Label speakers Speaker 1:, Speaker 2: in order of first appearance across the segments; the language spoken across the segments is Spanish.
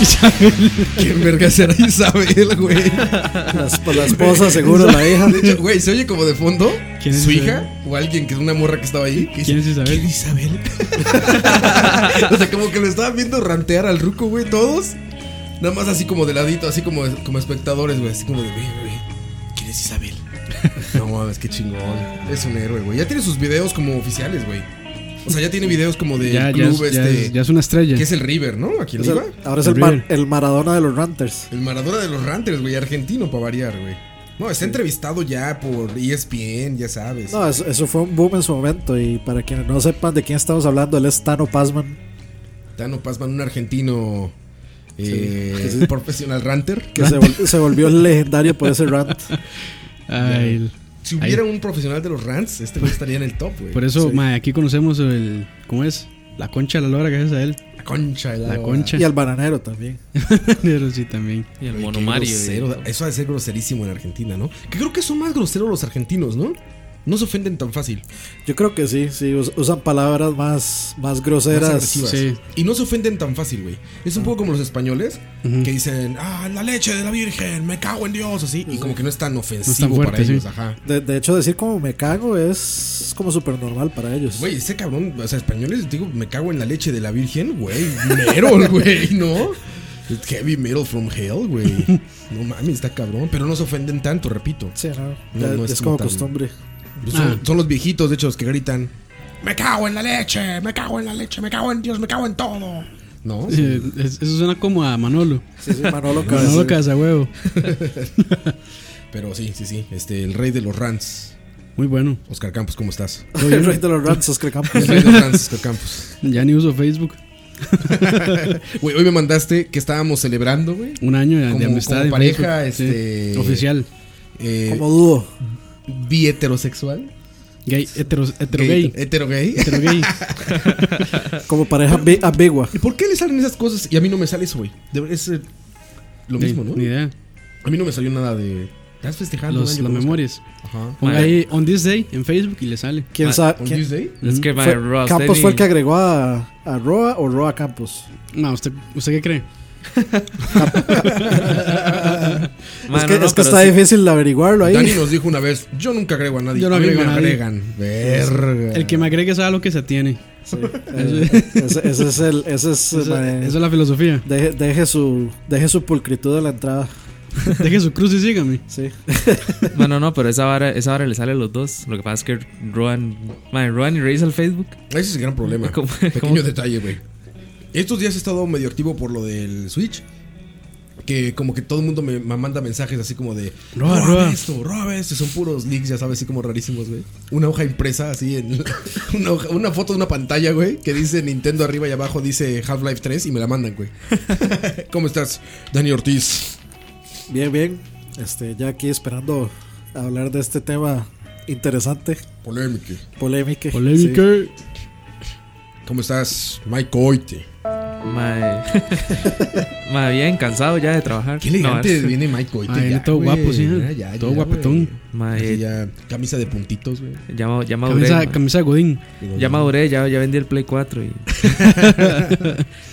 Speaker 1: Isabel.
Speaker 2: ¿Quién verga será Isabel, güey?
Speaker 3: Las- pues, la esposa, seguro, la hija.
Speaker 2: De hecho, güey, ¿se oye como de fondo?
Speaker 1: ¿Quién es
Speaker 2: ¿Su
Speaker 1: Isabel?
Speaker 2: hija? ¿O alguien que es una morra que estaba ahí? que
Speaker 1: ¿Quién es
Speaker 2: dice,
Speaker 1: Isabel?
Speaker 2: "¿Quién es Isabel? o sea, como que lo estaban viendo rantear al ruco, güey, todos. Nada más así como de ladito, así como, como espectadores, güey. Así como de, güey, güey, ¿quién es Isabel? No mames, qué chingón. Es un héroe, güey. Ya tiene sus videos como oficiales, güey. O sea, ya tiene videos como de
Speaker 1: Ya, ya,
Speaker 2: club
Speaker 1: es- ya
Speaker 2: este.
Speaker 1: es, ya es una estrella.
Speaker 2: que es el River, ¿no? Aquí en
Speaker 3: O sea,
Speaker 2: Liga.
Speaker 3: ahora es el,
Speaker 1: Gabriel.
Speaker 3: mar- el Maradona de los Ranters.
Speaker 2: El Maradona de los Ranters, güey, argentino para variar, güey. No, está entrevistado ya por E ESPN, ya sabes.
Speaker 3: No, eso, eso fue un boom en su momento. Y para quienes no sepan de quién estamos hablando, él es Tano Pazman.
Speaker 2: Tano Pazman, un argentino eh, profesional ranter.
Speaker 3: Que se, vol- se volvió legendario por ese rant.
Speaker 1: Ay, el-
Speaker 2: Si hubiera un profesional de los rants, este güey estaría en el top, güey.
Speaker 1: por eso, mae, aquí conocemos el. ¿Cómo es? La concha de la lora, gracias a él.
Speaker 2: La concha, de
Speaker 1: La
Speaker 2: hora.
Speaker 1: concha.
Speaker 3: Y al bananero también.
Speaker 1: Pero sí, también.
Speaker 4: Y el
Speaker 2: Güey, qué
Speaker 4: mono Mario.
Speaker 2: grosero.
Speaker 1: eh.
Speaker 4: y-
Speaker 2: Eso ha de ser groserísimo en Argentina, ¿no? Que creo que son más groseros los argentinos, ¿no? No se ofenden tan fácil.
Speaker 3: Yo creo que sí, sí, us- usan palabras más, más
Speaker 2: más
Speaker 3: groseras.
Speaker 2: agresivas.
Speaker 1: sí.
Speaker 2: Y no se ofenden tan fácil, güey. Es
Speaker 1: Ah.
Speaker 2: un poco como los españoles que dicen, ah, la leche de la Virgen, me cago en Dios, así. Y como que no es tan ofensivo
Speaker 1: fuerte,
Speaker 2: para
Speaker 1: sí.
Speaker 2: ellos, ajá.
Speaker 3: de, de hecho, decir como me cago es como súper normal para ellos.
Speaker 2: Güey, ese cabrón, o sea, españoles, digo, me cago en la leche de la Virgen, güey. Metal, güey, ¿no? It's heavy metal from hell, güey. No mames, está cabrón. Pero no se ofenden tanto, repito.
Speaker 3: Sí, no,
Speaker 2: No,
Speaker 3: ya-
Speaker 2: no
Speaker 3: ya
Speaker 2: es
Speaker 3: es como
Speaker 2: como tan-
Speaker 3: costumbre.
Speaker 2: Son,
Speaker 1: Ah.
Speaker 2: son los viejitos, de hecho, los que gritan, me cago en la leche, me cago en la leche, me cago en Dios, me cago en todo. ¿No?
Speaker 1: Eh, es- Eso suena como a Manolo.
Speaker 3: Sí, sí, Manolo
Speaker 1: Manolo
Speaker 3: Cabeza.
Speaker 1: Casahuevo.
Speaker 2: Pero sí, sí, sí. Este, el rey de los rants.
Speaker 1: Muy bueno.
Speaker 2: Oscar Campos, ¿cómo estás?
Speaker 3: El rey de los rants, Oscar Campos.
Speaker 2: El rey de los rants, Oscar Campos.
Speaker 1: Ya ni uso Facebook.
Speaker 2: Güey, hoy me mandaste que estábamos celebrando, güey.
Speaker 1: Un año de, de
Speaker 2: Como-
Speaker 1: amistad.
Speaker 2: como
Speaker 1: en
Speaker 2: pareja,
Speaker 1: Facebook.
Speaker 2: este-
Speaker 1: Oficial.
Speaker 2: Eh,
Speaker 3: Como dúo.
Speaker 2: bi heterosexual.
Speaker 1: Gay, hetero, hetero
Speaker 2: Gay-
Speaker 1: gay.
Speaker 2: Hetero gay.
Speaker 1: Hetero gay.
Speaker 3: Como pareja ambi- ambigua.
Speaker 2: ¿Y por qué le salen esas cosas y a mí no me sale eso, güey? De- Es eh, lo
Speaker 1: Ni-
Speaker 2: mismo, ¿no? Ah,
Speaker 1: Ni idea.
Speaker 2: A mí no me salió nada de. ¿Estás festejando?
Speaker 1: Los,
Speaker 2: un año
Speaker 1: las
Speaker 2: con
Speaker 1: memorias.
Speaker 2: Oscar? Ajá.
Speaker 1: Ponga
Speaker 4: Madre.
Speaker 1: ahí On This Day en Facebook y le sale.
Speaker 3: ¿Quién
Speaker 4: Ah,
Speaker 3: sabe?
Speaker 2: ¿On
Speaker 3: quién-
Speaker 2: Tuesday?
Speaker 4: Es que, mae,
Speaker 3: Mm. fue-
Speaker 4: Ross
Speaker 3: Campos
Speaker 4: Denny-
Speaker 3: fue el que agregó a, a Roa o Roa Campos.
Speaker 1: No, ¿usted, ¿usted qué cree?
Speaker 4: Mae,
Speaker 3: es que,
Speaker 4: no, no,
Speaker 3: es que
Speaker 4: pero
Speaker 3: está
Speaker 4: sí-
Speaker 3: difícil averiguarlo ahí.
Speaker 2: Dani nos dijo una vez: Yo nunca agrego a nadie.
Speaker 1: Yo no
Speaker 2: a mí
Speaker 1: agrego
Speaker 2: me
Speaker 1: a nadie.
Speaker 2: agregan. Verga.
Speaker 1: El que me agregue sabe lo que se atiene.
Speaker 3: Sí, eh, ese, ese es el. Ese es,
Speaker 1: Esa,
Speaker 3: mae,
Speaker 1: esa es la filosofía.
Speaker 3: deje, deje su, deje su pulcritud a la entrada.
Speaker 1: Deje su cruz y sígame.
Speaker 3: Sí.
Speaker 4: Mae, no, no, pero esa vara, esa vara le sale a los dos. Lo que pasa es que Roan, mae, Roan y Reis al Facebook.
Speaker 2: Ese es el gran problema.
Speaker 4: ¿Cómo-
Speaker 2: Pequeño
Speaker 4: cómo?
Speaker 2: detalle, güey. Estos días he estado medio activo por lo del Switch. Que como que todo el mundo me, me manda mensajes así como de
Speaker 1: Roa,
Speaker 2: "Roa,
Speaker 1: roa".
Speaker 2: ve esto, roa, ve esto. Son puros leaks, ya sabes, así como rarísimos, güey. Una hoja impresa así en una, hoja- una foto de una pantalla, güey, que dice Nintendo arriba y abajo, dice Half-Life 3 y me la mandan, güey. ¿Cómo estás? Dani Ortiz.
Speaker 3: Bien, bien. Este, ya aquí esperando hablar de este tema interesante,
Speaker 2: Polémica.
Speaker 3: polémico.
Speaker 1: Polémica.
Speaker 2: ¿Cómo estás? Mike Coite.
Speaker 4: Mae. Mae, bien cansado ya de trabajar.
Speaker 2: Qué elegante
Speaker 4: No,
Speaker 2: viene Mike Coite.
Speaker 1: Ah, él
Speaker 2: ya,
Speaker 1: es todo
Speaker 2: güey.
Speaker 1: guapo, sí,
Speaker 2: Ya,
Speaker 1: ¿eh?
Speaker 2: ya,
Speaker 1: Todo
Speaker 2: ya,
Speaker 1: guapetón.
Speaker 2: güey. Así
Speaker 4: Mae,
Speaker 2: ya, camisa de puntitos, güey.
Speaker 4: ya, ya maduré.
Speaker 1: Camisa,
Speaker 4: mae.
Speaker 1: camisa de Godín.
Speaker 2: Digo,
Speaker 4: Ya maduré, ya, ya vendí el Play 4 y.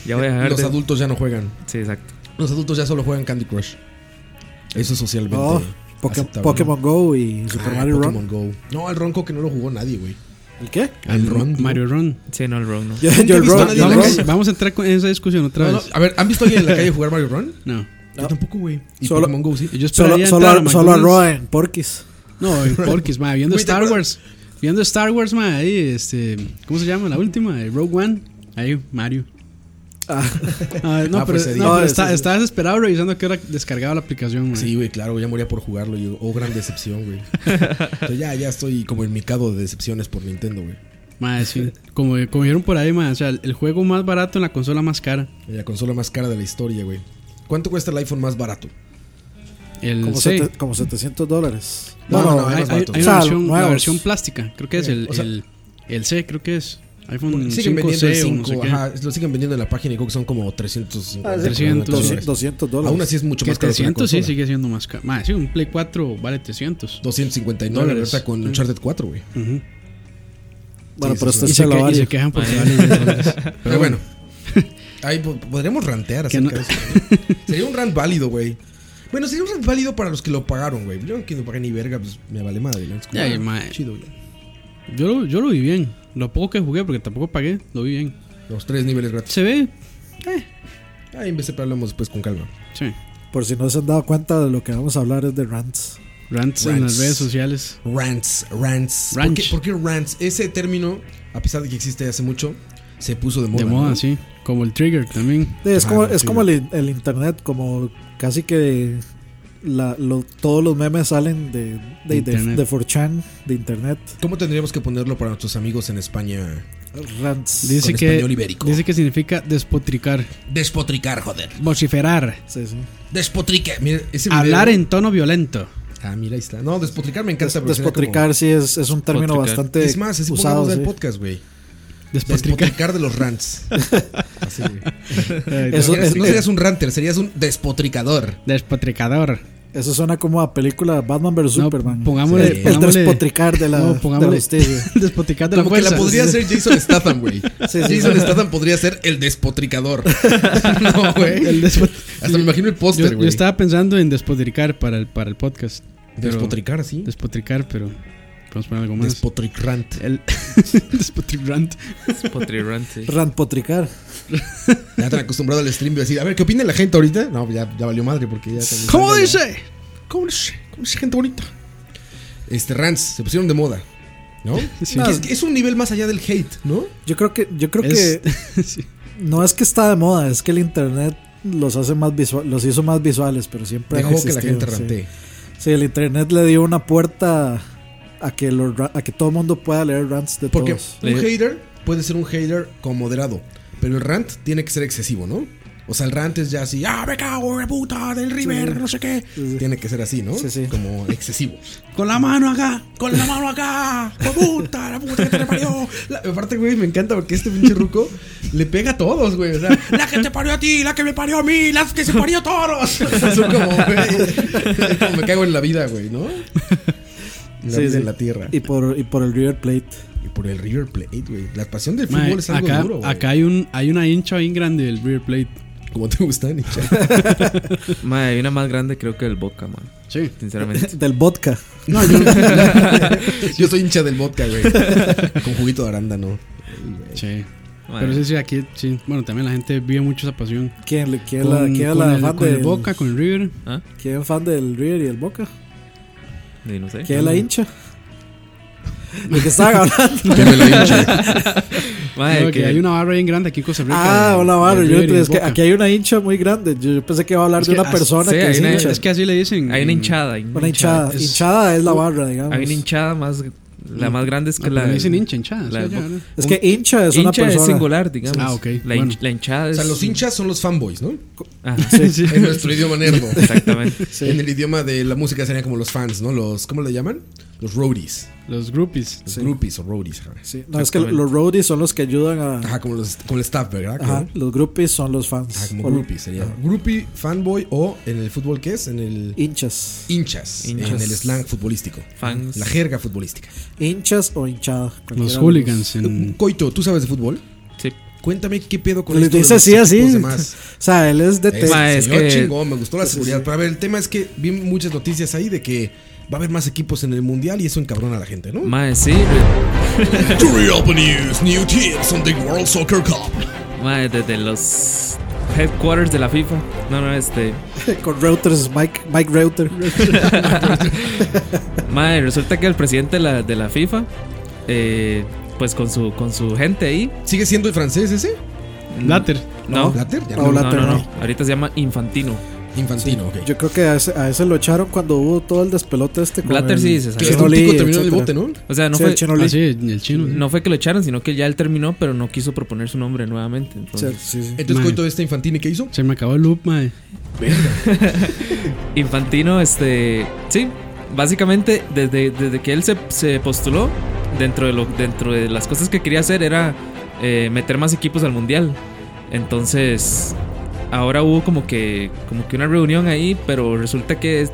Speaker 4: ya voy a dejar
Speaker 2: Los
Speaker 4: de.
Speaker 2: adultos ya no juegan.
Speaker 4: Sí, exacto.
Speaker 2: Los adultos ya solo juegan Candy Crush. Eso es socialmente.
Speaker 3: No, Oh, Poké-
Speaker 2: aceptable.
Speaker 3: Pokémon Go y
Speaker 2: Ah,
Speaker 3: Super Mario Run.
Speaker 2: Pokémon Go. No, al Ronco que no lo jugó nadie, güey.
Speaker 3: ¿El qué?
Speaker 2: Al Ron. digo.
Speaker 1: Mario Ron.
Speaker 4: Sí, no, el wrong, no.
Speaker 3: Yo,
Speaker 2: Nunca
Speaker 3: yo
Speaker 2: he
Speaker 3: el
Speaker 2: visto a
Speaker 3: Ron.
Speaker 2: nadie
Speaker 3: yo el
Speaker 2: en la
Speaker 3: Ron.
Speaker 1: Vamos, vamos a entrar con- en esa discusión otra
Speaker 2: No,
Speaker 1: vez.
Speaker 2: no, a ver, ¿han visto a alguien en la calle jugar Mario Run?
Speaker 1: no.
Speaker 2: Yo tampoco, güey. Y
Speaker 3: Solo-
Speaker 2: Pokémon Go, sí.
Speaker 1: Yo
Speaker 3: Solo,
Speaker 1: esperaría
Speaker 3: solo,
Speaker 1: entrar
Speaker 3: a- solo eh. a
Speaker 1: McDonald's.
Speaker 3: Roa en Porky's.
Speaker 1: No, en Porky's, ma, viendo
Speaker 2: Güey, ¿te
Speaker 1: Star
Speaker 2: acuerdas?
Speaker 1: Wars. Viendo Star Wars, ma, ahí, este, ¿cómo se llama? La última, eh, Rogue One. Ahí, Mario.
Speaker 3: Ah,
Speaker 1: Ah, no,
Speaker 2: Ah,
Speaker 1: pero,
Speaker 2: pues, se
Speaker 1: no,
Speaker 2: dijo.
Speaker 1: pero
Speaker 3: Ah, sí,
Speaker 1: está,
Speaker 3: sí.
Speaker 1: estaba desesperado revisando a qué hora descargaba la aplicación, ma.
Speaker 2: Sí, güey, claro, güey, ya moría por jugarlo. Yo, oh, gran decepción, güey. Entonces, ya, ya estoy como en mi cado de decepciones por Nintendo, güey.
Speaker 1: Ma, sí, Como, como vieron por ahí, ma, o sea, el, el juego más barato en la consola más cara.
Speaker 2: La consola más cara de la historia, güey. ¿Cuánto cuesta el iPhone más barato?
Speaker 1: El
Speaker 3: como,
Speaker 1: C.
Speaker 3: sete- como 700 dólares.
Speaker 1: No, no, no,
Speaker 2: hay
Speaker 1: hay,
Speaker 2: más
Speaker 1: hay-
Speaker 2: baratos.
Speaker 1: hay
Speaker 3: O
Speaker 1: una
Speaker 3: sea,
Speaker 1: versión, la
Speaker 3: nuevos.
Speaker 1: versión plástica. Creo que es el,
Speaker 2: o sea-
Speaker 1: el, el C, creo que es. iPhone
Speaker 2: Siguen
Speaker 1: 5C
Speaker 2: vendiendo el
Speaker 1: Mm, o no
Speaker 2: 5,
Speaker 1: sé qué.
Speaker 2: ajá, lo siguen vendiendo en la página y creo que son como 350.
Speaker 3: Ah, sí.
Speaker 1: 300,
Speaker 2: dólares.
Speaker 3: 200, 200 dólares.
Speaker 2: Aún así es mucho
Speaker 1: Que
Speaker 2: más caro que una
Speaker 1: 300 sí
Speaker 2: consola.
Speaker 1: sigue siendo más caro. Ma, sí, un Play 4 vale 300.
Speaker 2: 259
Speaker 1: Dólares. Mm.
Speaker 2: ahorita con Uncharted 4, güey.
Speaker 1: Ujú.
Speaker 3: Bueno, pero
Speaker 2: Sí, sí,
Speaker 3: usted
Speaker 1: Y
Speaker 3: se
Speaker 1: se,
Speaker 3: lo
Speaker 2: Pues
Speaker 1: que- y se
Speaker 3: vale.
Speaker 1: quejan porque
Speaker 4: Mae.
Speaker 1: vale 10 dólares.
Speaker 2: Pero bueno, Ay, po- podríamos rantear
Speaker 1: Que
Speaker 2: acerca de
Speaker 1: no-
Speaker 2: eso. güey. Sería un rant válido, güey. Bueno, sería un rant válido para los que lo pagaron, güey. Yo que no pagué ni verga, pues me vale madre. ¿no? Es como,
Speaker 1: Ya,
Speaker 2: ah,
Speaker 1: mae.
Speaker 2: Chido, güey.
Speaker 1: Yo, lo- yo lo vi bien. Lo poco que jugué, porque tampoco pagué, lo vi bien.
Speaker 2: Los tres niveles gratis.
Speaker 1: Se ve.
Speaker 2: Ahí en vez de hablamos después con calma.
Speaker 1: Sí.
Speaker 3: Por si no se han dado cuenta de lo que vamos a hablar es de rants.
Speaker 1: Rants, en las
Speaker 2: Rants.
Speaker 1: redes sociales.
Speaker 2: Rants, rants. ¿Por
Speaker 1: Ranch.
Speaker 2: qué, por qué rants? Ese término, a pesar de que existe hace mucho, se puso de moda.
Speaker 1: De moda,
Speaker 2: ¿no?
Speaker 1: sí. Como el trigger también.
Speaker 3: Sí, es
Speaker 2: Ah,
Speaker 3: como,
Speaker 2: no,
Speaker 3: es
Speaker 2: sí.
Speaker 3: como el, el internet, como casi que la- lo- todos los memes salen de, de, de,
Speaker 1: Internet.
Speaker 3: de 4chan, de internet.
Speaker 2: ¿Cómo tendríamos que ponerlo para nuestros amigos en España?
Speaker 3: Rants.
Speaker 1: Dice
Speaker 2: Con
Speaker 1: que,
Speaker 2: español ibérico.
Speaker 1: dice que significa despotricar,
Speaker 2: Despotricar, joder.
Speaker 1: vociferar,
Speaker 3: Sí, sí.
Speaker 2: Despotricar. Mira, ese Este video-
Speaker 1: hablar en tono violento.
Speaker 2: Ah, mira, ahí está. No, despotricar me encanta. pero sería como-
Speaker 3: Despotricar sí es, es un término
Speaker 4: Despotricar.
Speaker 3: bastante
Speaker 2: Es más, así
Speaker 3: usado.
Speaker 2: pongamos el
Speaker 3: sí.
Speaker 2: podcast, güey.
Speaker 1: Despotricar.
Speaker 2: Despotricar de los rants. Así, güey.
Speaker 1: Ay,
Speaker 3: Eso-
Speaker 2: no, serías,
Speaker 3: es-
Speaker 2: no
Speaker 3: es-
Speaker 2: serías un ranter, serías un despotricador.
Speaker 1: Despotricador.
Speaker 3: Eso suena como a película Batman vs
Speaker 1: No,
Speaker 3: Superman.
Speaker 1: pongámosle-
Speaker 3: Sí. El
Speaker 1: pongámole-
Speaker 3: despotricar de la,
Speaker 1: No,
Speaker 3: de la
Speaker 1: pongámosle.
Speaker 3: justicia.
Speaker 1: Despotricar de la
Speaker 2: Como que
Speaker 1: fuerza.
Speaker 2: la podría
Speaker 1: Sí, sí.
Speaker 2: ser Jason Statham, güey.
Speaker 3: sí.
Speaker 2: Jason Statham podría ser el despotricador. no,
Speaker 1: El
Speaker 2: güey.
Speaker 1: despot-
Speaker 2: Hasta me imagino el
Speaker 1: yo,
Speaker 2: póster,
Speaker 1: yo
Speaker 2: güey.
Speaker 1: estaba pensando en despotricar para el, para el podcast. pero-
Speaker 2: Despotricar, sí.
Speaker 1: Despotricar, pero. Vamos a poner algo más.
Speaker 2: Despotricrant.
Speaker 1: el despotricrant.
Speaker 4: Potrirante.
Speaker 3: Rantpotricar.
Speaker 2: Ya te han acostumbrado al stream y decir, a ver, ¿qué opina la gente ahorita? No, ya, ya valió madre porque ya... también-
Speaker 1: ¿Cómo dice?
Speaker 2: ¿Cómo dice? ¿Cómo dice gente bonita? Este, rants, se pusieron de moda. ¿No?
Speaker 1: Sí.
Speaker 2: Que es, que es un nivel más allá del hate, ¿no?
Speaker 3: Yo creo que, yo creo
Speaker 1: Es-
Speaker 3: que
Speaker 1: sí.
Speaker 3: no es que está de moda, es que el internet los hace más visual, los hizo más visuales, pero siempre han
Speaker 2: Dejó que la
Speaker 3: existido,
Speaker 2: gente
Speaker 3: sí.
Speaker 2: rantee.
Speaker 3: Sí, el internet le dio una puerta a que, los ra- a que todo el mundo pueda leer rants de
Speaker 2: Porque
Speaker 3: todos.
Speaker 2: un
Speaker 4: Le-
Speaker 2: hater puede ser un hater con moderado, pero el rant tiene que ser excesivo, ¿no? O sea, el rant es ya así, ah, me cago, de puta, del River, no sé qué.
Speaker 3: Sí, sí.
Speaker 2: Tiene que ser así, ¿no?
Speaker 3: Sí, sí.
Speaker 2: Como excesivo.
Speaker 1: Con la mano acá.
Speaker 2: Con la mano acá, ¡Hijo de puta, la puta que te parió. La- aparte, güey, me encanta porque este pinche ruco le pega a todos, güey. O sea, la que te parió a ti, la que me parió a mí, las que se parió todos. Son como, güey, como me cago en la vida, güey, ¿no? En la
Speaker 3: Sí,
Speaker 2: vida,
Speaker 3: sí.
Speaker 2: en la tierra.
Speaker 3: Y por, y por el River Plate.
Speaker 2: Y por el River Plate, güey. La pasión del
Speaker 1: Mae,
Speaker 2: fútbol es algo
Speaker 1: acá,
Speaker 2: duro, güey.
Speaker 1: acá hay, un, hay una hincha bien grande del Rear Plate.
Speaker 2: Como te gustan, hincha.
Speaker 4: Mae, hay una más grande creo que el Boca, man.
Speaker 1: Sí.
Speaker 4: Sinceramente.
Speaker 3: Del vodka.
Speaker 2: Yo soy hincha del vodka, güey. Con juguito de arándano.
Speaker 1: Sí.
Speaker 4: Mae.
Speaker 1: Pero sí, sí, aquí, sí. Bueno, también la gente vive mucho esa pasión.
Speaker 3: ¿Quién, le- quién,
Speaker 1: Con,
Speaker 3: la, quién
Speaker 1: con
Speaker 3: la
Speaker 1: el,
Speaker 3: fan
Speaker 1: con el
Speaker 3: del-
Speaker 1: Boca, con el River.
Speaker 4: ¿Ah?
Speaker 3: ¿Quién fan del River y el Boca?
Speaker 4: Ni no sé.
Speaker 3: ¿Quién es la hincha? ¿De qué estaban hablando?
Speaker 4: Mae,
Speaker 1: Creo
Speaker 4: que,
Speaker 1: que hay una barra bien grande aquí en Costa Rica.
Speaker 3: Ah,
Speaker 1: de-
Speaker 3: hola,
Speaker 1: del
Speaker 3: Varo. Yo
Speaker 1: River y
Speaker 3: es
Speaker 1: el
Speaker 3: que
Speaker 1: Boca.
Speaker 3: aquí hay una hincha muy grande. Yo, yo pensé que iba a hablar
Speaker 1: Es
Speaker 3: de
Speaker 1: que
Speaker 3: una
Speaker 1: as-
Speaker 3: persona
Speaker 4: sí,
Speaker 3: que
Speaker 4: hay
Speaker 3: es
Speaker 4: una-
Speaker 3: hincha.
Speaker 1: Es que así le dicen.
Speaker 4: hay una
Speaker 1: en-
Speaker 4: hinchada. Hay
Speaker 3: Una hinchada.
Speaker 1: es-
Speaker 3: hinchada es la barra, digamos.
Speaker 4: Hay una hinchada más. La más grande es
Speaker 1: No,
Speaker 4: que
Speaker 1: pero
Speaker 4: la.
Speaker 1: le dicen hincha, hinchada.
Speaker 4: la
Speaker 1: sí,
Speaker 4: del
Speaker 1: ya,
Speaker 4: Boca.
Speaker 1: ¿no?
Speaker 3: Es que hincha es una
Speaker 4: hincha
Speaker 3: persona.
Speaker 4: es singular, digamos.
Speaker 1: Ah, ok,
Speaker 4: La,
Speaker 1: bueno.
Speaker 4: hinch- la hinchada
Speaker 2: O
Speaker 4: es.
Speaker 2: sea, los hinchas son los fanboys, ¿no?
Speaker 4: Ajá,
Speaker 3: Sí.
Speaker 2: En nuestro idioma nerdo.
Speaker 4: exactamente.
Speaker 3: Sí.
Speaker 2: En el idioma de la música serían como los fans, ¿no? Los, ¿cómo le llaman? Los roadies.
Speaker 1: Los groupies.
Speaker 2: Los groupies o roadies. Ajá.
Speaker 3: Sí, No, es que los roadies son los que ayudan a.
Speaker 2: Ajá, como, los, como el staff, ¿verdad? Como-
Speaker 3: Ajá, los groupies son los
Speaker 2: ajá,
Speaker 3: fans.
Speaker 2: como
Speaker 3: O los
Speaker 2: groupie sería. Groupie, fanboy o en el fútbol, ¿qué es? En el...
Speaker 3: Hinchas.
Speaker 2: Hinchas,
Speaker 4: Hinchas.
Speaker 2: En el slang futbolístico.
Speaker 4: Fans.
Speaker 2: La jerga futbolística.
Speaker 3: Hinchas o hinchada. cualquiera de
Speaker 1: Los
Speaker 3: los-
Speaker 1: hooligans.
Speaker 4: Mm.
Speaker 1: en-
Speaker 2: Coito, ¿tú sabes de fútbol?
Speaker 4: Sí.
Speaker 2: Cuéntame qué pedo
Speaker 4: Pues
Speaker 2: con
Speaker 3: Le
Speaker 2: esto de
Speaker 3: dice
Speaker 2: los
Speaker 3: así, así.
Speaker 2: equipos de
Speaker 3: O
Speaker 2: más.
Speaker 3: sea, él es de
Speaker 2: Es,
Speaker 4: Ma, es que-
Speaker 2: chingón, me gustó la seguridad. Pero a ver, el tema es que vi muchas noticias ahí de que va a haber más equipos en el mundial y eso encabrona a la gente, ¿no?
Speaker 4: Mae, sí.
Speaker 2: News, new tips on the World Soccer Cup.
Speaker 4: Mae, desde los headquarters de la FIFA. No, no, este.
Speaker 3: con Reuters, Mike, Mike Reuter.
Speaker 4: Mae, resulta que el presidente de la, de la FIFA. eh, pues con su, con su gente ahí.
Speaker 2: ¿Sigue siendo el francés ese?
Speaker 4: Mm.
Speaker 1: Later.
Speaker 4: No.
Speaker 2: Blatter, ya
Speaker 3: No,
Speaker 2: no.
Speaker 4: No,
Speaker 3: Blatter,
Speaker 4: no, no.
Speaker 3: no.
Speaker 4: Ahorita se llama Infantino.
Speaker 2: Infantino, ok.
Speaker 3: Yo creo que a ese, a ese lo echaron cuando hubo todo el despelote este. con
Speaker 4: Blatter
Speaker 3: el
Speaker 4: sí se
Speaker 2: que el
Speaker 4: salió.
Speaker 3: Chino
Speaker 2: tico
Speaker 3: Lee,
Speaker 2: terminó en el
Speaker 3: etcétera.
Speaker 2: bote, ¿no?
Speaker 4: O sea, no
Speaker 3: Sí,
Speaker 4: fue.
Speaker 3: el Chino Lee.
Speaker 1: Ah, sí, el chino.
Speaker 4: No fue que lo echaran, sino que ya él terminó, pero no quiso proponer su nombre nuevamente.
Speaker 3: Sí,
Speaker 4: Entonces,
Speaker 3: sí, sí.
Speaker 2: Entonces,
Speaker 1: Man.
Speaker 2: Coito, este Infantino, ¿qué hizo?
Speaker 1: Se me acabó el loop, mae.
Speaker 4: Infantino, este. Sí, básicamente, desde, desde que él se, se postuló, dentro de, lo, dentro de las cosas que quería hacer era eh, meter más equipos al mundial. Entonces, ahora hubo como que, como que una reunión ahí, pero resulta que es-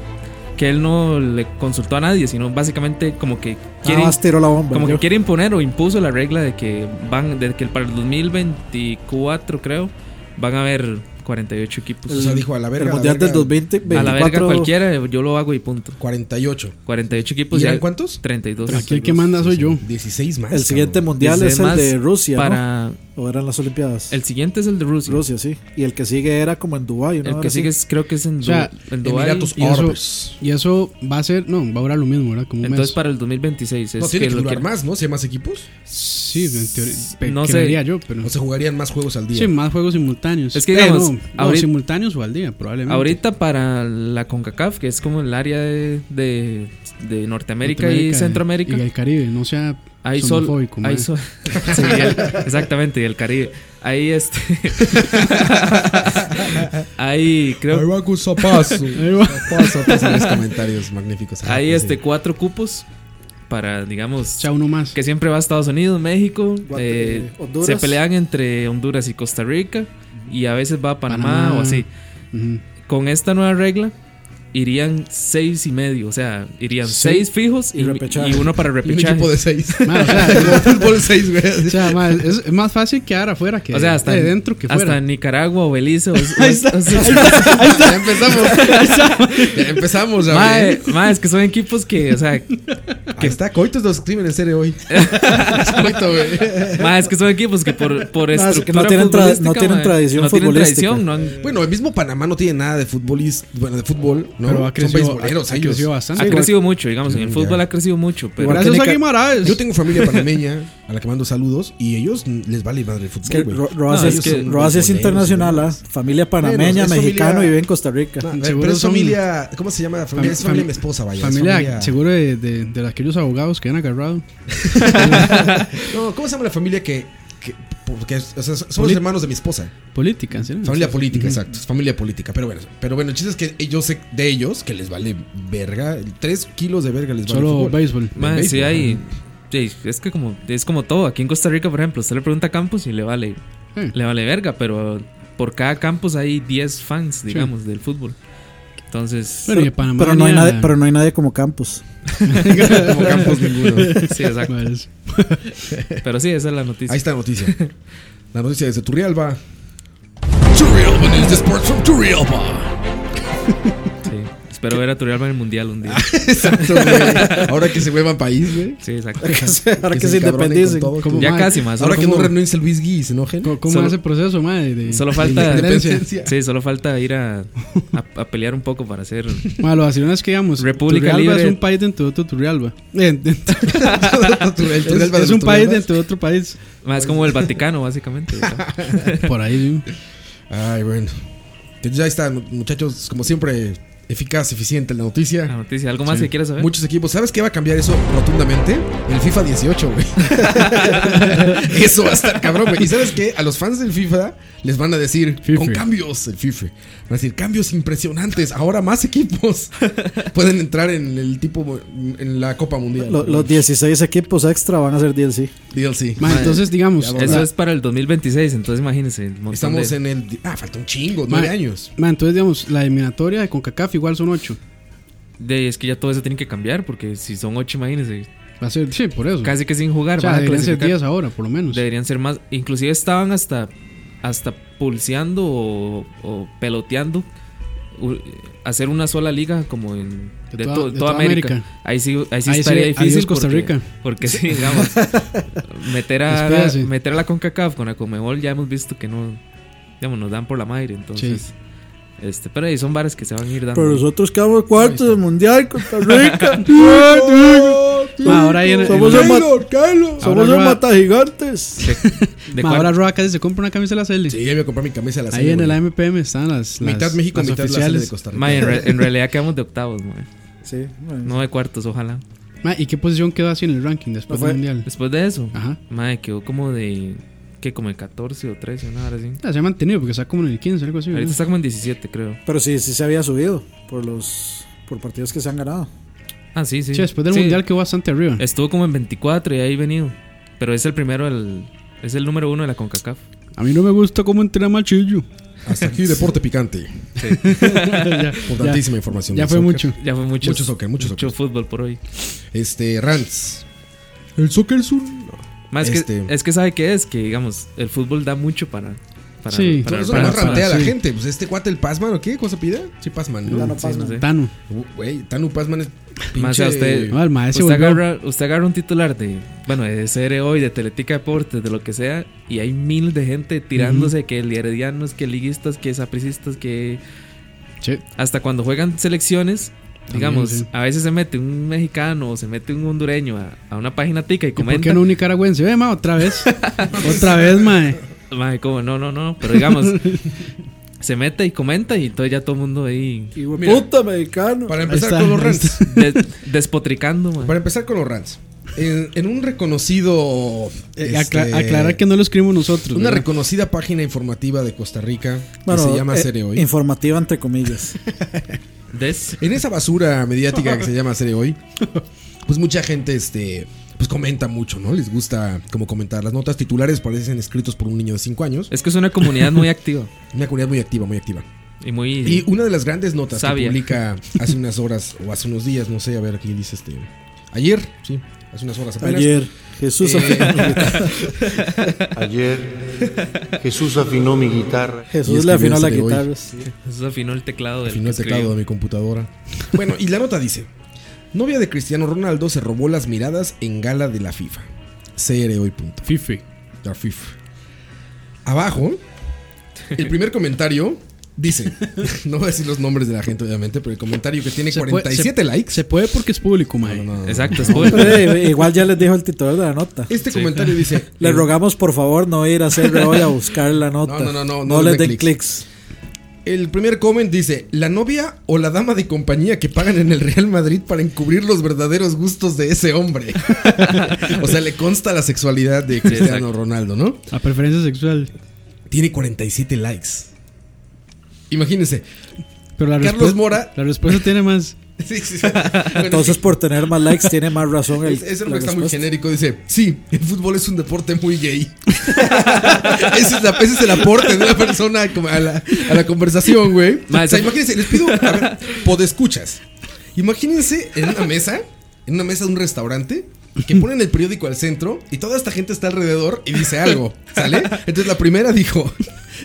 Speaker 4: que él no le consultó a nadie, sino básicamente como que quiere,
Speaker 3: Nada más tiró la bomba.
Speaker 4: como que
Speaker 3: Ah, yo.
Speaker 4: quiere imponer o impuso la regla de que van de que para el 2024 creo van a haber 48 equipos.
Speaker 2: O sea, dijo a la verga.
Speaker 3: el
Speaker 2: a la
Speaker 3: mundial
Speaker 2: verga,
Speaker 3: del 2020,
Speaker 4: a la
Speaker 3: 24,
Speaker 4: verga cualquiera, yo lo hago y punto.
Speaker 2: 48.
Speaker 4: 48 equipos
Speaker 2: ¿Y eran
Speaker 4: ya-
Speaker 2: cuántos?
Speaker 4: 32.
Speaker 1: Aquí el que manda soy yo.
Speaker 2: 16 más.
Speaker 3: El siguiente
Speaker 2: cabrón.
Speaker 3: mundial
Speaker 4: Dice
Speaker 3: es el
Speaker 4: más
Speaker 3: de Rusia, ¿no?
Speaker 4: para
Speaker 3: O eran las Olimpiadas.
Speaker 4: el siguiente es el de Rusia.
Speaker 3: Rusia, sí. Y el que sigue era como en Dubái, ¿no?
Speaker 4: El que sigue es- creo que es en,
Speaker 1: O sea,
Speaker 4: Du- en Dubái.
Speaker 2: Emiratos
Speaker 1: y eso-
Speaker 2: Árabes.
Speaker 1: Y eso va a ser, no, va a durar lo mismo, ¿verdad? Como un
Speaker 4: Entonces
Speaker 1: mes.
Speaker 4: para el 2026 es
Speaker 2: No, tiene que
Speaker 4: lo
Speaker 2: durar
Speaker 4: quieren-
Speaker 2: más, ¿no? Si hay más equipos.
Speaker 1: Sí, en teoría, pe-
Speaker 4: No sé.
Speaker 1: creería yo, pero...
Speaker 2: O se jugarían más juegos al día.
Speaker 1: Sí, más juegos simultáneos.
Speaker 4: Es que
Speaker 1: Eh,
Speaker 4: digamos,
Speaker 1: no, no,
Speaker 4: ahorita-
Speaker 1: simultáneos o al día, probablemente.
Speaker 4: Ahorita para la CONCACAF, que es como el área de, de- de Norteamérica, y Centroamérica,
Speaker 1: eh, Y el Caribe, no sea
Speaker 4: hay sol.
Speaker 1: xenofóbico,
Speaker 4: Hay
Speaker 1: mae.
Speaker 4: sol Sí, y el- exactamente, y el Caribe. Ahí este. ahí creo.
Speaker 2: va con zapazo.
Speaker 1: Ahí va.
Speaker 2: Zapazo, paso en los comentarios magníficos.
Speaker 4: Hay
Speaker 2: Sí.
Speaker 4: este cuatro cupos para, digamos,
Speaker 1: O sea, uno más.
Speaker 4: que siempre va a Estados Unidos, México,
Speaker 3: Guate-
Speaker 4: eh,
Speaker 3: Honduras.
Speaker 4: se pelean entre Honduras y Costa Rica y a veces va a Panamá,
Speaker 1: Panamá.
Speaker 4: o así.
Speaker 1: Ujú.
Speaker 4: Con esta nueva regla irían seis y medio, o sea, irían seis fijos
Speaker 3: Y
Speaker 4: y,
Speaker 3: repechaje.
Speaker 4: y uno
Speaker 2: Y
Speaker 4: para
Speaker 2: un
Speaker 4: repechaje.
Speaker 2: equipo de 6.
Speaker 1: Mae, o sea,
Speaker 2: Como fútbol 6, güey.
Speaker 1: O sea, ma, es, es más fácil quedar afuera que
Speaker 4: O sea, hasta,
Speaker 1: de
Speaker 4: en-
Speaker 1: dentro que
Speaker 4: hasta
Speaker 1: fuera.
Speaker 4: en Nicaragua o Belice. o- o- o-
Speaker 2: Ya empezamos. ya empezamos, ya.
Speaker 4: Mae, mae, es que son equipos que, o sea,
Speaker 2: Que está coitos nos escriben en serie hoy.
Speaker 1: Eh.
Speaker 2: Es coito, güey.
Speaker 4: mae, es que son equipos que por, por
Speaker 3: es que no
Speaker 4: estructura
Speaker 3: tienen tra-
Speaker 4: futbolística,
Speaker 3: no tienen
Speaker 4: mae,
Speaker 3: tradición
Speaker 4: no tienen
Speaker 3: futbolística.
Speaker 4: tradición, no han-
Speaker 2: Bueno, el mismo Panamá no tiene nada de futbolista, bueno, de fútbol, ¿no?
Speaker 1: Pero ha
Speaker 2: Son
Speaker 1: crecido, ha,
Speaker 2: beisboleros
Speaker 1: ha
Speaker 2: ellos.
Speaker 1: crecido bastante.
Speaker 4: ha crecido mucho, digamos, en el
Speaker 2: Mm,
Speaker 4: fútbol
Speaker 2: ya.
Speaker 4: ha crecido mucho, pero
Speaker 3: Igual
Speaker 1: Gracias
Speaker 3: Porque
Speaker 1: a
Speaker 3: Nica-
Speaker 1: Guimaraes.
Speaker 2: Yo tengo familia panameña a la que mando saludos y ellos mm, les vale madre el fútbol,
Speaker 3: Es que
Speaker 2: güey.
Speaker 3: Ro-
Speaker 4: No,
Speaker 3: Roacia
Speaker 4: es
Speaker 3: es,
Speaker 4: que-
Speaker 3: Roacia es
Speaker 2: Boleros,
Speaker 3: internacional,
Speaker 2: boleros.
Speaker 3: ¿ah? familia
Speaker 2: Bueno,
Speaker 3: panameña,
Speaker 2: es familia-
Speaker 3: mexicano y vive en Costa Rica.
Speaker 2: No,
Speaker 1: Seguro
Speaker 2: Ah, pero es
Speaker 1: son-
Speaker 2: familia, ¿cómo se llama la familia?
Speaker 1: Fam-
Speaker 2: es familia de
Speaker 1: fam-
Speaker 2: mi esposa, vaya. es
Speaker 1: Familia, seguro de, de, de aquellos abogados que han agarrado.
Speaker 2: No, ¿cómo se llama la familia que, que- porque es- o sea, somos
Speaker 1: Polit-
Speaker 2: hermanos de mi esposa?
Speaker 1: Política, ¿sí?
Speaker 2: Familia política, exacto. es Familia política. Pero bueno, pero bueno, el chiste es que yo sé de ellos que les vale verga. Tres kilos de verga les vale. el
Speaker 1: Solo
Speaker 2: fútbol.
Speaker 1: béisbol.
Speaker 4: Mae,
Speaker 2: béisbol,
Speaker 4: sí hay. sí, es que como es como todo, aquí en Costa Rica, por ejemplo, usted le pregunta a Campos y le vale
Speaker 2: Hmm.
Speaker 1: Sí.
Speaker 4: le vale verga, pero por cada Campos hay 10 fans, digamos, del fútbol. Entonces,
Speaker 1: Bueno, y de Panamá.
Speaker 3: Pero no, hay
Speaker 1: ni a-
Speaker 3: nadie, pero no hay nadie como Campos.
Speaker 2: Como campos ninguno.
Speaker 4: sí, exacto.
Speaker 1: Pues,
Speaker 4: Pero sí, esa es la noticia.
Speaker 2: Ahí está la noticia. La noticia desde Turrialba. Turrialba News the Sports from Turrialba.
Speaker 4: Sí. Espero ver a Turrialba en el mundial un día.
Speaker 2: Ah. Exacto, güey. Ahora que se vuelvan país, güey.
Speaker 4: Sí, exacto.
Speaker 3: Ahora que se
Speaker 2: encabronen
Speaker 3: independicen.
Speaker 2: con todo.
Speaker 1: ¿Cómo?
Speaker 4: Ya
Speaker 1: Mae,
Speaker 4: casi más. solo
Speaker 2: Ahora que no
Speaker 4: como-
Speaker 2: renuncie Luis Gui y se enojen.
Speaker 1: ¿Cómo, cómo
Speaker 4: Solo-
Speaker 1: hace el proceso, madre? De,
Speaker 4: Solo falta,
Speaker 2: Independencia.
Speaker 4: sí, solo falta ir a, a- a pelear un poco para hacer.
Speaker 1: Mae, lo vacilón es que, digamos,
Speaker 4: República
Speaker 1: Turrialba
Speaker 4: Libre-
Speaker 1: es un país dentro de otro Turrialba. Eh, dentro-
Speaker 2: El
Speaker 1: es,
Speaker 2: Turrialba
Speaker 1: es
Speaker 2: de
Speaker 1: un
Speaker 2: los
Speaker 1: país
Speaker 2: Turrialbas.
Speaker 1: dentro de otro país.
Speaker 4: Más como el Vaticano, básicamente. ¿verdad?
Speaker 1: Por ahí, sí.
Speaker 2: Ay, bueno. Entonces ya está, muchachos. Como siempre, eficaz, eficiente la noticia.
Speaker 4: La noticia. ¿Algo más que quieras saber?
Speaker 2: Muchos equipos. ¿Sabes qué va a cambiar eso rotundamente? El FIFA 18, güey. eso va a estar cabrón, güey. ¿Y sabes qué? A los fans del FIFA les van a decir,
Speaker 1: FIFA.
Speaker 2: con cambios, el FIFA. Van a decir, cambios impresionantes. Ahora más equipos pueden entrar en el tipo, en la Copa Mundial.
Speaker 3: Lo- los 16 equipos extra van a ser DLC.
Speaker 2: DLC.
Speaker 1: Mae, entonces, digamos,
Speaker 2: Ya,
Speaker 4: Eso
Speaker 1: la-
Speaker 4: es para el 2026, entonces imagínense. el montón
Speaker 2: Estamos
Speaker 4: de-
Speaker 2: en el... Ah, falta un chingo, nueve
Speaker 1: Mae.
Speaker 2: años.
Speaker 1: mae, entonces, digamos, la eliminatoria de CONCACAF igual son ocho.
Speaker 4: de- es que ya todo eso tiene que cambiar, porque si son 8, imagínense.
Speaker 1: Va a ser, sí, por eso.
Speaker 4: Casi que sin jugar,
Speaker 1: o sea,
Speaker 4: van a
Speaker 1: deberían ser
Speaker 4: clasificar.
Speaker 1: 10 ahora, por lo menos.
Speaker 4: Deberían ser más. Inclusive estaban hasta hasta pulseando o, o peloteando u- hacer una sola liga como en de,
Speaker 1: De
Speaker 4: to-
Speaker 1: toda-
Speaker 4: toda,
Speaker 1: de toda
Speaker 4: América.
Speaker 1: América.
Speaker 4: Ahí sí, ahí sí
Speaker 1: Ahí sí-
Speaker 4: estaría
Speaker 1: ahí sí
Speaker 4: difícil
Speaker 1: es Costa
Speaker 4: porque-
Speaker 1: Rica.
Speaker 4: Porque sí, digamos, meter a
Speaker 1: Espérase.
Speaker 4: meter a la CONCACAF con la CONMEBOL ya hemos visto que no digamos nos dan por la madre, entonces
Speaker 1: Sí.
Speaker 4: este, pero ahí son bares que se van a ir dando.
Speaker 3: Pero nosotros quedamos cuartos del mundial, Costa Rica.
Speaker 1: Ma, ahora ahí en- en-
Speaker 3: Somos
Speaker 1: ahora-
Speaker 3: el mat-
Speaker 1: Ahora
Speaker 3: somos los
Speaker 1: va-
Speaker 3: matagigantes.
Speaker 4: De
Speaker 1: Ma,
Speaker 4: cuar-
Speaker 1: ahora Roa casi se compra una camisa de la Sele.
Speaker 2: Sí, ya voy a comprar mi camisa de la
Speaker 1: Ahí
Speaker 2: serie,
Speaker 1: en el
Speaker 2: güey.
Speaker 1: AMPM están las, las-
Speaker 2: Mitad México,
Speaker 1: las
Speaker 2: mitad la serie de
Speaker 1: oficiales.
Speaker 2: Costa Rica.
Speaker 4: Ma, en, re- en realidad quedamos de octavos, ma.
Speaker 3: Sí, bueno.
Speaker 4: no de cuartos, ojalá.
Speaker 1: Ma, ¿Y qué posición quedó así en el ranking después
Speaker 3: No fue-
Speaker 1: del mundial?
Speaker 4: Después de eso,
Speaker 1: Ajá.
Speaker 4: Madre, quedó como de. que Como de 14 o 13, una hora así.
Speaker 1: Ah, se ha mantenido porque está como en el 15, algo así.
Speaker 4: Ahorita
Speaker 1: ¿no?
Speaker 4: está como en 17, creo.
Speaker 3: Pero sí, sí se había subido por los por partidos que se han ganado.
Speaker 4: Ah, sí, sí.
Speaker 1: Sí, después del
Speaker 4: Sí,
Speaker 1: mundial quedó bastante arriba.
Speaker 4: Estuvo como en 24 y ahí venido. Pero es el primero, el, es el número uno de la CONCACAF.
Speaker 1: A mí no me gusta cómo entrena Machillo.
Speaker 2: Hasta aquí deporte picante. Importantísima información.
Speaker 1: Ya
Speaker 2: del
Speaker 1: fue
Speaker 2: soccer.
Speaker 1: mucho.
Speaker 4: Ya fue mucho,
Speaker 2: Mucho soccer, mucho soccer.
Speaker 4: fútbol por hoy.
Speaker 2: Este, Rants. El soccer es un.
Speaker 4: Más es
Speaker 2: Este-
Speaker 4: que es que sabe qué es que digamos el fútbol da mucho para para,
Speaker 1: Sí.
Speaker 4: para-
Speaker 2: Eso
Speaker 4: para-
Speaker 2: nomás
Speaker 1: para-
Speaker 2: rantea a la
Speaker 1: sí.
Speaker 2: gente. Pues este cuate, el Pazman, ¿o qué cosa pide? Sí, Pazman, ¿no?
Speaker 3: Tano
Speaker 4: sí, no
Speaker 3: Pazman.
Speaker 4: sé.
Speaker 1: Tano.
Speaker 2: Uh, Güey, Tanu Pazman es. Pinche...
Speaker 4: Más a usted-
Speaker 1: No, el mae se
Speaker 4: Usted
Speaker 1: volvió-
Speaker 4: agarra, usted agarra un titular de, bueno, de CR hoy, de Teletica Deportes, de lo que sea, y hay mil de gente tirándose que heredianos, que liguistas, que sapricistas, que
Speaker 1: Che,
Speaker 4: hasta cuando juegan selecciones,
Speaker 1: También,
Speaker 4: digamos,
Speaker 1: sí.
Speaker 4: a veces se mete un mexicano o se mete un hondureño a, a una página tica y
Speaker 1: ¿y ¿Por
Speaker 4: comenta.
Speaker 1: qué no un nicaragüense? Ve, ma, otra vez. otra vez, eh. mae.
Speaker 4: Mae, ¿cómo? No, no, no, pero digamos, se mete y comenta y entonces ya todo el mundo ahí
Speaker 3: Y güey,
Speaker 2: Mira.
Speaker 3: puta mexicano.
Speaker 2: Para
Speaker 1: Ahí
Speaker 2: empezar
Speaker 1: está,
Speaker 2: con los
Speaker 1: ahí
Speaker 2: Rants.
Speaker 4: de- despotricando, mae.
Speaker 2: Para empezar con los Rants. En, en un reconocido.
Speaker 1: Eh,
Speaker 2: este,
Speaker 1: acla- aclarar que no lo escribimos nosotros.
Speaker 2: Una
Speaker 1: ¿verdad?
Speaker 2: reconocida página informativa de Costa Rica
Speaker 3: Bueno,
Speaker 2: que se llama
Speaker 3: eh,
Speaker 2: Serie Hoy.
Speaker 3: Informativa entre comillas.
Speaker 4: Des-
Speaker 2: En esa basura mediática que se llama Serie Hoy, pues mucha gente este, pues comenta mucho, ¿no? Les gusta como comentar. Las notas titulares parecen escritos por un niño de 5 años.
Speaker 4: Es que es una comunidad muy activa
Speaker 2: Una comunidad muy activa, muy activa.
Speaker 4: y muy...
Speaker 2: Y una de las grandes notas
Speaker 4: Sabia.
Speaker 2: que publica hace unas horas o hace unos días, no sé, a ver, aquí dice este. Ayer, sí, hace unas horas apenas.
Speaker 3: Ayer, Jesús, afinó-
Speaker 5: Ayer Jesús afinó mi guitarra.
Speaker 2: Y
Speaker 3: Jesús
Speaker 2: es
Speaker 3: le
Speaker 2: que
Speaker 3: afinó la
Speaker 2: viene de hoy.
Speaker 3: guitarra. sí.
Speaker 4: Eso afinó el teclado del
Speaker 2: Afinó el
Speaker 4: que
Speaker 2: teclado de
Speaker 4: escribió.
Speaker 2: mi computadora. Bueno, y la nota dice: Novia de Cristiano Ronaldo se robó las miradas en gala de la FIFA. CR hoy. punto.
Speaker 1: Fifi.
Speaker 2: La FIFA. Abajo, el primer comentario dice: No voy a decir los nombres de la gente, obviamente, pero el comentario que tiene
Speaker 1: Se puede-
Speaker 2: 47 likes.
Speaker 1: Se puede porque es público, mae.
Speaker 2: No, no, no.
Speaker 4: Exacto, es público.
Speaker 3: Eh, igual ya les dijo el titular de la nota.
Speaker 2: Este
Speaker 4: Sí.
Speaker 2: comentario dice:
Speaker 3: Les rogamos por favor no ir a hacer hoy a buscar la nota.
Speaker 2: No, no, no, no, no
Speaker 3: les
Speaker 2: les den
Speaker 3: den clics.
Speaker 2: El primer comment dice: La novia o la dama de compañía que pagan en el Real Madrid para encubrir los verdaderos gustos de ese hombre. o sea, le consta la sexualidad de Cristiano
Speaker 4: exacto.
Speaker 2: Ronaldo, ¿no?
Speaker 1: A preferencia sexual.
Speaker 2: Tiene 47 likes. Imagínense.
Speaker 1: Pero la
Speaker 2: Carlos
Speaker 1: respu-
Speaker 2: Mora.
Speaker 1: La respuesta tiene más.
Speaker 2: Sí, sí, sí. Bueno,
Speaker 3: Entonces por tener más likes tiene más razón el
Speaker 2: Es- Ese
Speaker 3: la
Speaker 2: nombre está muy
Speaker 3: respuesta.
Speaker 2: genérico. Dice: Sí, el fútbol es un deporte muy gay. ese, es la- ese es el aporte de una persona como a la, a la conversación, güey.
Speaker 4: Ma,
Speaker 2: O sea,
Speaker 4: ese-
Speaker 2: imagínense, les pido, a ver, podescuchas. Imagínense en una mesa, en una mesa de un restaurante. Que ponen el periódico al centro y toda esta gente está alrededor y dice algo, ¿sale? Entonces la primera dijo: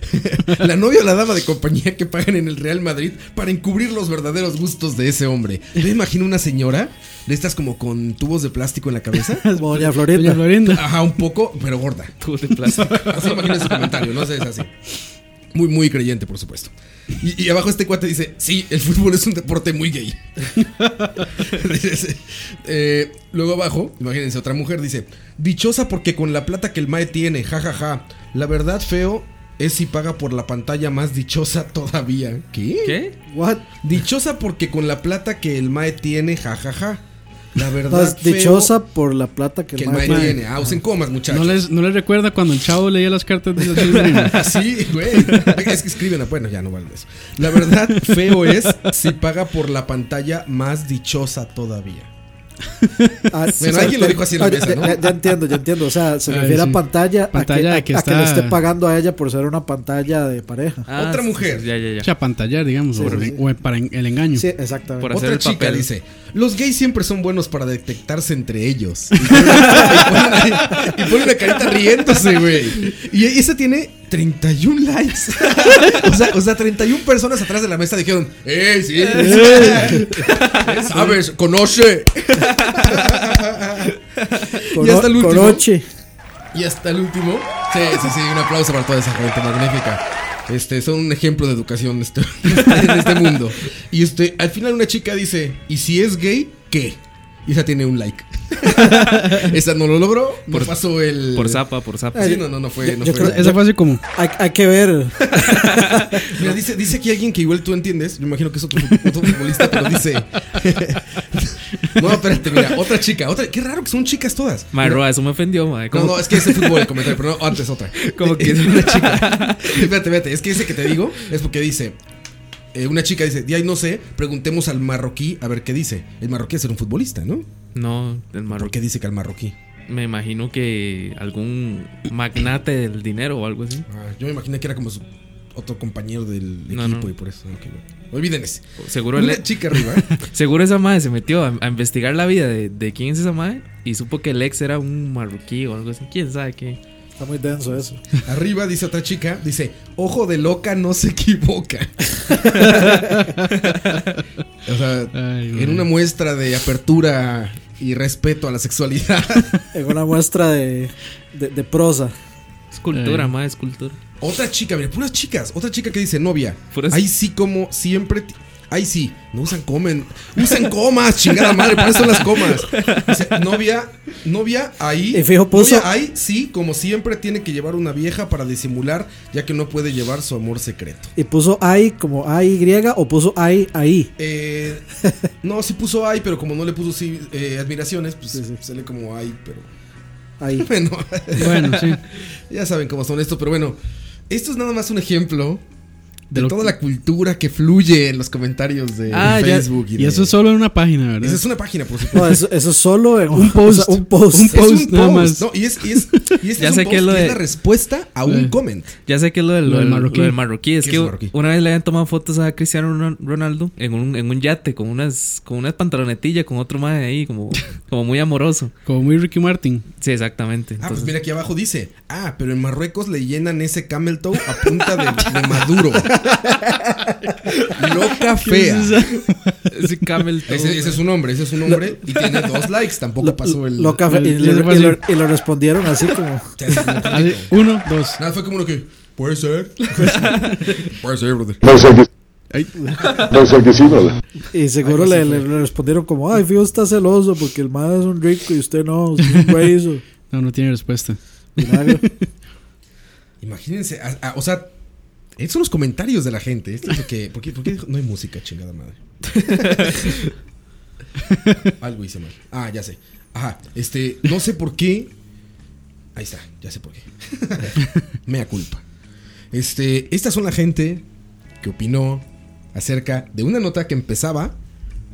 Speaker 2: La novia o la dama de compañía que pagan en el Real Madrid para encubrir los verdaderos gustos de ese hombre. Yo imagino una señora de estas como con tubos de plástico en la cabeza.
Speaker 3: Como Doña
Speaker 1: Doña
Speaker 3: Florinda.
Speaker 1: Florinda.
Speaker 2: Ajá, un poco, pero gorda.
Speaker 4: Tú de plástico.
Speaker 2: Así imagínense su comentario, no sé, es así. Muy, muy creyente, por supuesto. Y, y abajo este cuate dice, sí, el fútbol es un deporte muy gay. Dice, eh, luego abajo, imagínense, otra mujer dice, dichosa porque con la plata que el Mae tiene, jajaja, la verdad feo es si paga por la pantalla más dichosa todavía. ¿Qué?
Speaker 4: ¿Qué?
Speaker 3: What?
Speaker 2: Dichosa porque con la plata que el Mae tiene, jajaja, la verdad
Speaker 3: No, es
Speaker 2: feo
Speaker 3: dichosa por la plata que,
Speaker 2: que el
Speaker 3: el mae
Speaker 2: Mae
Speaker 3: tiene.
Speaker 2: tiene. Ah, usen comas, muchachos.
Speaker 1: No les, no les recuerda cuando el chavo leía las cartas de Disney.
Speaker 2: Ah, Sí, güey. Es que escriben, bueno, ya no vale eso. La verdad, feo es si paga por la pantalla más dichosa todavía.
Speaker 3: Ah,
Speaker 2: Bueno, alguien lo dijo así en la
Speaker 3: ah, ya-
Speaker 2: mesa, ¿no?
Speaker 3: ya, ya entiendo, ya entiendo. O sea, se
Speaker 1: Ay,
Speaker 3: refiere
Speaker 1: sí.
Speaker 3: a pantalla,
Speaker 1: Pantalla
Speaker 3: a, que,
Speaker 1: que
Speaker 3: a- a que
Speaker 1: está-
Speaker 3: le esté pagando a ella por ser una pantalla de pareja.
Speaker 4: Ah,
Speaker 2: Otra
Speaker 4: sí,
Speaker 2: mujer.
Speaker 4: sí, Ya, ya,
Speaker 1: O
Speaker 4: ya.
Speaker 1: sea, pantallar, digamos,
Speaker 3: Sí,
Speaker 1: o
Speaker 3: sí,
Speaker 1: el-
Speaker 3: sí.
Speaker 1: o el- para en- el engaño.
Speaker 3: Sí, exactamente.
Speaker 4: Por hacer
Speaker 2: Otra
Speaker 4: el
Speaker 2: chica
Speaker 4: papel.
Speaker 2: dice: Los gays siempre son buenos para detectarse entre ellos. Y pone, y pone- y pone una carita riéndose, güey. Y esa tiene 31 likes. O sea, o sea, 31 personas atrás de la mesa dijeron: ¡Eh, sí! ¿Sabes? ¡Conoce!
Speaker 3: Con-
Speaker 2: y hasta el último.
Speaker 3: Coroche.
Speaker 2: Y hasta el último. Sí, sí, sí, un aplauso para toda esa gente magnífica. Este, son un ejemplo de educación este, en este mundo. Y este, al final una chica dice, ¿y si es gay, qué? Y esa tiene un like. esa no lo logró, por, pasó el...
Speaker 4: Por zapa, por zapa.
Speaker 2: Ah, Sí, no, no, no fue.
Speaker 3: Yo-
Speaker 2: No
Speaker 3: yo
Speaker 2: fue.
Speaker 3: creo-
Speaker 1: Esa fue así como.
Speaker 3: Hay, hay que ver.
Speaker 2: Mira, dice, dice aquí alguien que igual tú entiendes. Yo imagino que es otro, otro futbolista, pero dice. no, espérate, mira, otra chica. otra Qué raro que son chicas todas.
Speaker 4: Mae, Roa, eso me ofendió, mae.
Speaker 2: No,
Speaker 4: ¿Cómo-
Speaker 2: no, es que ese fútbol el comentario, pero no, antes otra.
Speaker 4: Como que-
Speaker 2: es una chica. Espérate, espérate, es que ese que te digo es porque dice. eh, una chica dice, de ahí no sé, preguntemos al marroquí a ver qué dice. El marroquí es ser un futbolista, ¿no?
Speaker 4: No, el
Speaker 2: ¿Por
Speaker 4: marroquí.
Speaker 2: qué dice que al marroquí?
Speaker 4: Me imagino que algún magnate del dinero o algo así.
Speaker 2: Ah, yo me imaginé que era como su. otro compañero del equipo
Speaker 4: No, e- no.
Speaker 2: y por eso. ok, bueno. Olviden ese.
Speaker 4: Seguro,
Speaker 2: Una
Speaker 4: le-
Speaker 2: chica arriba. ¿eh?
Speaker 4: seguro esa madre se metió a, a investigar la vida de, de quién es esa madre y supo que el ex era un marroquí o algo así. ¿Quién sabe qué?
Speaker 3: Está muy denso eso.
Speaker 2: arriba dice otra chica, dice, ojo de loca no se equivoca. o sea,
Speaker 1: Ay,
Speaker 2: en una muestra de apertura y respeto a la sexualidad.
Speaker 3: En una muestra de, de, de prosa.
Speaker 4: Es cultura,
Speaker 2: Eh.
Speaker 1: Ay.
Speaker 4: madre, es cultura.
Speaker 2: Otra chica, mira, puras chicas. Otra chica que dice novia.
Speaker 4: Puras-
Speaker 2: Ahí sí, como siempre. ti- Ahí sí, no usan comen. Usan comas, chingada madre, para eso son las comas. Dice, novia, novia ahí.
Speaker 3: Y fijo puso-
Speaker 2: novia ahí sí, como siempre, tiene que llevar una vieja para disimular, ya que no puede llevar su amor secreto.
Speaker 3: Y puso ay como ay griega o puso ay ahí.
Speaker 2: Eh, no, sí puso ahí, pero como no le puso sí, eh, admiraciones, pues sale como ahí, pero.
Speaker 3: Ahí.
Speaker 2: Bueno,
Speaker 1: Bueno, sí.
Speaker 2: ya saben cómo son estos, pero bueno, esto es nada más un ejemplo de,
Speaker 1: De lo
Speaker 2: toda
Speaker 1: que-
Speaker 2: la cultura que fluye en los comentarios de
Speaker 4: Ah, ya.
Speaker 2: Facebook.
Speaker 1: Y
Speaker 2: de-
Speaker 1: eso es solo en una página, ¿verdad?
Speaker 2: Esa eh. es una página, por supuesto.
Speaker 3: No, eso, eso es solo en
Speaker 1: Un post.
Speaker 3: o sea, un post.
Speaker 1: Un
Speaker 2: Es un
Speaker 1: post, nada más.
Speaker 2: No, y es, y es, y este
Speaker 4: Ya
Speaker 2: es
Speaker 4: sé
Speaker 2: un
Speaker 4: que
Speaker 2: post
Speaker 4: lo
Speaker 2: que
Speaker 4: de-
Speaker 2: es la respuesta a un
Speaker 1: Eh.
Speaker 2: comment. Ah, pues
Speaker 4: Ya sé que lo
Speaker 1: Lo
Speaker 4: del, lo
Speaker 1: del
Speaker 4: del- lo del marroquí.
Speaker 1: marroquí.
Speaker 4: es
Speaker 2: ¿Qué
Speaker 4: que
Speaker 2: es marroquí?
Speaker 4: una vez le habían tomado fotos a Cristiano Ron- Ronaldo en un, en un yate con unas con unas pantalonetillas con otro madre ahí como, como muy amoroso.
Speaker 1: Como muy Ricky Martin.
Speaker 4: Sí, exactamente.
Speaker 2: Ah, pues
Speaker 4: Entonces,
Speaker 2: mira aquí abajo dice, ah, pero en Marruecos le llenan ese camel toe a punta de, de maduro. Loca fea.
Speaker 1: ¿Qué es esa?
Speaker 4: ese camel toe,
Speaker 2: Ese, ese es un hombre, ese es un hombre y tiene dos likes, tampoco pasó el...
Speaker 3: Lo café- y,
Speaker 1: el-
Speaker 3: le,
Speaker 1: el-
Speaker 3: y le- y le respondieron así como
Speaker 2: Te hace como que-
Speaker 1: Así, uno, dos.
Speaker 2: Nada, fue como uno que. Puede ser. Puede ser, brother.
Speaker 6: No sé que,
Speaker 1: Ay,
Speaker 6: no sé que sí, brother.
Speaker 3: y seguro
Speaker 2: Algo
Speaker 3: le,
Speaker 2: así
Speaker 3: le- le respondieron como ay fijo está celoso porque el madre es un rico y usted no, es un hueso.
Speaker 1: no, no tiene respuesta.
Speaker 3: Milagro.
Speaker 2: Imagínense, a- a- o sea, esos son los comentarios de la gente. Esto es lo que, ¿por, qué, por qué dijo- no hay música, chingada madre? Algo hice mal. Ah, ya sé. Ajá, este, no sé por qué. Ahí está, ya sé por qué. Mea culpa. Este, estas son la gente que opinó acerca de una nota que empezaba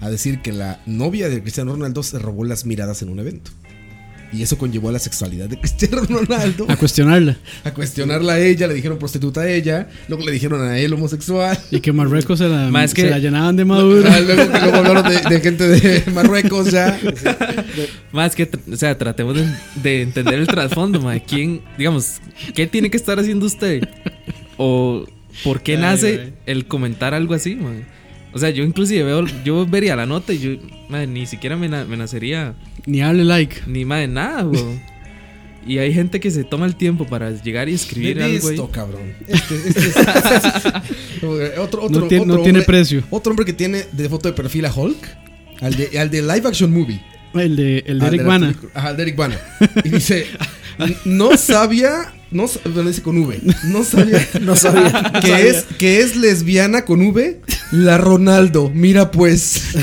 Speaker 2: a decir que la novia de Cristiano Ronaldo se robó las miradas en un evento. Y eso conllevó a la sexualidad de Cristiano Ronaldo
Speaker 1: A cuestionarla.
Speaker 2: a cuestionarla a ella, le dijeron prostituta a ella, luego le dijeron a él homosexual.
Speaker 1: Y que Marruecos se la,
Speaker 4: Ma, es
Speaker 1: se
Speaker 4: que-
Speaker 1: la llenaban de
Speaker 2: O
Speaker 1: maduro.
Speaker 2: sea, luego, que luego hablaron de, de gente de Marruecos ya.
Speaker 4: Más que, tr- o sea, tratemos de, de entender el trasfondo, ma. ¿Quién, digamos, qué tiene que estar haciendo usted? O por qué
Speaker 1: Ay,
Speaker 4: nace
Speaker 1: güey.
Speaker 4: el comentar algo así, ma. O sea, yo inclusive veo, yo vería la nota y yo, ma, ni siquiera me, na- me nacería
Speaker 1: Ni hable like.
Speaker 4: ni más de nada, weón. Y hay gente que se toma el tiempo para llegar y escribir
Speaker 2: Ve
Speaker 4: algo ahí.
Speaker 2: esto, cabrón. Este, este es- otro, otro,
Speaker 1: No tiene- no
Speaker 2: otro
Speaker 1: tiene
Speaker 2: hombre-
Speaker 1: precio.
Speaker 2: Otro hombre que tiene de foto de perfil a Hulk. Al de, al de live action movie.
Speaker 1: El de, el de
Speaker 2: Al
Speaker 1: Eric
Speaker 2: la
Speaker 1: Bana.
Speaker 2: película. Ajá, al Ah, de Eric Bana. Y dice: No sabía. No, sa- bueno, dice con V. No sabía.
Speaker 3: no sabía
Speaker 2: que, Es, que es lesbiana con V, la Ronaldo. Mira pues.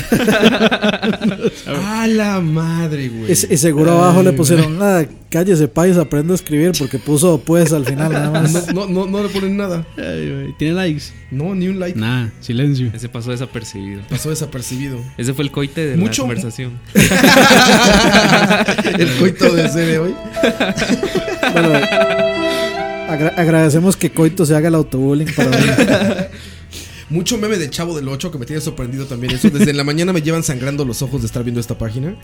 Speaker 2: a la madre, güey.
Speaker 3: y, se- y seguro abajo le pusieron nada cállese país aprende a escribir porque puso pues al final nada más
Speaker 2: Ah, No, no, no, no le ponen nada.
Speaker 1: Ay, güey, Tiene likes.
Speaker 2: No, ni un like.
Speaker 1: Nada, silencio.
Speaker 4: Ese pasó desapercibido.
Speaker 2: Pasó desapercibido.
Speaker 4: Ese fue el coite de
Speaker 2: Mucho-
Speaker 4: la conversación.
Speaker 2: El coito de ese de hoy.
Speaker 3: Bueno, agra- agradecemos que Coito se haga el autobullying para hoy.
Speaker 2: Mucho meme de Chavo del 8 que me tiene sorprendido también eso. Desde la mañana me llevan sangrando los ojos de estar viendo esta página.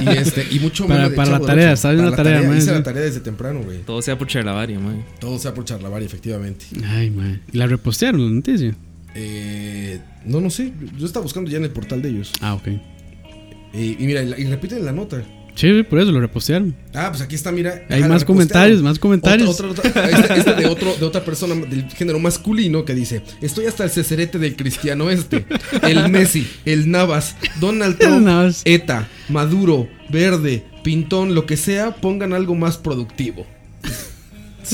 Speaker 2: Y, este, y mucho
Speaker 1: Para-
Speaker 2: meme de
Speaker 1: para
Speaker 2: Chavo
Speaker 1: la
Speaker 2: del
Speaker 1: tarea,
Speaker 2: Ocho.
Speaker 1: estaba viendo
Speaker 2: Para
Speaker 1: la tarea, man,
Speaker 2: Hice
Speaker 1: sí.
Speaker 2: la tarea desde temprano, güey.
Speaker 4: Todo sea por charlavaria, man.
Speaker 2: Todo sea por charlavar, efectivamente.
Speaker 1: Ay, man. ¿Y la repostearon la noticia?
Speaker 2: Eh, no, no sé. Yo estaba buscando ya en el portal de ellos.
Speaker 1: Ah, ok.
Speaker 2: Eh, y mira, y la- y repiten la nota.
Speaker 1: Sí, sí, por eso lo repostearon.
Speaker 2: Ah, pues aquí está, mira.
Speaker 1: Hay
Speaker 2: Ajá, la
Speaker 1: más
Speaker 2: repostearon.
Speaker 1: comentarios, más comentarios.
Speaker 2: Otra, otra, otra. Este, este de, otro, de otra persona del género masculino que dice: Estoy hasta el cecerete del cristiano este. El Messi, el Navas, Donald
Speaker 1: El
Speaker 2: Trump,
Speaker 1: Navas.
Speaker 2: ETA, Maduro, Verde, Pintón, lo que sea, pongan algo más productivo.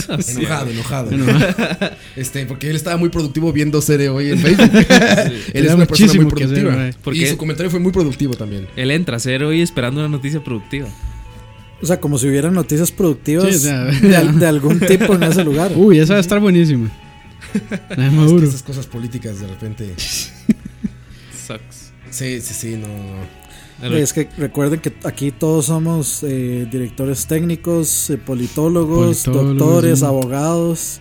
Speaker 2: Enojado, enojado. Este, porque él estaba muy productivo viendo serie hoy en Facebook. él es
Speaker 1: Tenía
Speaker 2: una persona muy
Speaker 1: muchísimo que hacer,
Speaker 2: productiva.
Speaker 1: güey.
Speaker 4: ¿Por
Speaker 2: y
Speaker 4: qué?
Speaker 2: su comentario fue muy productivo también.
Speaker 4: Él entra cero y esperando una noticia productiva.
Speaker 3: O sea, como si hubieran noticias productivas
Speaker 1: Sí, o sea, Uh,
Speaker 3: de, al- de algún tipo en ese lugar.
Speaker 1: Uy, esa va a estar buenísima. La de
Speaker 2: Es que
Speaker 1: Maduro.
Speaker 2: esas cosas políticas de repente.
Speaker 4: Sucks.
Speaker 2: Sí, sí, sí, no, no, no.
Speaker 3: Es que recuerden que aquí todos somos eh, directores técnicos, eh, politólogos,
Speaker 1: Politólogos,
Speaker 3: doctores,
Speaker 1: sí.
Speaker 3: abogados,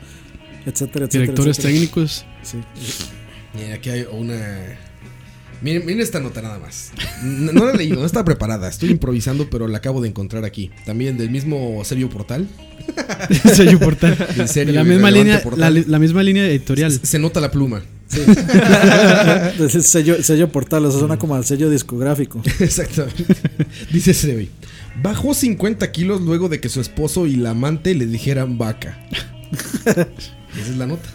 Speaker 3: etcétera, etcétera.
Speaker 1: Directores
Speaker 3: etcétera.
Speaker 1: técnicos.
Speaker 3: Sí.
Speaker 2: Miren, aquí hay una. Miren, miren esta nota nada más. No, no la he leído, no está preparada. Estoy improvisando, pero la acabo de encontrar aquí. También del mismo serio portal.
Speaker 1: Sello portal.
Speaker 2: En serio,
Speaker 1: la misma
Speaker 2: irrelevante
Speaker 1: línea, la,
Speaker 2: portal.
Speaker 1: la misma línea editorial.
Speaker 2: Se nota la pluma.
Speaker 3: Ah, pues Es el sello, sello portal, eso suena como al sello discográfico.
Speaker 2: Exactamente. Dice Sebi. Bajó 50 kilos luego de que su esposo y la amante le dijeran vaca. Esa es la nota.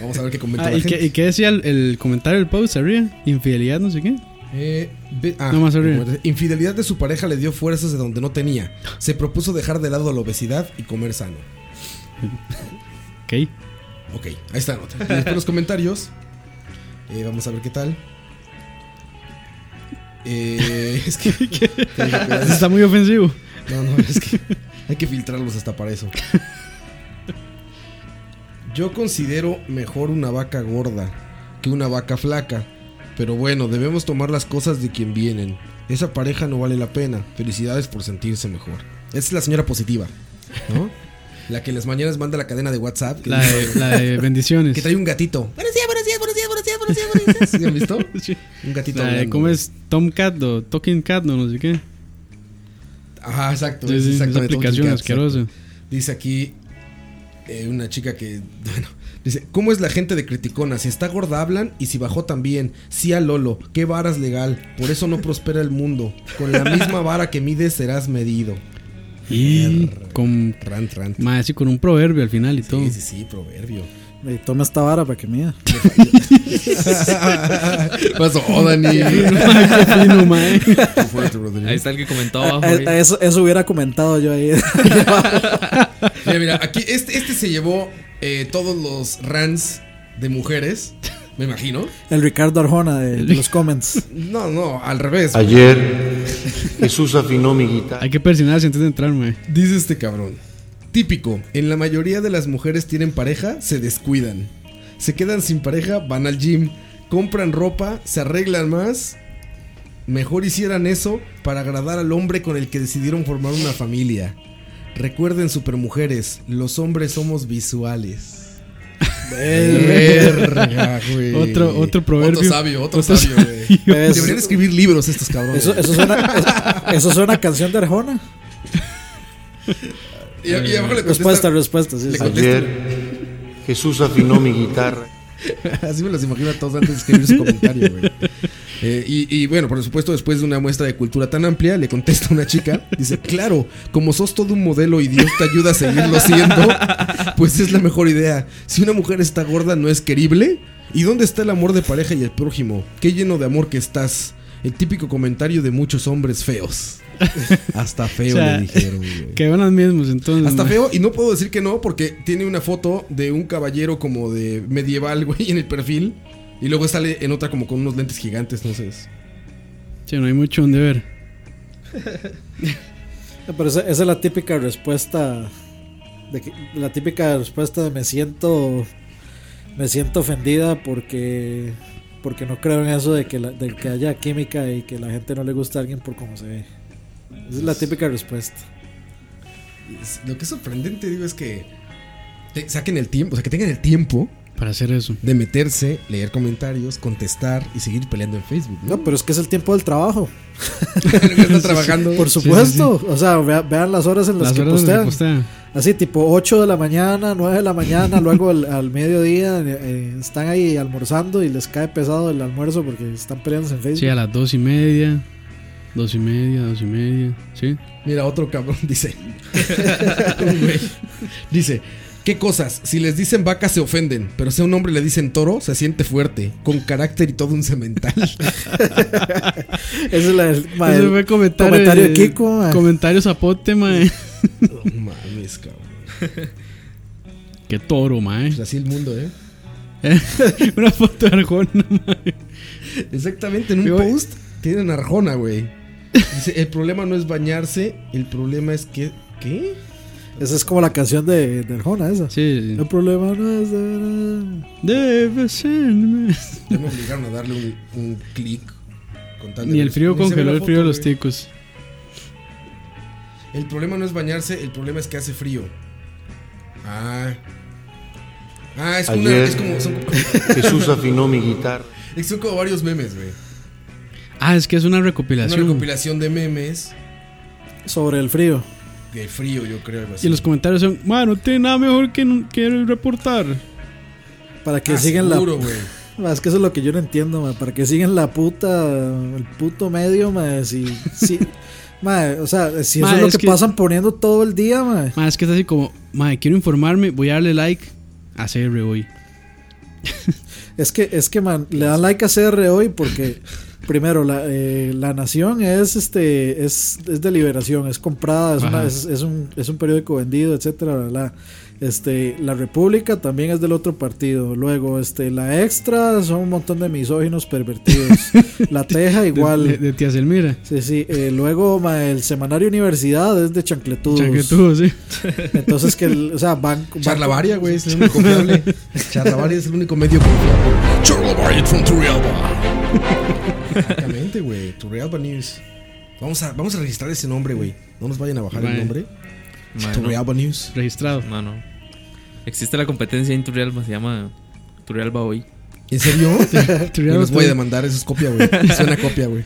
Speaker 2: Vamos a ver qué comenta
Speaker 1: Ah,
Speaker 2: la
Speaker 1: ¿y, qué,
Speaker 2: gente.
Speaker 1: y qué decía el, el comentario del post arriba? Infidelidad, no sé qué.
Speaker 2: Eh, ve- ah,
Speaker 1: No más arriba.
Speaker 2: Infidelidad de su pareja le dio fuerzas de donde no tenía. Se propuso dejar de lado la obesidad y comer sano.
Speaker 1: Ok.
Speaker 2: Ok, ahí está la nota. Y Después los comentarios. Eh, vamos a ver qué tal. Eh, es que. tengo que cuidar.
Speaker 1: Está muy ofensivo.
Speaker 2: No, no, es que hay que filtrarlos hasta para eso. Yo considero mejor una vaca gorda que una vaca flaca. Pero bueno, debemos tomar las cosas de quien vienen. Esa pareja no vale la pena. Felicidades por sentirse mejor. Esa es la señora positiva, ¿no? La que las mañanas manda la cadena de WhatsApp. Que,
Speaker 1: La de, la de bendiciones.
Speaker 2: que trae un gatito. Buenos días, buenos días, buenos días, buenos días, buenos días, buenos días. ¿Sí han visto?
Speaker 1: Sí.
Speaker 2: Un gatito.
Speaker 1: La de
Speaker 2: hablando.
Speaker 1: cómo es Tomcat o Talking Cat o no sé qué.
Speaker 2: Ajá, exacto.
Speaker 1: Sí,
Speaker 2: es
Speaker 1: sí, esa
Speaker 2: exactamente un
Speaker 1: aplicación
Speaker 2: cat, exacto.
Speaker 1: asquerosa.
Speaker 2: Dice aquí eh, una chica que, bueno, dice, ¿cómo es la gente de Criticona? Si está gorda hablan y si bajó también. Sí a Lolo, qué varas legal. Por eso no prospera el mundo. Con la misma vara que mides serás medido.
Speaker 1: Y con,
Speaker 2: Rant, rant.
Speaker 1: más, sí, con un proverbio al final y todo.
Speaker 2: Sí, sí, sí, proverbio.
Speaker 3: Eh, toma esta vara para que mida.
Speaker 2: Pasó, Dani.
Speaker 1: Qué fino, mae.
Speaker 2: Qué fuerte, Rodrigo.
Speaker 4: Ahí está el que comentó
Speaker 3: A-
Speaker 2: Ah,
Speaker 4: abajo.
Speaker 3: a-
Speaker 4: ahí.
Speaker 3: a Ah, eh, eso, eso hubiera comentado yo ahí.
Speaker 2: Mira, mira, aquí este, este se llevó eh, todos los rants de mujeres, me imagino.
Speaker 3: El Ricardo Arjona de, de los comments.
Speaker 2: No, no, al revés.
Speaker 5: Ayer Jesús afinó mi guitarra.
Speaker 1: Hay que persinarse antes de entrar, mae.
Speaker 2: Dice este cabrón. Típico, en la mayoría de las mujeres tienen pareja, se descuidan. Se quedan sin pareja, van al gym, compran ropa, se arreglan más. Mejor hicieran eso para agradar al hombre con el que decidieron formar una familia. Recuerden, supermujeres, los hombres somos visuales. Verga, güey.
Speaker 1: Otro- otro proverbio.
Speaker 2: Otro sabio, otro,
Speaker 1: Otro
Speaker 2: sabio, güey.
Speaker 3: Pues,
Speaker 2: Deberían escribir libros estos cabrones.
Speaker 3: eso, eso, suena, eso, eso suena a canción de Arjona.
Speaker 2: y, y abajo le
Speaker 3: Respuesta,
Speaker 2: contesta-
Speaker 3: respuesta. Sí, sí.
Speaker 2: Le-
Speaker 5: Ayer Jesús afinó mi guitarra.
Speaker 2: Así me los imagino a todos antes de escribir su comentario, güey. Eh, y, y bueno, por supuesto, después de una muestra de cultura tan amplia, le contesta una chica. Dice, claro, como sos todo un modelo y Dios te ayuda a seguirlo siendo, pues es la mejor idea. Si una mujer está gorda, no es querible. ¿Y dónde está el amor de pareja y el prójimo? Qué lleno de amor que estás. El típico comentario de muchos hombres feos. Hasta feo
Speaker 1: O sea,
Speaker 2: le dijeron, güey.
Speaker 1: Que van los mismos entonces.
Speaker 2: Hasta
Speaker 1: mae.
Speaker 2: feo, y no puedo decir que no, porque tiene una foto de un caballero como de medieval, güey, en el perfil. Y luego sale en otra como con unos lentes gigantes, entonces.
Speaker 1: Che, no hay mucho donde ver.
Speaker 3: Pero esa, esa es la típica respuesta. De que- la típica respuesta de me siento. Me siento ofendida porque. Porque no creo en eso de que, la- de que haya química y que la gente no le gusta a alguien por cómo se ve. Esa es la típica respuesta.
Speaker 2: Es- Lo que es sorprendente, digo, es que te- saquen el tiempo, o sea, que tengan el tiempo
Speaker 1: Para hacer eso.
Speaker 2: de meterse, leer comentarios, contestar y seguir peleando en Facebook, ¿no?
Speaker 3: No, pero es que es el tiempo del trabajo.
Speaker 2: Están trabajando.
Speaker 3: Por supuesto. O sea, vea- vean las horas en las,
Speaker 1: Las
Speaker 3: que
Speaker 1: horas
Speaker 3: postean.
Speaker 1: de postea.
Speaker 3: Así, tipo 8 de la mañana, 9 de la mañana, luego al, al mediodía eh, están ahí almorzando y les cae pesado el almuerzo porque están peleándose en Facebook.
Speaker 1: Sí, a las dos y media. Dos y media, dos y media. Sí.
Speaker 2: Mira, otro cabrón dice. Un güey. dice, ¿qué cosas? Si les dicen vaca se ofenden, pero si a un hombre le dicen toro, se siente fuerte, con carácter y todo un cemental.
Speaker 3: Ese es la, el, ma,
Speaker 1: Ese
Speaker 3: el
Speaker 1: fue comentario,
Speaker 3: comentario de Kiko, ma.
Speaker 1: Comentario zapote, mae.
Speaker 2: No mames, cabrón.
Speaker 1: Qué toro, mae.
Speaker 2: Pues así el mundo, ¿eh?
Speaker 1: Una foto de Arjona, mae.
Speaker 2: Exactamente, en un
Speaker 1: Yo-
Speaker 2: post tienen Arjona, güey. Dice, el problema no es bañarse, el problema es que... ¿Qué?
Speaker 3: esa es como la canción de, de Arjona, esa.
Speaker 1: Sí.
Speaker 3: El problema no es de-
Speaker 1: Debe ser, mae.
Speaker 2: Ya me obligaron a darle un, un clic. con tal de
Speaker 1: Ni el
Speaker 2: ver-
Speaker 1: frío
Speaker 2: Ni se ve
Speaker 1: congeló
Speaker 2: la
Speaker 1: el frío de
Speaker 2: foto,
Speaker 1: los
Speaker 2: güey.
Speaker 1: ticos.
Speaker 2: El problema no es bañarse, el problema es que hace frío. Ah. Ah, es, una,
Speaker 5: Ayer
Speaker 2: es como. Son,
Speaker 5: Jesús afinó mi guitarra.
Speaker 2: es- son como varios memes, güey.
Speaker 1: Ah, es que es una
Speaker 2: Una
Speaker 1: recopilación.
Speaker 2: recopilación de memes
Speaker 3: Sobre el frío.
Speaker 2: de frío, yo creo. algo así.
Speaker 1: y los comentarios son, mano, no tiene nada mejor que, no- que reportar.
Speaker 3: Para que
Speaker 2: Ah,
Speaker 3: sigan
Speaker 2: seguro,
Speaker 3: la.
Speaker 2: güey.
Speaker 3: Ma, Es que eso es lo que yo no entiendo, ma, Para que sigan la puta. El puto medio, ma, Si. si ma, o sea, si eso
Speaker 1: Ma,
Speaker 3: es lo
Speaker 1: es
Speaker 3: que,
Speaker 1: que-
Speaker 3: pasan poniendo todo el día, ma.
Speaker 1: Ma, es que es así como, madre, quiero informarme, voy a darle like a CR hoy.
Speaker 3: Es que, es que, man, le dan like a CR hoy porque. Primero, la, eh, la Nación es este es, es de liberación, es comprada, es, una-
Speaker 1: Ajá.
Speaker 3: es, es un, es un periódico vendido, etcétera, bla, bla. Este, la República también es del otro partido. Luego, este, la Extra son un montón de misóginos pervertidos. la Teja
Speaker 1: De-
Speaker 3: igual.
Speaker 1: De, de, tía Selmira.
Speaker 3: Sí, sí. eh, luego, ma, el semanario Universidad es de chancletudos.
Speaker 1: Chaquetudo, sí.
Speaker 3: Entonces, que, el- o sea, van. van-
Speaker 2: Charlavaria, güey, es el único confiable. Charlavaria es el único medio confiable. Charlavaria from Turrialba. Exactamente, güey. Turrialba News. Vamos a, vamos a registrar ese nombre, güey. No nos vayan a bajar el
Speaker 1: Vale.
Speaker 2: nombre.
Speaker 4: Mano,
Speaker 2: Turrialba News.
Speaker 1: Registrado.
Speaker 4: mano. Existe la competencia en Turrialba, se llama Turrialba hoy.
Speaker 2: ¿En serio? Yo
Speaker 1: Turrialba
Speaker 2: los voy a
Speaker 1: Today.
Speaker 2: demandar, eso es copia, güey. Suena copia, güey.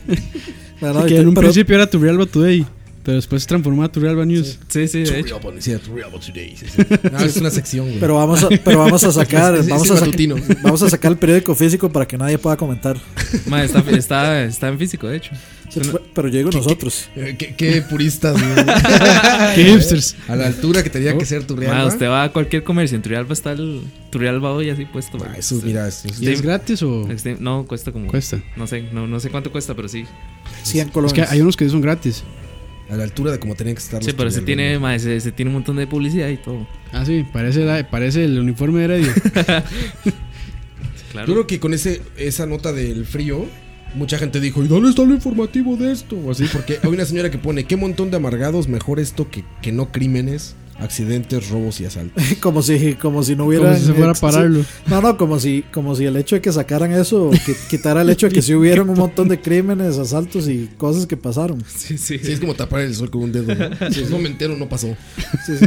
Speaker 3: No, no,
Speaker 1: que en un
Speaker 3: pero-
Speaker 1: principio era Turrialba Today, pero después se transformó a Turrialba News.
Speaker 4: Sí, sí, de hecho.
Speaker 2: Turrialba News. Sí, Turrialba Today. sí, sí. No, es una sección, güey.
Speaker 3: Pero vamos a, pero vamos a sacar,
Speaker 2: Es- es- es
Speaker 3: vamos, a saca-
Speaker 2: matutino.
Speaker 3: vamos a sacar el periódico físico para que nadie pueda comentar.
Speaker 4: Ma, está, está, está en físico, de hecho.
Speaker 3: Sí, pero yo digo nosotros.
Speaker 2: Eh, Qué, qué puristas, güey.
Speaker 1: Qué hipsters.
Speaker 2: A la altura que tenía que ser
Speaker 4: Ma,
Speaker 2: Turrialba.
Speaker 4: Oh. Ah, usted va a cualquier comercio en Turrialba, está el Turrialba hoy así puesto. ma.
Speaker 2: Ah, eso, mira, eso es-
Speaker 1: ¿Y es gratis o
Speaker 4: Este- No, cuesta como.
Speaker 1: cuesta?
Speaker 4: No sé, no, no sé cuánto cuesta, pero sí.
Speaker 3: 100
Speaker 1: Es
Speaker 3: colones.
Speaker 1: que hay unos que son gratis.
Speaker 2: a la altura de como tenía que estar.
Speaker 4: Sí,
Speaker 2: los
Speaker 4: pero se
Speaker 2: Turrialba,
Speaker 4: tiene,
Speaker 2: güey.
Speaker 4: ma, se, se tiene un montón de publicidad y todo.
Speaker 1: Ah, sí, parece, la- parece el uniforme de Heredia.
Speaker 4: Claro.
Speaker 2: Yo creo que con ese, esa nota del frío, mucha gente dijo, ¿y dónde está lo informativo de esto? O así, porque hay una señora que pone, qué montón de amargados, mejor esto que, que no crímenes, accidentes, robos y asaltos.
Speaker 3: Como si, como si no hubiera. eh,
Speaker 1: como si se fuera a pararlo.
Speaker 3: No, no, como si, como si el hecho de que sacaran eso qui- quitara el hecho de que sí hubieron un montón de crímenes, asaltos y cosas que pasaron.
Speaker 4: Sí, sí.
Speaker 2: Sí, es como tapar el sol con un dedo. ¿no? Si no me entero, no pasó.
Speaker 3: Sí, sí.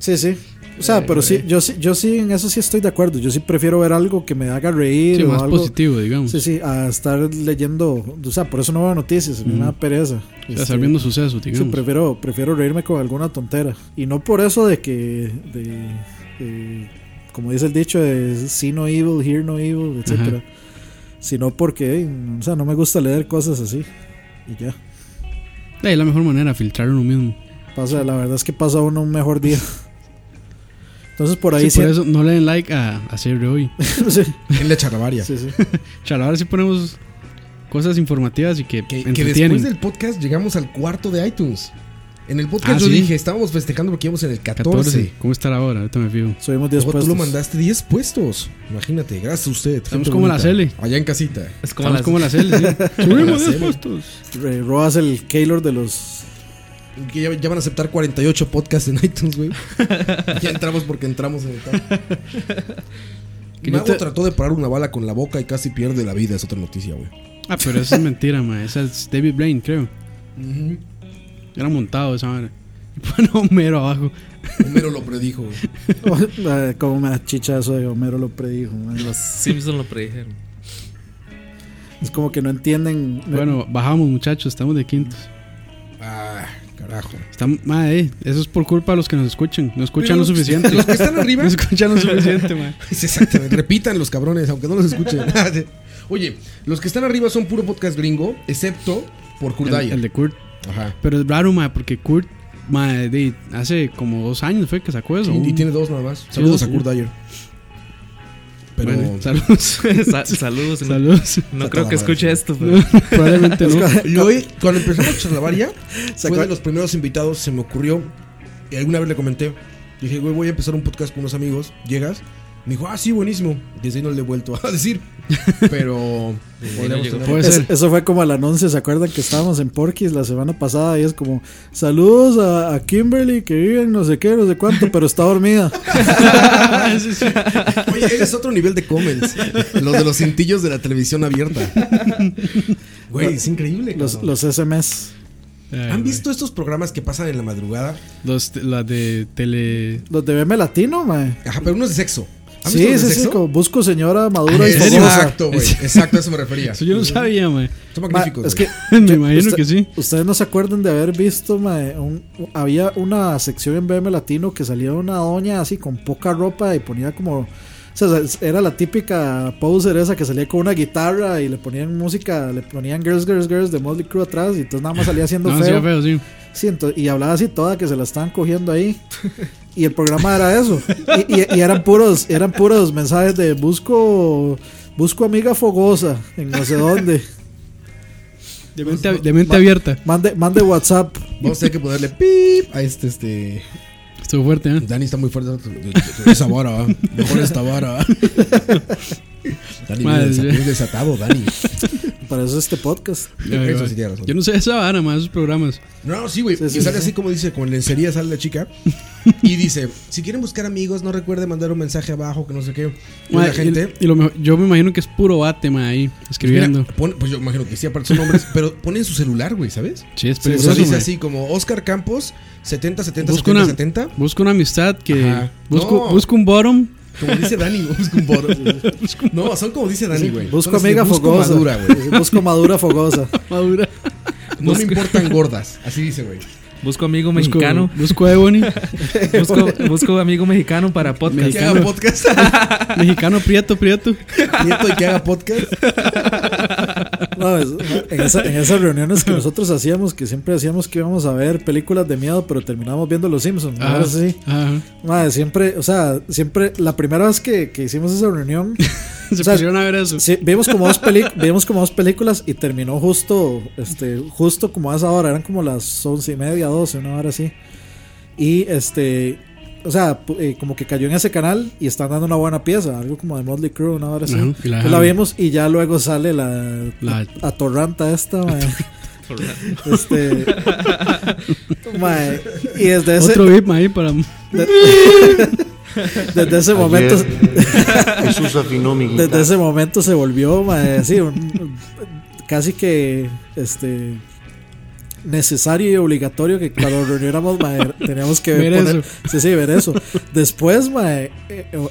Speaker 3: Sí, sí. O
Speaker 1: Eh,
Speaker 3: sea, pero sí, yo sí, yo sí, en eso sí estoy de acuerdo. Yo sí prefiero ver algo que me haga reír
Speaker 1: Sí,
Speaker 3: o
Speaker 1: más
Speaker 3: algo.
Speaker 1: positivo, digamos.
Speaker 3: Sí, sí, a estar leyendo. O sea, por eso no veo noticias, me da pereza.
Speaker 1: O sea,
Speaker 3: Este,
Speaker 1: estar viendo sucesos,
Speaker 3: sí,
Speaker 1: digamos.
Speaker 3: prefiero, prefiero reírme con alguna tontera. Y no por eso de que. de- de- como dice el dicho, de see no evil, hear no evil, etcétera Sino porque, eh, o sea, no me gusta leer cosas así. Y ya.
Speaker 1: Eh, la mejor manera, filtrar uno mismo.
Speaker 3: Pasa, la verdad es que pasa uno un mejor día. Entonces por ahí
Speaker 1: Sí, por
Speaker 3: sí-
Speaker 1: eso no le den like a, a CR hoy.
Speaker 3: sí,
Speaker 2: En la charlavaria.
Speaker 3: sí, sí.
Speaker 1: Chalo, ahora sí ponemos cosas informativas y que,
Speaker 2: Que, que
Speaker 1: entretienen.
Speaker 2: después del podcast llegamos al cuarto de iTunes. En el podcast
Speaker 1: Ah,
Speaker 2: yo
Speaker 1: sí.
Speaker 2: dije, estábamos festejando porque íbamos en el 14.
Speaker 1: ¿Cómo está la hora? Ahorita me fijo.
Speaker 3: Subimos 10
Speaker 2: Luego tú lo
Speaker 3: puestos.
Speaker 2: mandaste 10 puestos. Imagínate, gracias a usted. gente
Speaker 1: Estamos como la
Speaker 2: bonita.
Speaker 1: Cele.
Speaker 2: Allá en casita.
Speaker 4: Es como
Speaker 1: Estamos
Speaker 4: las-
Speaker 1: como las L, sí.
Speaker 2: Como la
Speaker 1: Subimos 10
Speaker 2: Cele.
Speaker 1: puestos.
Speaker 3: Eh, Robas el Keylor de los.
Speaker 2: Que ya, ya van a aceptar 48 podcasts en iTunes, güey. ya entramos porque entramos en el carro.
Speaker 1: Que
Speaker 2: Mago
Speaker 1: yo te-
Speaker 2: trató de parar una bala con la boca y casi pierde la vida. Es otra noticia, güey.
Speaker 1: Ah, pero eso es mentira, ma. Esa es David Blaine, creo. Era montado esa madre. Y pone a Homero abajo.
Speaker 2: Homero lo predijo, güey.
Speaker 3: Eh, Como me da chicha eso de Homero lo predijo. man.
Speaker 4: Los Simpsons lo predijeron.
Speaker 3: Es como que no entienden.
Speaker 1: Bueno, bajamos, muchachos. Estamos de quintos.
Speaker 2: Ah, carajo.
Speaker 1: Estamos, ma, eh, eso es por culpa de los que nos escuchan. No escuchan lo
Speaker 2: Pero-
Speaker 1: suficiente.
Speaker 2: Los que están
Speaker 1: No
Speaker 2: arriba.
Speaker 1: escuchan lo suficiente, ma.
Speaker 2: Sí, Exactamente. Repitan los cabrones, aunque no los escuchen. Oye, los que están arriba son puro podcast gringo, excepto por
Speaker 1: El,
Speaker 2: Kurdaya.
Speaker 1: el de Kurt.
Speaker 2: Ajá.
Speaker 1: Pero es raro, ma, porque Kurt, ma, de- hace como dos años fue que sacó eso.
Speaker 2: Y, y tiene dos nada más. Saludos
Speaker 1: Uh. dos,
Speaker 2: a Kurt Dyer. Pero.
Speaker 1: Bueno, saludos.
Speaker 4: Sa- saludos. no-
Speaker 1: Saludos.
Speaker 4: No, creo que escuche esto, pero.
Speaker 1: No, probablemente no.
Speaker 2: Yo, hoy, cuando empezamos Charlavaria, fue
Speaker 3: acaba-
Speaker 2: de los primeros invitados, se me ocurrió, y alguna vez le comenté, dije, güey, voy a empezar un podcast con unos amigos, llegas, me dijo, ah, sí, buenísimo, desde ahí no le he vuelto a decir, pero podríamos
Speaker 4: llegó.
Speaker 2: tener-
Speaker 1: Puede
Speaker 3: Es-
Speaker 1: ser.
Speaker 3: eso fue como a las 11, ¿se acuerdan que estábamos en Porky's la semana pasada? Y es como, saludos a, a Kimberly que vive en no sé qué, no sé cuánto, pero está dormida.
Speaker 2: Ah, Oye, ese es otro nivel de comments, los de los cintillos de la televisión abierta. Güey, es increíble.
Speaker 3: Los,
Speaker 2: cabrón.
Speaker 3: los SMS,
Speaker 1: Ay,
Speaker 2: ¿Han
Speaker 1: güey.
Speaker 2: visto estos programas que pasan en la madrugada?
Speaker 1: Los, te- las de tele.
Speaker 3: los de BM Latino, mae.
Speaker 2: Ajá, pero uno es de sexo. ¿Han
Speaker 3: Sí,
Speaker 2: visto los
Speaker 3: sí,
Speaker 2: de
Speaker 3: sí,
Speaker 2: sexo?
Speaker 3: como busco señora madura y
Speaker 1: ¿En serio?
Speaker 3: famosa.
Speaker 2: Exacto, güey. Exacto, a eso me refería.
Speaker 1: Eso yo no sabía, mae.
Speaker 2: Son
Speaker 3: Ma,
Speaker 2: magníficos.
Speaker 3: es
Speaker 2: güey.
Speaker 3: que
Speaker 1: Me imagino
Speaker 3: usted-
Speaker 1: que sí.
Speaker 3: Ustedes no se acuerdan de haber visto, mae, un- había una sección en BM Latino que salía una doña así con poca ropa y ponía como... o sea, era la típica poser esa que salía con una guitarra y le ponían música, le ponían Girls, Girls, Girls de Motley Crue atrás y entonces nada más salía haciendo
Speaker 1: No, sí,
Speaker 3: feo.
Speaker 1: feo, sí.
Speaker 3: Sí, ento- y hablaba así toda que se la estaban cogiendo ahí. Y el programa era eso. Y, y- y eran puros, eran puros mensajes de busco, busco amiga fogosa en no sé dónde.
Speaker 1: De mente, de mente abierta.
Speaker 3: Mande, mande WhatsApp.
Speaker 2: Vamos a tener que ponerle pip a este, este.
Speaker 1: Estuvo fuerte, ¿eh?
Speaker 2: Dani está muy fuerte. Esa vara, ¿va? mejor esta vara. ¿va? Dani,
Speaker 1: Madre.
Speaker 2: viene desat- viene desatado, Dani.
Speaker 3: Para eso este podcast.
Speaker 1: Ya,
Speaker 2: Eso
Speaker 1: ya,
Speaker 2: sí
Speaker 1: ya.
Speaker 2: tiene razón.
Speaker 1: Yo no sé esa vara, mae, esos programas.
Speaker 2: No, sí, güey.
Speaker 3: Sí, sí,
Speaker 2: y sale
Speaker 3: sí.
Speaker 2: así como dice, con lencería sale la chica. Y dice, si quieren buscar amigos, no recuerden mandar un mensaje abajo, que no sé qué. Y
Speaker 1: Mae,
Speaker 2: la gente...
Speaker 1: y- y lo mejor- yo me imagino que es puro bate, mae, ahí, escribiendo.
Speaker 2: mira, pone- pues yo imagino que sí, aparte son nombres, pero ponen su celular, güey, ¿sabes?
Speaker 1: sí, es
Speaker 2: O sea,
Speaker 1: peligroso,
Speaker 2: dice
Speaker 1: mae.
Speaker 2: así como Oscar Campos, 70, 70,
Speaker 1: Busca
Speaker 2: 70,
Speaker 1: una-
Speaker 2: 70.
Speaker 1: Busco una amistad que.
Speaker 2: Ajá.
Speaker 1: Busco,
Speaker 2: No.
Speaker 1: busco un bottom.
Speaker 2: Como dice Dani, no, busca un boro. No, son como dice Dani, güey.
Speaker 3: Busco
Speaker 2: Son así de
Speaker 3: amiga
Speaker 2: busco
Speaker 3: fogosa.
Speaker 2: madura, güey.
Speaker 3: busco madura fogosa.
Speaker 1: Madura.
Speaker 2: No me importan gordas, así dice, güey.
Speaker 4: Busco amigo
Speaker 1: Busco,
Speaker 4: mexicano.
Speaker 1: busco Ebony.
Speaker 4: Busco, busco amigo mexicano para podcast.
Speaker 2: Que haga podcast.
Speaker 1: mexicano Prieto, Prieto.
Speaker 2: Nieto y que haga podcast.
Speaker 3: No, es- en, esa- en esas reuniones que nosotros hacíamos, que siempre decíamos que íbamos a ver películas de miedo, pero terminamos viendo Los Simpsons.
Speaker 2: Ah.
Speaker 3: ¿no? Ahora sí.
Speaker 1: Ajá.
Speaker 3: Madre, siempre, o sea, siempre, la primera vez que, que hicimos esa reunión,
Speaker 1: Se
Speaker 3: O sea,
Speaker 1: pusieron a ver eso.
Speaker 3: sí, vimos, como dos peli- vimos como dos películas y terminó justo, este, justo como a esa hora, eran como las once y media, doce, una hora así. Y este, o sea, pu- eh, como que cayó en ese canal y están dando una buena pieza, algo como de Motley Crue, una hora así.
Speaker 1: Ajá, y la
Speaker 3: Pues la
Speaker 1: dejaron.
Speaker 3: vimos y ya luego sale la,
Speaker 1: La-
Speaker 3: la atorranta esta, mae. Este, mae, y desde ese,
Speaker 1: Otro VIP ahí para.
Speaker 3: desde ese momento.
Speaker 5: Ayer, Jesús afinó mi
Speaker 3: Desde
Speaker 5: guitarra.
Speaker 3: ese momento se volvió mae, sí, un- casi que este necesario y obligatorio que cuando nos reuniéramos mae, teníamos que
Speaker 1: Ver
Speaker 3: poner-
Speaker 1: eso.
Speaker 3: sí, sí, ver eso. Después, mae, eh, o-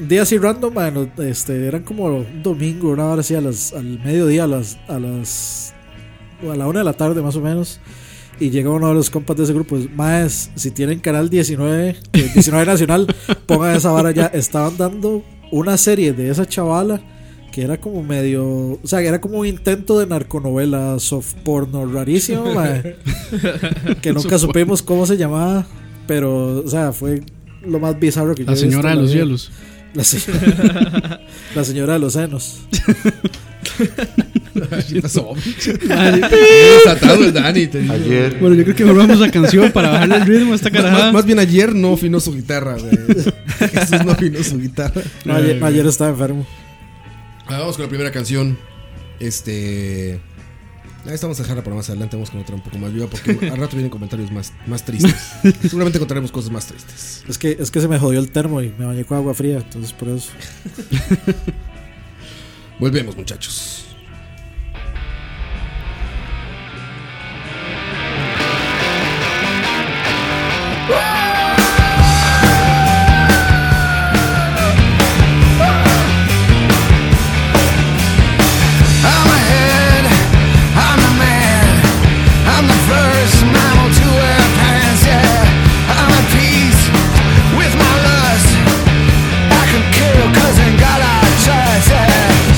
Speaker 3: un día así random, mae, no- este, eran como un domingo, una hora así a las, al mediodía, a las, a las o a la una de la tarde más o menos. Y llega uno de los compas de ese grupo, más si tienen canal 19, eh, 19 Nacional, pongan esa vara ya. Estaban dando una serie de esa chavala que era como medio, o sea, que era como un intento de narconovela, soft porno rarísimo, mae, que nunca supimos cómo se llamaba, pero, o sea, fue lo más bizarro que yo
Speaker 1: La
Speaker 3: he visto
Speaker 1: señora de
Speaker 3: en la
Speaker 1: los
Speaker 3: vida.
Speaker 1: cielos.
Speaker 3: La, se- la señora de los senos.
Speaker 2: Desatado el Dani. te digo.
Speaker 5: Ayer,
Speaker 1: Bueno, yo creo que volvamos a canción para bajarle el ritmo a esta
Speaker 2: Más,
Speaker 1: carajada.
Speaker 2: más bien ayer no afinó su guitarra, güey. Jesús no afinó su guitarra.
Speaker 3: No, ayer, no, ayer estaba enfermo.
Speaker 2: Ah, vamos con la primera canción. Este. Ah, esta vamos a dejarla para más adelante. Vamos con otra un poco más viva porque al rato vienen comentarios más, más tristes. Seguramente encontraremos cosas más tristes.
Speaker 3: Es que, es que se me jodió el termo y me bañé con agua fría, entonces por eso.
Speaker 2: Volvemos, muchachos.
Speaker 7: I'm ahead, I'm the man, I'm the first and I want to wear pants, yeah. I'm at peace with my lust. I can kill cause in God I trust, yeah.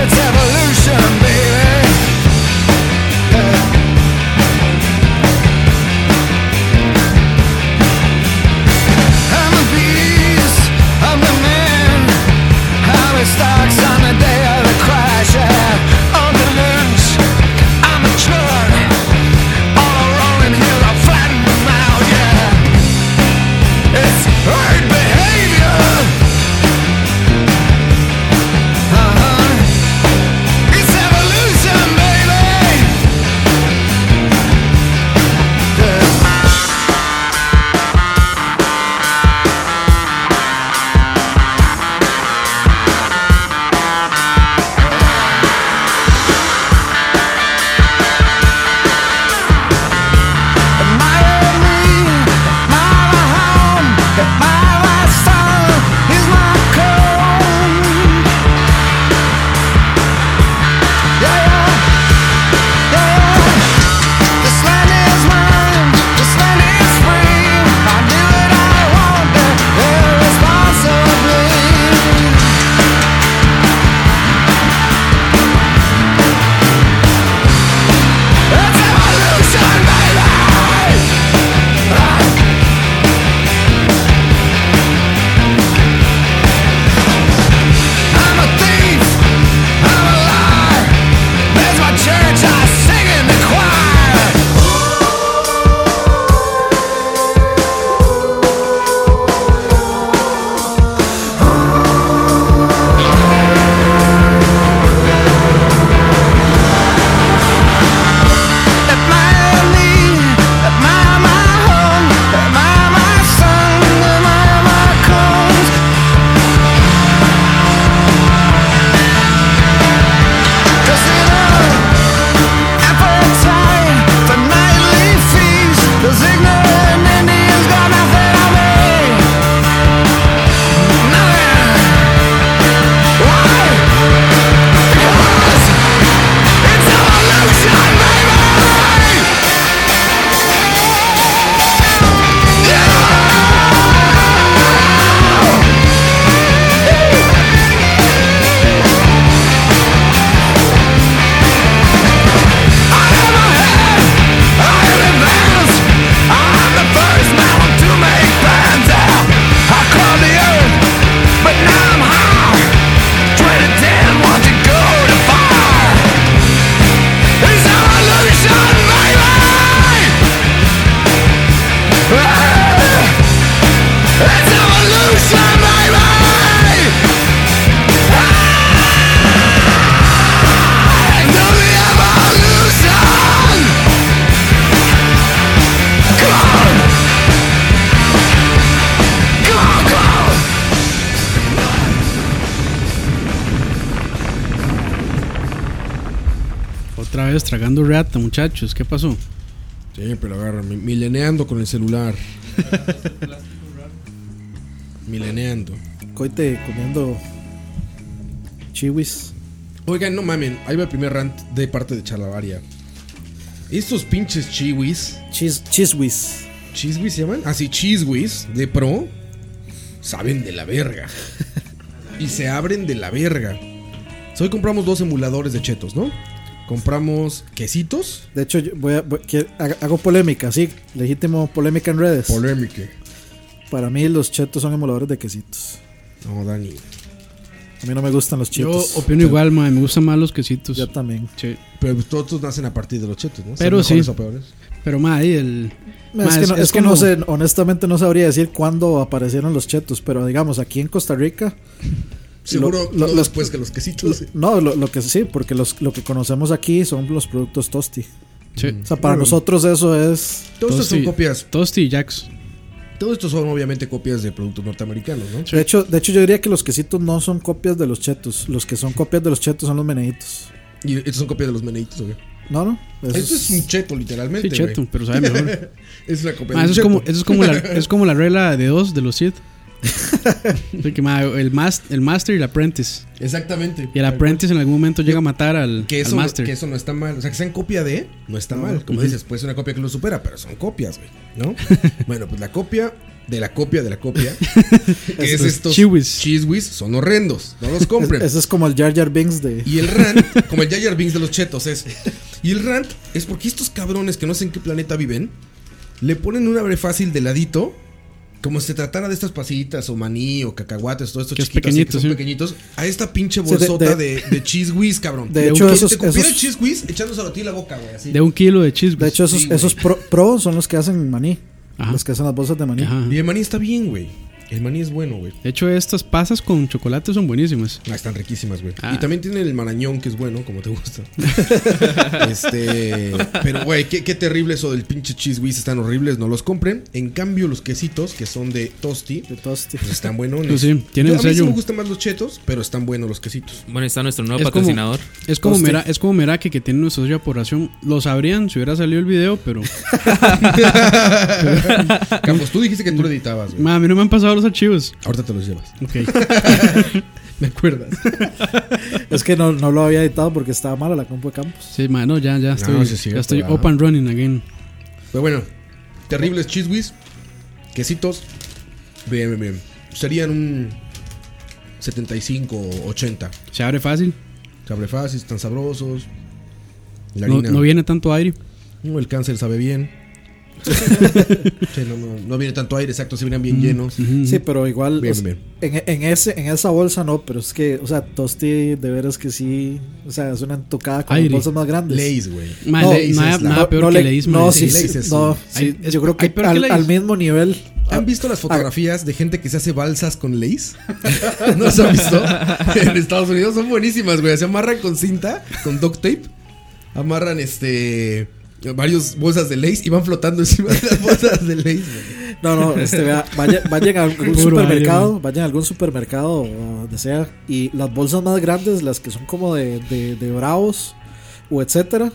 Speaker 7: It's
Speaker 1: vez tragando reata, muchachos. ¿Qué pasó?
Speaker 2: Siempre lo agarran. mi- Mileneando con el celular. mileneando.
Speaker 3: Coite comiendo chiwis.
Speaker 2: Oigan, no mamen. Ahí va el primer rant de parte de Chalabaria. Estos pinches chiwis.
Speaker 3: Chis, chiswis.
Speaker 2: ¿Chiswis se llaman? Así, chiswis de pro. Saben de la verga. y se abren de la verga. So, Hoy compramos dos emuladores de chetos, ¿no? Compramos quesitos.
Speaker 3: De hecho, yo voy a- voy- que- haga- hago polémica, sí, legítimo polémica en redes.
Speaker 2: Polémica.
Speaker 3: Para mí los chetos son emuladores de quesitos.
Speaker 2: No, Dani.
Speaker 3: A mí no me gustan los
Speaker 1: Yo
Speaker 3: chetos.
Speaker 1: opino igual, mae. Me gustan más los quesitos.
Speaker 3: Yo también.
Speaker 1: Sí.
Speaker 2: Pero pues, todos nacen a partir de los chetos, ¿no? ¿Son
Speaker 1: Pero sí.
Speaker 2: mejores o peores?
Speaker 1: Pero, mae, ahí el. mae,
Speaker 3: es, que no, es que
Speaker 1: como-
Speaker 3: no sé, honestamente no sabría decir cuándo aparecieron los chetos, pero digamos, aquí en Costa Rica,
Speaker 2: Seguro
Speaker 3: Lo- lo-
Speaker 2: no
Speaker 3: los-
Speaker 2: después que los quesitos.
Speaker 3: no, lo, lo que sí, porque los, lo que conocemos aquí son los productos Tosti.
Speaker 1: Sí.
Speaker 3: O sea, para nosotros eso es...
Speaker 2: Todos estos son
Speaker 1: Tosti-
Speaker 2: copias.
Speaker 1: Tosti y Jax.
Speaker 2: Todos estos son obviamente copias de productos norteamericanos, ¿no?
Speaker 3: De hecho, de hecho yo diría que los quesitos no son copias de los chetos, los que son copias de los chetos son los meneitos.
Speaker 2: Y estos son copias de los meneitos, güey.
Speaker 3: No, no. eso
Speaker 2: Esto
Speaker 3: es-
Speaker 2: es un cheto,
Speaker 1: Sí,
Speaker 2: literalmente. Este, güey.
Speaker 1: cheto, pero sabe mejor.
Speaker 2: Es una copia
Speaker 1: Ma,
Speaker 2: de
Speaker 1: eso,
Speaker 2: un
Speaker 1: es
Speaker 2: cheto.
Speaker 1: como, eso es como la, es como la regla de dos de los Sith. De que, ma, el, mas- el Master y el Apprentice.
Speaker 2: Exactamente.
Speaker 1: Y el Apprentice en algún momento llega a matar al,
Speaker 2: Que
Speaker 1: al
Speaker 2: eso,
Speaker 1: Master.
Speaker 2: que eso no está mal. O sea, que sean copia de, no está mal. Como dices, puede ser una copia que lo supera, pero son copias, güey. ¿No? bueno, pues la copia de la copia de la copia. que es
Speaker 1: Estos
Speaker 2: estos
Speaker 1: chiwis.
Speaker 2: chiwis son horrendos. No los
Speaker 3: es-
Speaker 2: compren.
Speaker 3: eso es como el Jar Jar Binks de...
Speaker 2: Y el rant, como el Jajar Binks de los chetos es. Y el rant es porque estos cabrones que no sé en qué planeta viven, le ponen un abre fácil de ladito, como si se tratara de estas pasitas o maní o cacahuates, todo esto
Speaker 1: Que es
Speaker 2: chiquito, así, que
Speaker 1: pequeñito,
Speaker 2: son pequeñitos,
Speaker 1: sí.
Speaker 2: a esta pinche
Speaker 3: Sí, de-
Speaker 2: bolsota de,
Speaker 3: de-
Speaker 2: de cheese whiz, cabrón.
Speaker 3: de
Speaker 2: Que
Speaker 3: hecho,
Speaker 2: te
Speaker 3: esos-
Speaker 2: copiara
Speaker 3: esos-
Speaker 2: el cheese whiz echándoselo a ti en la boca, güey, así.
Speaker 1: De un kilo de pues. chismes.
Speaker 3: De hecho, esos,
Speaker 2: Sí, güey.
Speaker 3: esos pro, pro son los que hacen maní.
Speaker 1: Ajá.
Speaker 3: Los que hacen las bolsas de maní.
Speaker 1: Ajá, ajá.
Speaker 2: Y el maní está bien, güey. El maní es bueno, güey.
Speaker 1: De hecho, estas pasas con chocolate son buenísimas.
Speaker 2: Ah, están riquísimas, güey.
Speaker 1: Ah.
Speaker 2: Y también tienen el marañón, que es bueno, como te gusta. este. Pero, güey, qué, qué terrible eso del pinche cheese whiz. Están horribles, no los compren. En cambio, los quesitos, que son de Tosti,
Speaker 3: De tosti.
Speaker 2: pues están buenones.
Speaker 1: Sí, sí, tienen
Speaker 2: Yo- a mí sí
Speaker 1: sello.
Speaker 2: me gustan más los chetos, pero están buenos los quesitos.
Speaker 4: Bueno, ahí está nuestro nuevo
Speaker 1: Es como-
Speaker 4: patrocinador.
Speaker 1: Es como,
Speaker 3: Tosti.
Speaker 1: mera, es como Meraki que tiene nuestro sello de aprobación. Lo sabrían si hubiera salido el video, pero.
Speaker 2: Campos, tú dijiste que tú lo editabas, güey.
Speaker 1: ma, a mí no me han pasado los archivos.
Speaker 2: Ahorita te los llevas.
Speaker 1: Ok.
Speaker 2: ¿Me acuerdas?
Speaker 3: Es que no, no lo había editado porque estaba mala la compu de Campos.
Speaker 1: Sí, ma, no, ya, ya estoy.
Speaker 2: sí es cierto, ah.
Speaker 1: ya estoy
Speaker 2: ¿verdad?
Speaker 1: up and running again.
Speaker 2: Pero bueno, terribles cheese whiz, quesitos. Bien, bien, bien. Serían un 75 o 80.
Speaker 1: Se abre fácil.
Speaker 2: Se abre fácil, están sabrosos. La
Speaker 1: No,
Speaker 2: harina.
Speaker 1: no viene tanto aire.
Speaker 2: No, el cáncer sabe bien. Sí, no, no- no viene tanto aire, exacto, se vienen
Speaker 1: Mm,
Speaker 2: bien llenos.
Speaker 3: Sí, pero igual.
Speaker 2: Bien,
Speaker 3: o sea,
Speaker 2: bien.
Speaker 3: En, en ese, en esa bolsa no, pero es que, o sea, Tosti de veras que sí. O sea, es una tocada con
Speaker 1: Aire.
Speaker 3: bolsas más grandes.
Speaker 2: Lays, güey.
Speaker 1: Ma,
Speaker 3: No,
Speaker 1: le-
Speaker 2: Lays
Speaker 1: nada,
Speaker 2: es la-
Speaker 1: nada
Speaker 3: No,
Speaker 1: peor
Speaker 3: no
Speaker 1: que
Speaker 3: le-
Speaker 1: Lays, ma.
Speaker 3: No,
Speaker 2: Sí,
Speaker 3: sí, sí,
Speaker 2: Lays es
Speaker 3: no,
Speaker 2: un-
Speaker 3: sí,
Speaker 1: Hay- es-
Speaker 3: yo creo
Speaker 1: hay
Speaker 3: que
Speaker 1: peor que
Speaker 3: al,
Speaker 1: Lays.
Speaker 3: al mismo nivel.
Speaker 2: ¿Han visto las fotografías de gente que se hace balsas con lays? ¿No las han visto? en Estados Unidos son buenísimas, güey. Se amarran con cinta, con duct tape. Amarran este. Varios bolsas de lays y van flotando encima de las bolsas de lays, güey.
Speaker 3: No, no, este, vea, vaya- vayan a algún
Speaker 1: Puro
Speaker 3: supermercado, vayan a algún supermercado o donde sea, y las bolsas más grandes, las que son como de, de, de bravos o etcétera,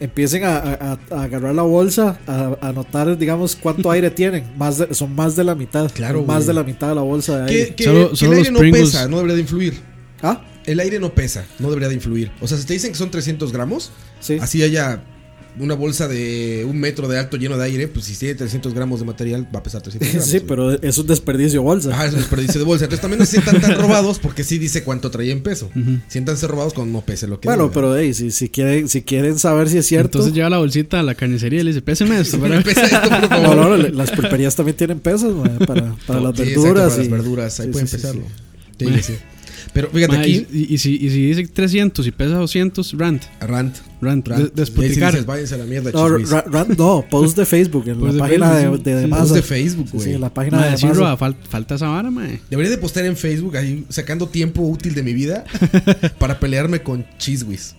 Speaker 3: empiecen a, a- a- a agarrar la bolsa, a, a notar, digamos, cuánto aire tienen. Más de- son más de la mitad.
Speaker 2: Claro,
Speaker 3: Más
Speaker 2: güey.
Speaker 3: de la mitad de la bolsa de
Speaker 2: Que,
Speaker 3: aire.
Speaker 2: que-
Speaker 1: Solo-
Speaker 2: que
Speaker 1: solo
Speaker 2: el
Speaker 1: los
Speaker 2: aire no
Speaker 1: Pringles.
Speaker 2: pesa, no debería de influir.
Speaker 3: Ah,
Speaker 2: El aire no pesa, no debería de influir. O sea, si te dicen que son 300 gramos,
Speaker 3: sí.
Speaker 2: así haya una bolsa de un metro de alto lleno de aire, pues si tiene 300 gramos de material, va a pesar 300 gramos.
Speaker 3: sí,
Speaker 2: güey.
Speaker 3: pero es un desperdicio de bolsa.
Speaker 2: Ajá, es un desperdicio de bolsa. Entonces también no se sientan tan robados porque sí dice cuánto traía en peso. Siéntanse robados cuando no pese lo que
Speaker 3: bueno,
Speaker 2: diga.
Speaker 3: pero hey, si, si, quieren, si quieren saber si es cierto.
Speaker 1: Entonces lleva la bolsita a la carnicería y le dice, péseme esto. para ver".
Speaker 2: Pesa esto, pues, por favor.
Speaker 3: No, no, le- las pulperías también tienen pesas mae, para, para las
Speaker 2: Sí, exacto,
Speaker 3: verduras.
Speaker 2: para
Speaker 3: y-
Speaker 2: las verduras, ahí
Speaker 3: sí,
Speaker 2: pueden
Speaker 3: sí, sí,
Speaker 2: pesarlo.
Speaker 3: sí.
Speaker 2: Sí, sí. Pero fíjate
Speaker 1: Ma,
Speaker 2: aquí,
Speaker 1: y, y- y si, y si dice 300 y pesa 200, rant.
Speaker 2: Rant.
Speaker 1: Rant,
Speaker 2: Rant.
Speaker 1: de- despotricar.
Speaker 2: Y ahí sí dices, váyanse a la mierda,
Speaker 3: No,
Speaker 2: chismis.
Speaker 3: ra- ra- no, post de Facebook, en
Speaker 1: Post
Speaker 3: la
Speaker 1: de
Speaker 3: página
Speaker 1: Facebook,
Speaker 3: de, de,
Speaker 1: sí, sí.
Speaker 3: Masa.
Speaker 2: Post de Facebook,
Speaker 3: Sí,
Speaker 2: güey.
Speaker 3: en la página
Speaker 1: Ma,
Speaker 3: de
Speaker 1: sí,
Speaker 3: Masa.
Speaker 1: Roa, fal- falta esa vara, mae.
Speaker 2: Debería de postear en Facebook, ahí sacando tiempo útil de mi vida para pelearme con chiswis.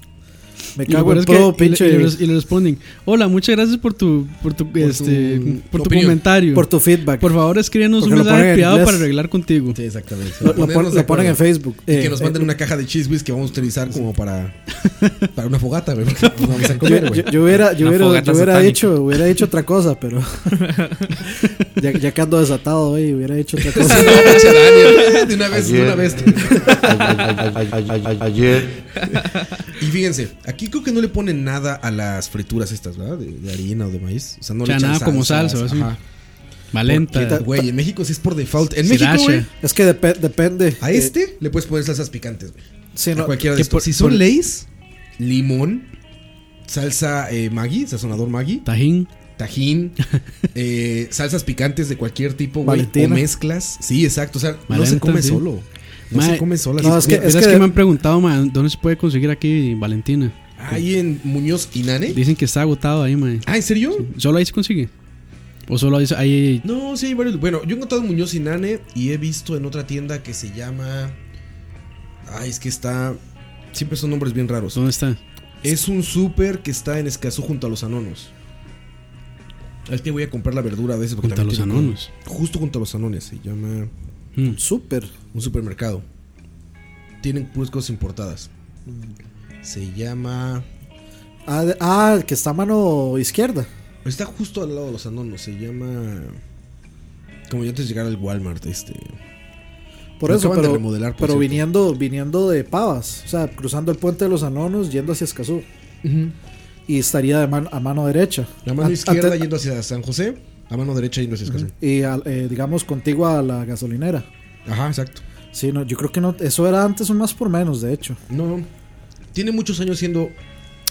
Speaker 3: Me
Speaker 1: Y lo
Speaker 3: cago
Speaker 1: peor
Speaker 3: en
Speaker 1: es que-
Speaker 3: todo,
Speaker 1: y le-
Speaker 3: pinche.
Speaker 1: Y, le, res- y le responden: Hola, muchas gracias por tu, por tu, este,
Speaker 2: tu
Speaker 1: por tu
Speaker 2: opinión.
Speaker 1: comentario.
Speaker 3: Por tu feedback.
Speaker 1: Por favor, escríbenos
Speaker 3: Porque
Speaker 1: un
Speaker 3: lo ponen
Speaker 1: mensaje
Speaker 3: en
Speaker 1: piado
Speaker 3: inglés.
Speaker 1: para arreglar contigo.
Speaker 2: Sí, exactamente.
Speaker 3: Lo- lo, pon-
Speaker 2: Ponernos de
Speaker 3: lo ponen en
Speaker 2: acuerdo.
Speaker 3: Facebook.
Speaker 2: Y
Speaker 3: Eh,
Speaker 2: que nos manden una caja de cheese whiz que vamos a utilizar como para, para una fogata, güey. porque nos vamos a
Speaker 3: Yo,
Speaker 2: comer, güey.
Speaker 3: yo- yo hubiera, yo
Speaker 4: Una
Speaker 3: hubiera,
Speaker 4: fogata
Speaker 3: yo hubiera
Speaker 4: satánica.
Speaker 3: dicho, hubiera dicho otra cosa, pero ya, ya que ando desatado hoy, hubiera dicho otra cosa.
Speaker 2: De una vez, de
Speaker 5: Ayer.
Speaker 2: una vez.
Speaker 5: Ayer.
Speaker 2: Y fíjense, aquí creo que no le ponen nada a las frituras estas, ¿verdad? De, de harina o de maíz. O sea, no
Speaker 1: O sea,
Speaker 2: le echan
Speaker 1: nada como
Speaker 2: salsas,
Speaker 1: salsa o así.
Speaker 2: ajá.
Speaker 1: Valenta.
Speaker 2: Güey, en México sí es por default. En
Speaker 1: Sriracha.
Speaker 2: México, güey,
Speaker 3: Es que depe- depende.
Speaker 2: a
Speaker 3: eh,
Speaker 2: este le puedes poner salsas picantes, güey.
Speaker 3: sí,
Speaker 2: a
Speaker 3: no,
Speaker 2: cualquiera de
Speaker 1: que
Speaker 2: estos.
Speaker 1: por-
Speaker 2: si son
Speaker 1: por-
Speaker 2: leis, limón, salsa eh, Maggi, sazonador Maggi,
Speaker 1: Tajín.
Speaker 2: tajín, eh, salsas picantes de cualquier tipo, güey, o
Speaker 3: Valentina.
Speaker 2: mezclas. Sí, exacto. O sea, no
Speaker 1: Valenta,
Speaker 2: se come
Speaker 1: sí.
Speaker 2: solo. No
Speaker 1: Mae,
Speaker 2: se come sola.
Speaker 3: no,
Speaker 2: se
Speaker 3: es
Speaker 2: come-
Speaker 1: Mira, es que,
Speaker 3: que-
Speaker 1: me han preguntado, ma, ¿dónde se puede conseguir aquí Valentina?
Speaker 2: Ahí en Muñoz y Nane.
Speaker 1: Dicen que está agotado ahí, ma.
Speaker 2: Ah, ¿en serio?
Speaker 1: ¿Solo ahí se consigue? ¿O solo ahí, se- ahí
Speaker 2: No, sí hay varios. Bueno, yo he encontrado en Muñoz y Nane y he visto en otra tienda que se llama. Ay, es que está. Siempre son nombres bien raros.
Speaker 1: dónde está?
Speaker 2: Es un súper que está en Escazú junto a los anonos. Es que voy a comprar la verdura a veces. porque
Speaker 1: Junto a
Speaker 2: también
Speaker 1: Los
Speaker 2: tiene
Speaker 1: Anonos.
Speaker 2: como- Justo junto a los anones. Se llama
Speaker 1: Mm.
Speaker 3: súper.
Speaker 2: un supermercado. Tienen puras cosas importadas. Se llama.
Speaker 3: Ah, de- ah, que está a mano izquierda.
Speaker 2: Está justo al lado de los anonos. Se llama. Como yo antes de llegar al Walmart, este.
Speaker 3: Por
Speaker 2: Lo
Speaker 3: eso,
Speaker 2: acaban de
Speaker 3: pero,
Speaker 2: remodelar, por
Speaker 3: pero
Speaker 2: cierto.
Speaker 3: viniendo, viniendo de Pavas, o sea, cruzando el puente de los Anonos, yendo hacia Escazú. Y estaría de man- a mano derecha.
Speaker 2: La mano
Speaker 3: An-
Speaker 2: izquierda
Speaker 3: antes-
Speaker 2: yendo hacia San José, la mano derecha yendo hacia Escazú.
Speaker 3: Y al- eh, digamos contigua a la gasolinera.
Speaker 2: Ajá, exacto.
Speaker 3: Sí, no, yo creo que no, eso era antes un más por menos, de hecho.
Speaker 2: No. Tiene muchos años siendo.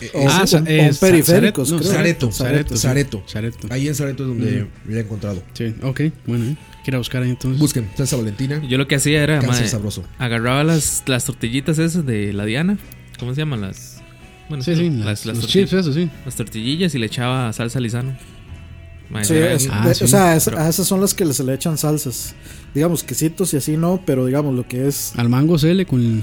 Speaker 2: eh,
Speaker 3: O-
Speaker 2: eh,
Speaker 3: Ah,
Speaker 1: sa-
Speaker 3: un-
Speaker 1: eh,
Speaker 3: un
Speaker 1: sa-
Speaker 3: periféricos, creo.
Speaker 2: Zareto,
Speaker 1: Zareto,
Speaker 2: Zareto,
Speaker 1: sí.
Speaker 2: Zareto.
Speaker 1: Zareto.
Speaker 2: Ahí en Zareto es donde lo he encontrado.
Speaker 1: Sí, ok, bueno, eh. quiero buscar ahí entonces.
Speaker 2: Busquen, salsa Valentina.
Speaker 4: Yo lo que hacía era,
Speaker 2: Cáncer
Speaker 4: mae,
Speaker 2: sabroso.
Speaker 4: agarraba las, las tortillitas esas de la Diana. ¿Cómo se llaman las? Bueno,
Speaker 1: sí, sí,
Speaker 4: las,
Speaker 1: las,
Speaker 4: las
Speaker 1: los
Speaker 4: tortill-
Speaker 1: chips, eh. eso sí.
Speaker 4: las tortillillas y le echaba salsa lisano. Mae,
Speaker 3: Sí,
Speaker 4: era-
Speaker 3: es-
Speaker 1: Ah,
Speaker 3: de-
Speaker 1: sí.
Speaker 3: O sea, es-
Speaker 4: Pero-
Speaker 3: a esas son las que se le echan salsas. Digamos, quesitos y así no, pero digamos lo que es.
Speaker 1: Al mango cele con,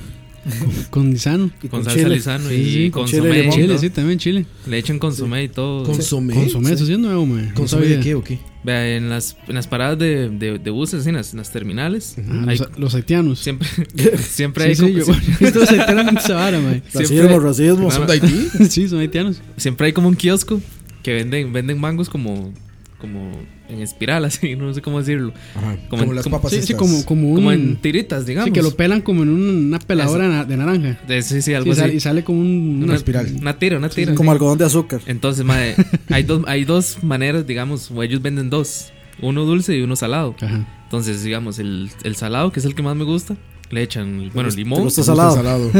Speaker 1: con, con lisano.
Speaker 3: y
Speaker 4: con, salsa
Speaker 3: chile.
Speaker 4: lisano
Speaker 1: Sí,
Speaker 4: y
Speaker 1: sí, con
Speaker 4: consomé.
Speaker 3: chile y
Speaker 4: y
Speaker 3: limón.
Speaker 4: todo.
Speaker 1: Chile, sí, también chile.
Speaker 4: Le echan consomé y todo.
Speaker 2: Consomé.
Speaker 1: Consomé, eso sí es nuevo, man.
Speaker 2: ¿Consomé de qué o qué?
Speaker 4: Vea, en, las, en las paradas de, de, de buses, así, en, las, en las terminales, hay-
Speaker 1: Ah, los, los haitianos.
Speaker 4: siempre, siempre
Speaker 1: Sí,
Speaker 4: hay
Speaker 1: sí,
Speaker 4: como-
Speaker 1: yo los haitianos en esa vara, mae.
Speaker 3: Racismo, racismo.
Speaker 4: Claro.
Speaker 2: ¿Son de Haití?
Speaker 1: Sí, son haitianos.
Speaker 4: siempre hay como un kiosco que venden, venden mangos como, como en espiral, así, no sé cómo decirlo.
Speaker 2: Ajá.
Speaker 4: Como-
Speaker 2: Como, las
Speaker 4: como-
Speaker 2: papas
Speaker 1: Sí, sí,
Speaker 2: estas.
Speaker 1: como, como un...
Speaker 4: Como en tiritas, digamos.
Speaker 1: sí, que lo pelan como en un- una peladora na- de naranja.
Speaker 4: Eh, sí, sí, algo
Speaker 1: Sí, sale-
Speaker 4: así.
Speaker 1: y sale como un...
Speaker 4: una
Speaker 1: una-
Speaker 2: espiral.
Speaker 4: Una tira, una tira.
Speaker 3: Como algodón de azúcar.
Speaker 4: Entonces, mae, hay dos, hay dos maneras, digamos, o ellos venden dos. Uno dulce y uno salado.
Speaker 1: Ajá.
Speaker 4: Entonces, digamos, el, el salado, que es el que más me gusta, le echan, bueno,
Speaker 3: ¿Te
Speaker 4: limón.
Speaker 3: gusta
Speaker 2: Gusta
Speaker 3: salado?
Speaker 2: salado.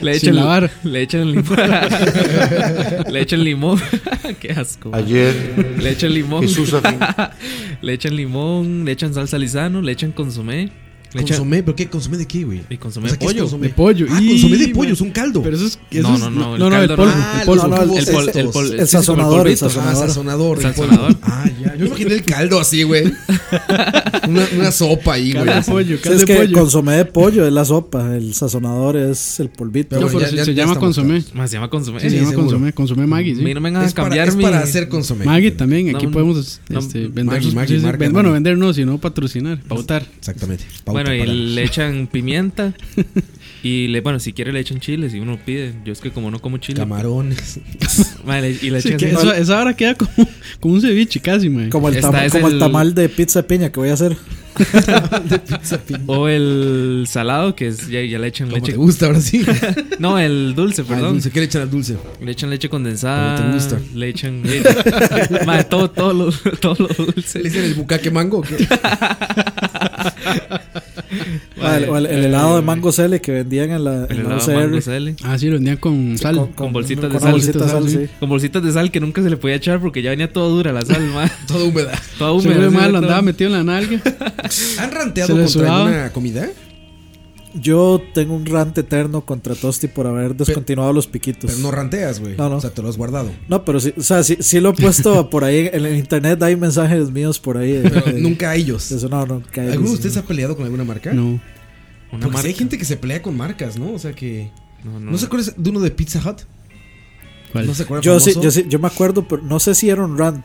Speaker 4: Le
Speaker 1: Sin
Speaker 4: echan,
Speaker 1: lavar.
Speaker 4: le echan limón. le echan limón. Qué asco. mae.
Speaker 5: Ayer.
Speaker 4: Le echan limón.
Speaker 5: Jesús afirmó.
Speaker 4: le echan limón, le echan salsa lisano, le echan consomé. Le echan
Speaker 2: ¿Consomé? ¿Pero qué? ¿Consomé de qué, güey?
Speaker 4: y consomé
Speaker 2: O sea, ¿qué es
Speaker 4: pollo.
Speaker 2: consomé?
Speaker 1: De pollo.
Speaker 2: Ah,
Speaker 1: Y-
Speaker 2: consomé de
Speaker 1: mae.
Speaker 2: pollo, es un caldo. Ah,
Speaker 1: Pero eso es... eso
Speaker 4: No,
Speaker 1: es-
Speaker 4: no, no, el
Speaker 1: No, no, el
Speaker 4: caldo
Speaker 1: polvo.
Speaker 4: no.
Speaker 1: el polvo.
Speaker 3: no, no,
Speaker 4: El, pol-
Speaker 2: estos.
Speaker 4: el, pol-
Speaker 3: El
Speaker 4: sí, sí, como
Speaker 3: sazonador, el
Speaker 4: polvito.
Speaker 3: sazonador.
Speaker 2: Ah, sazonador. de pollo.
Speaker 4: Sazonador.
Speaker 2: Ah, ya. Yo imaginé el caldo así, güey. Una, una sopa ahí, güey.
Speaker 1: Caldo pues, de pollo,
Speaker 3: Sí,
Speaker 1: caldo
Speaker 3: es
Speaker 1: de
Speaker 3: que
Speaker 1: pollo.
Speaker 3: consomé de pollo es la sopa, el sazonador es el polvito.
Speaker 1: No,
Speaker 2: Pero bueno, ya-
Speaker 1: pero se-
Speaker 2: ya-
Speaker 1: se
Speaker 2: ya
Speaker 1: llama
Speaker 2: estamos
Speaker 1: consomé.
Speaker 4: Ma, se llama consomé.
Speaker 1: Sí, se llama
Speaker 2: seguro.
Speaker 1: consomé, consomé Maggi,
Speaker 4: A mí
Speaker 1: sí.
Speaker 4: no me van a
Speaker 2: es, para,
Speaker 4: cambiar
Speaker 2: es
Speaker 4: mi...
Speaker 2: para hacer consomé.
Speaker 1: Maggi también, aquí
Speaker 4: No,
Speaker 1: podemos
Speaker 4: no,
Speaker 1: este, vender
Speaker 2: Maggi,
Speaker 1: sus-
Speaker 2: Maggi,
Speaker 1: sí, sí,
Speaker 2: marca,
Speaker 1: ven-
Speaker 2: Maggi.
Speaker 1: bueno, vender no, sino patrocinar, pautar.
Speaker 2: Exactamente. Pauta
Speaker 4: Bueno, y
Speaker 2: para-
Speaker 4: le echan pimienta. y le, bueno, si quiere le echan chile, si uno pide. Yo es que como no como chile.
Speaker 2: Camarones.
Speaker 4: ma, le- y le
Speaker 1: Sí,
Speaker 4: echan
Speaker 1: que
Speaker 4: así.
Speaker 1: eso- esa ahora queda como, como un ceviche casi, mae.
Speaker 3: Como el,
Speaker 4: Esta
Speaker 3: tam-
Speaker 4: es
Speaker 3: como el
Speaker 4: el-
Speaker 3: tamal de pizza de piña que voy a hacer.
Speaker 4: O el salado, que es, ya, ya le echan
Speaker 2: Como
Speaker 4: leche.
Speaker 2: te gusta ahora sí?
Speaker 4: No, el dulce,
Speaker 2: Al
Speaker 4: perdón.
Speaker 2: dulce. ¿Qué le echan al dulce?
Speaker 4: Le echan leche condensada.
Speaker 2: Como te gusta.
Speaker 4: Le echan. ma, todo, todo, lo, todo lo dulce.
Speaker 2: ¿Le dicen el bucaque mango? o qué?
Speaker 3: Ah, el- o el, el helado de mango cele que vendían en la,
Speaker 4: eh, El
Speaker 3: en la
Speaker 4: helado
Speaker 3: UCR.
Speaker 4: mango sale.
Speaker 1: Ah, sí, lo vendían con sal.
Speaker 4: Con bolsitas de
Speaker 3: con
Speaker 4: sal.
Speaker 3: bolsitas de sal,
Speaker 1: Sí.
Speaker 3: sí.
Speaker 4: Con bolsitas de sal que nunca se le podía echar porque ya venía toda dura la sal, ma.
Speaker 2: Toda húmeda.
Speaker 4: Toda
Speaker 1: Se
Speaker 4: húmeda.
Speaker 1: ve
Speaker 4: así,
Speaker 1: mal, lo
Speaker 4: toda-
Speaker 1: andaba metido en la nalga.
Speaker 2: ¿Han
Speaker 1: Se
Speaker 2: ranteado
Speaker 1: le
Speaker 2: contra
Speaker 1: sudaba.
Speaker 2: alguna comida?
Speaker 3: Yo tengo un rant eterno contra Tosti por haber descontinuado los piquitos.
Speaker 2: Pero no ranteas, güey.
Speaker 3: No, no.
Speaker 2: O sea, te lo has guardado.
Speaker 3: No, pero sí, o sea, sí, sí lo he puesto por ahí en el internet, hay mensajes míos por ahí. de-
Speaker 2: Pero
Speaker 3: de-
Speaker 2: nunca a ellos.
Speaker 3: de eso, no, no, que hay-
Speaker 2: ¿Alguno de ustedes ha peleado con alguna marca?
Speaker 1: No.
Speaker 4: Una
Speaker 2: Porque sí
Speaker 4: marca.
Speaker 2: hay gente que se pelea con marcas, ¿no? O sea que.
Speaker 4: No, no.
Speaker 2: ¿No se acuerdas de uno de Pizza Hut?
Speaker 1: ¿Cuál?
Speaker 2: ¿No se acuerdan?
Speaker 3: Yo, sí, yo, sí- yo me acuerdo, pero no sé si era un rant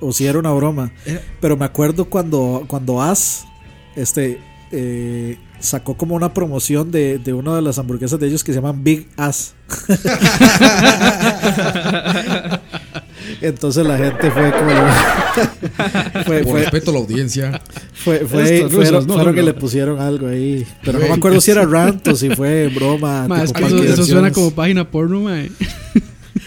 Speaker 3: o si era una broma,
Speaker 2: Era-
Speaker 3: pero me acuerdo cuando, cuando As este, eh, sacó como una promoción de, de una de las hamburguesas de ellos que se llaman Big As. Entonces la gente fue como. fue,
Speaker 2: Por
Speaker 3: fue,
Speaker 2: respeto a la audiencia.
Speaker 3: fue, fue- fueron-
Speaker 1: Estos rusos pues, no
Speaker 3: fueron
Speaker 1: son
Speaker 3: que le
Speaker 1: locos.
Speaker 3: pusieron algo ahí. Pero no me
Speaker 2: Güey,
Speaker 3: acuerdo si era rant o si fue broma.
Speaker 1: Ma, es
Speaker 3: tipo
Speaker 1: que eso,
Speaker 3: parque de
Speaker 1: eso suena
Speaker 3: diversiones.
Speaker 1: como página porno, mae.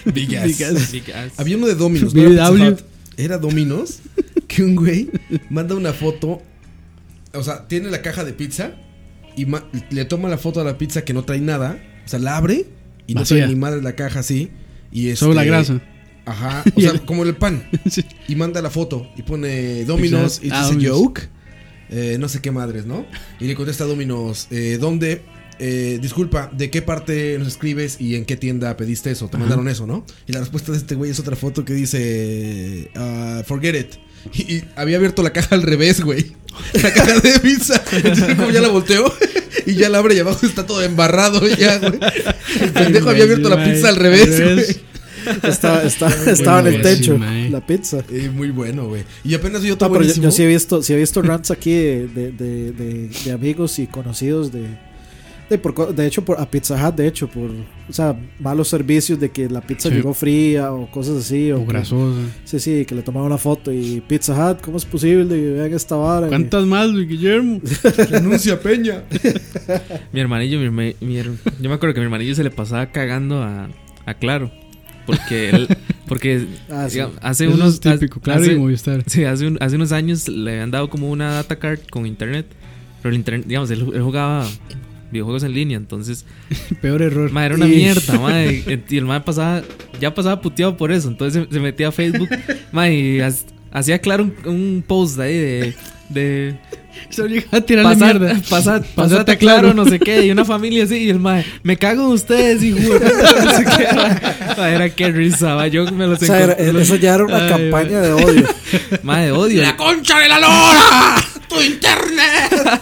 Speaker 2: Big ass.
Speaker 1: Big ass.
Speaker 4: Big ass.
Speaker 2: Había uno de Dominos. no era
Speaker 1: BBW.
Speaker 2: Pizza Hut, Era Dominos. Que un güey manda una foto. O sea, tiene la caja de pizza. Y ma- le toma la foto a la pizza que no trae nada. O sea, la abre. Y no
Speaker 1: Vacía.
Speaker 2: trae ni madre la caja así. Y es.
Speaker 1: Solo la grasa.
Speaker 2: Ajá. O sea, como el pan.
Speaker 1: Sí.
Speaker 2: Y manda la foto. Y pone Dominos. Y
Speaker 1: Ah,
Speaker 2: dice
Speaker 1: Domino's.
Speaker 2: joke. eh, no sé qué madres, ¿no? Y le contesta a Dominos. eh, ¿Dónde? Eh, disculpa, ¿de qué parte nos escribes y en qué tienda pediste eso? Te mandaron eso, ¿no? Y la respuesta de este güey es otra foto que dice. ah, forget it. Y, y había abierto la caja al revés, güey. La caja de pizza. Entonces, como ya la volteó. Y ya la abre y abajo está todo embarrado ya, güey. El pendejo había abierto la pizza al revés, güey.
Speaker 3: Estaba, estaba- estaba en el
Speaker 1: buenísimo,
Speaker 3: techo,
Speaker 1: eh.
Speaker 3: la pizza.
Speaker 2: Eh, muy bueno, güey. Y apenas yo
Speaker 3: No,
Speaker 2: estaba
Speaker 3: pero yo,
Speaker 2: buenísimo.
Speaker 3: yo sí he visto, sí he visto rants aquí de, de- de- de- de amigos y conocidos de, de, por co- de hecho por a Pizza Hut, de hecho, por o sea, malos servicios de que la pizza
Speaker 1: Sí.
Speaker 3: llegó fría o cosas así. O
Speaker 1: O
Speaker 3: que-
Speaker 1: grasosa.
Speaker 3: Sí, sí, que le tomaron una foto y Pizza Hut, ¿cómo es posible? Y vean esta vara. y-
Speaker 1: ¿Cuántas más, Luis Guillermo?
Speaker 2: Renuncia, Peña.
Speaker 4: Mi hermanillo, mi, herma- mi her- yo me acuerdo que mi hermanillo se le pasaba cagando a, a Claro. Porque él, porque
Speaker 3: Ah, sí.
Speaker 4: digamos, hace
Speaker 1: Eso
Speaker 4: unos
Speaker 1: es típico,
Speaker 4: hace-
Speaker 1: claro,
Speaker 4: hace-
Speaker 1: y Movistar.
Speaker 4: sí, hace, un- hace unos años le habían dado como una data card con internet, pero el internet, digamos, él, él jugaba videojuegos en línea, entonces,
Speaker 1: Peor error.
Speaker 4: ma, era una
Speaker 1: Y-
Speaker 4: mierda, ma, y y el ma pasaba, ya pasaba puteado por eso, entonces se, se metía a Facebook, ma, y haz- hacía claro un, un post ahí de- de
Speaker 1: Se llega a Ah, tirarle
Speaker 4: Pasar, eh,
Speaker 1: mierda.
Speaker 4: pasar,
Speaker 1: Pasate
Speaker 4: pasate
Speaker 1: a Claro.
Speaker 4: claro, no sé qué, y una familia así, y el mae, me cago en ustedes, hijo de puta", no sé qué. Mae, Era que risa, mae, yo me los
Speaker 3: O sea, era-
Speaker 4: encontré.
Speaker 3: eso ya era una
Speaker 1: Ay,
Speaker 3: campaña de odio.
Speaker 4: Mae, odio.
Speaker 2: concha de la lora! ¡Tu internet!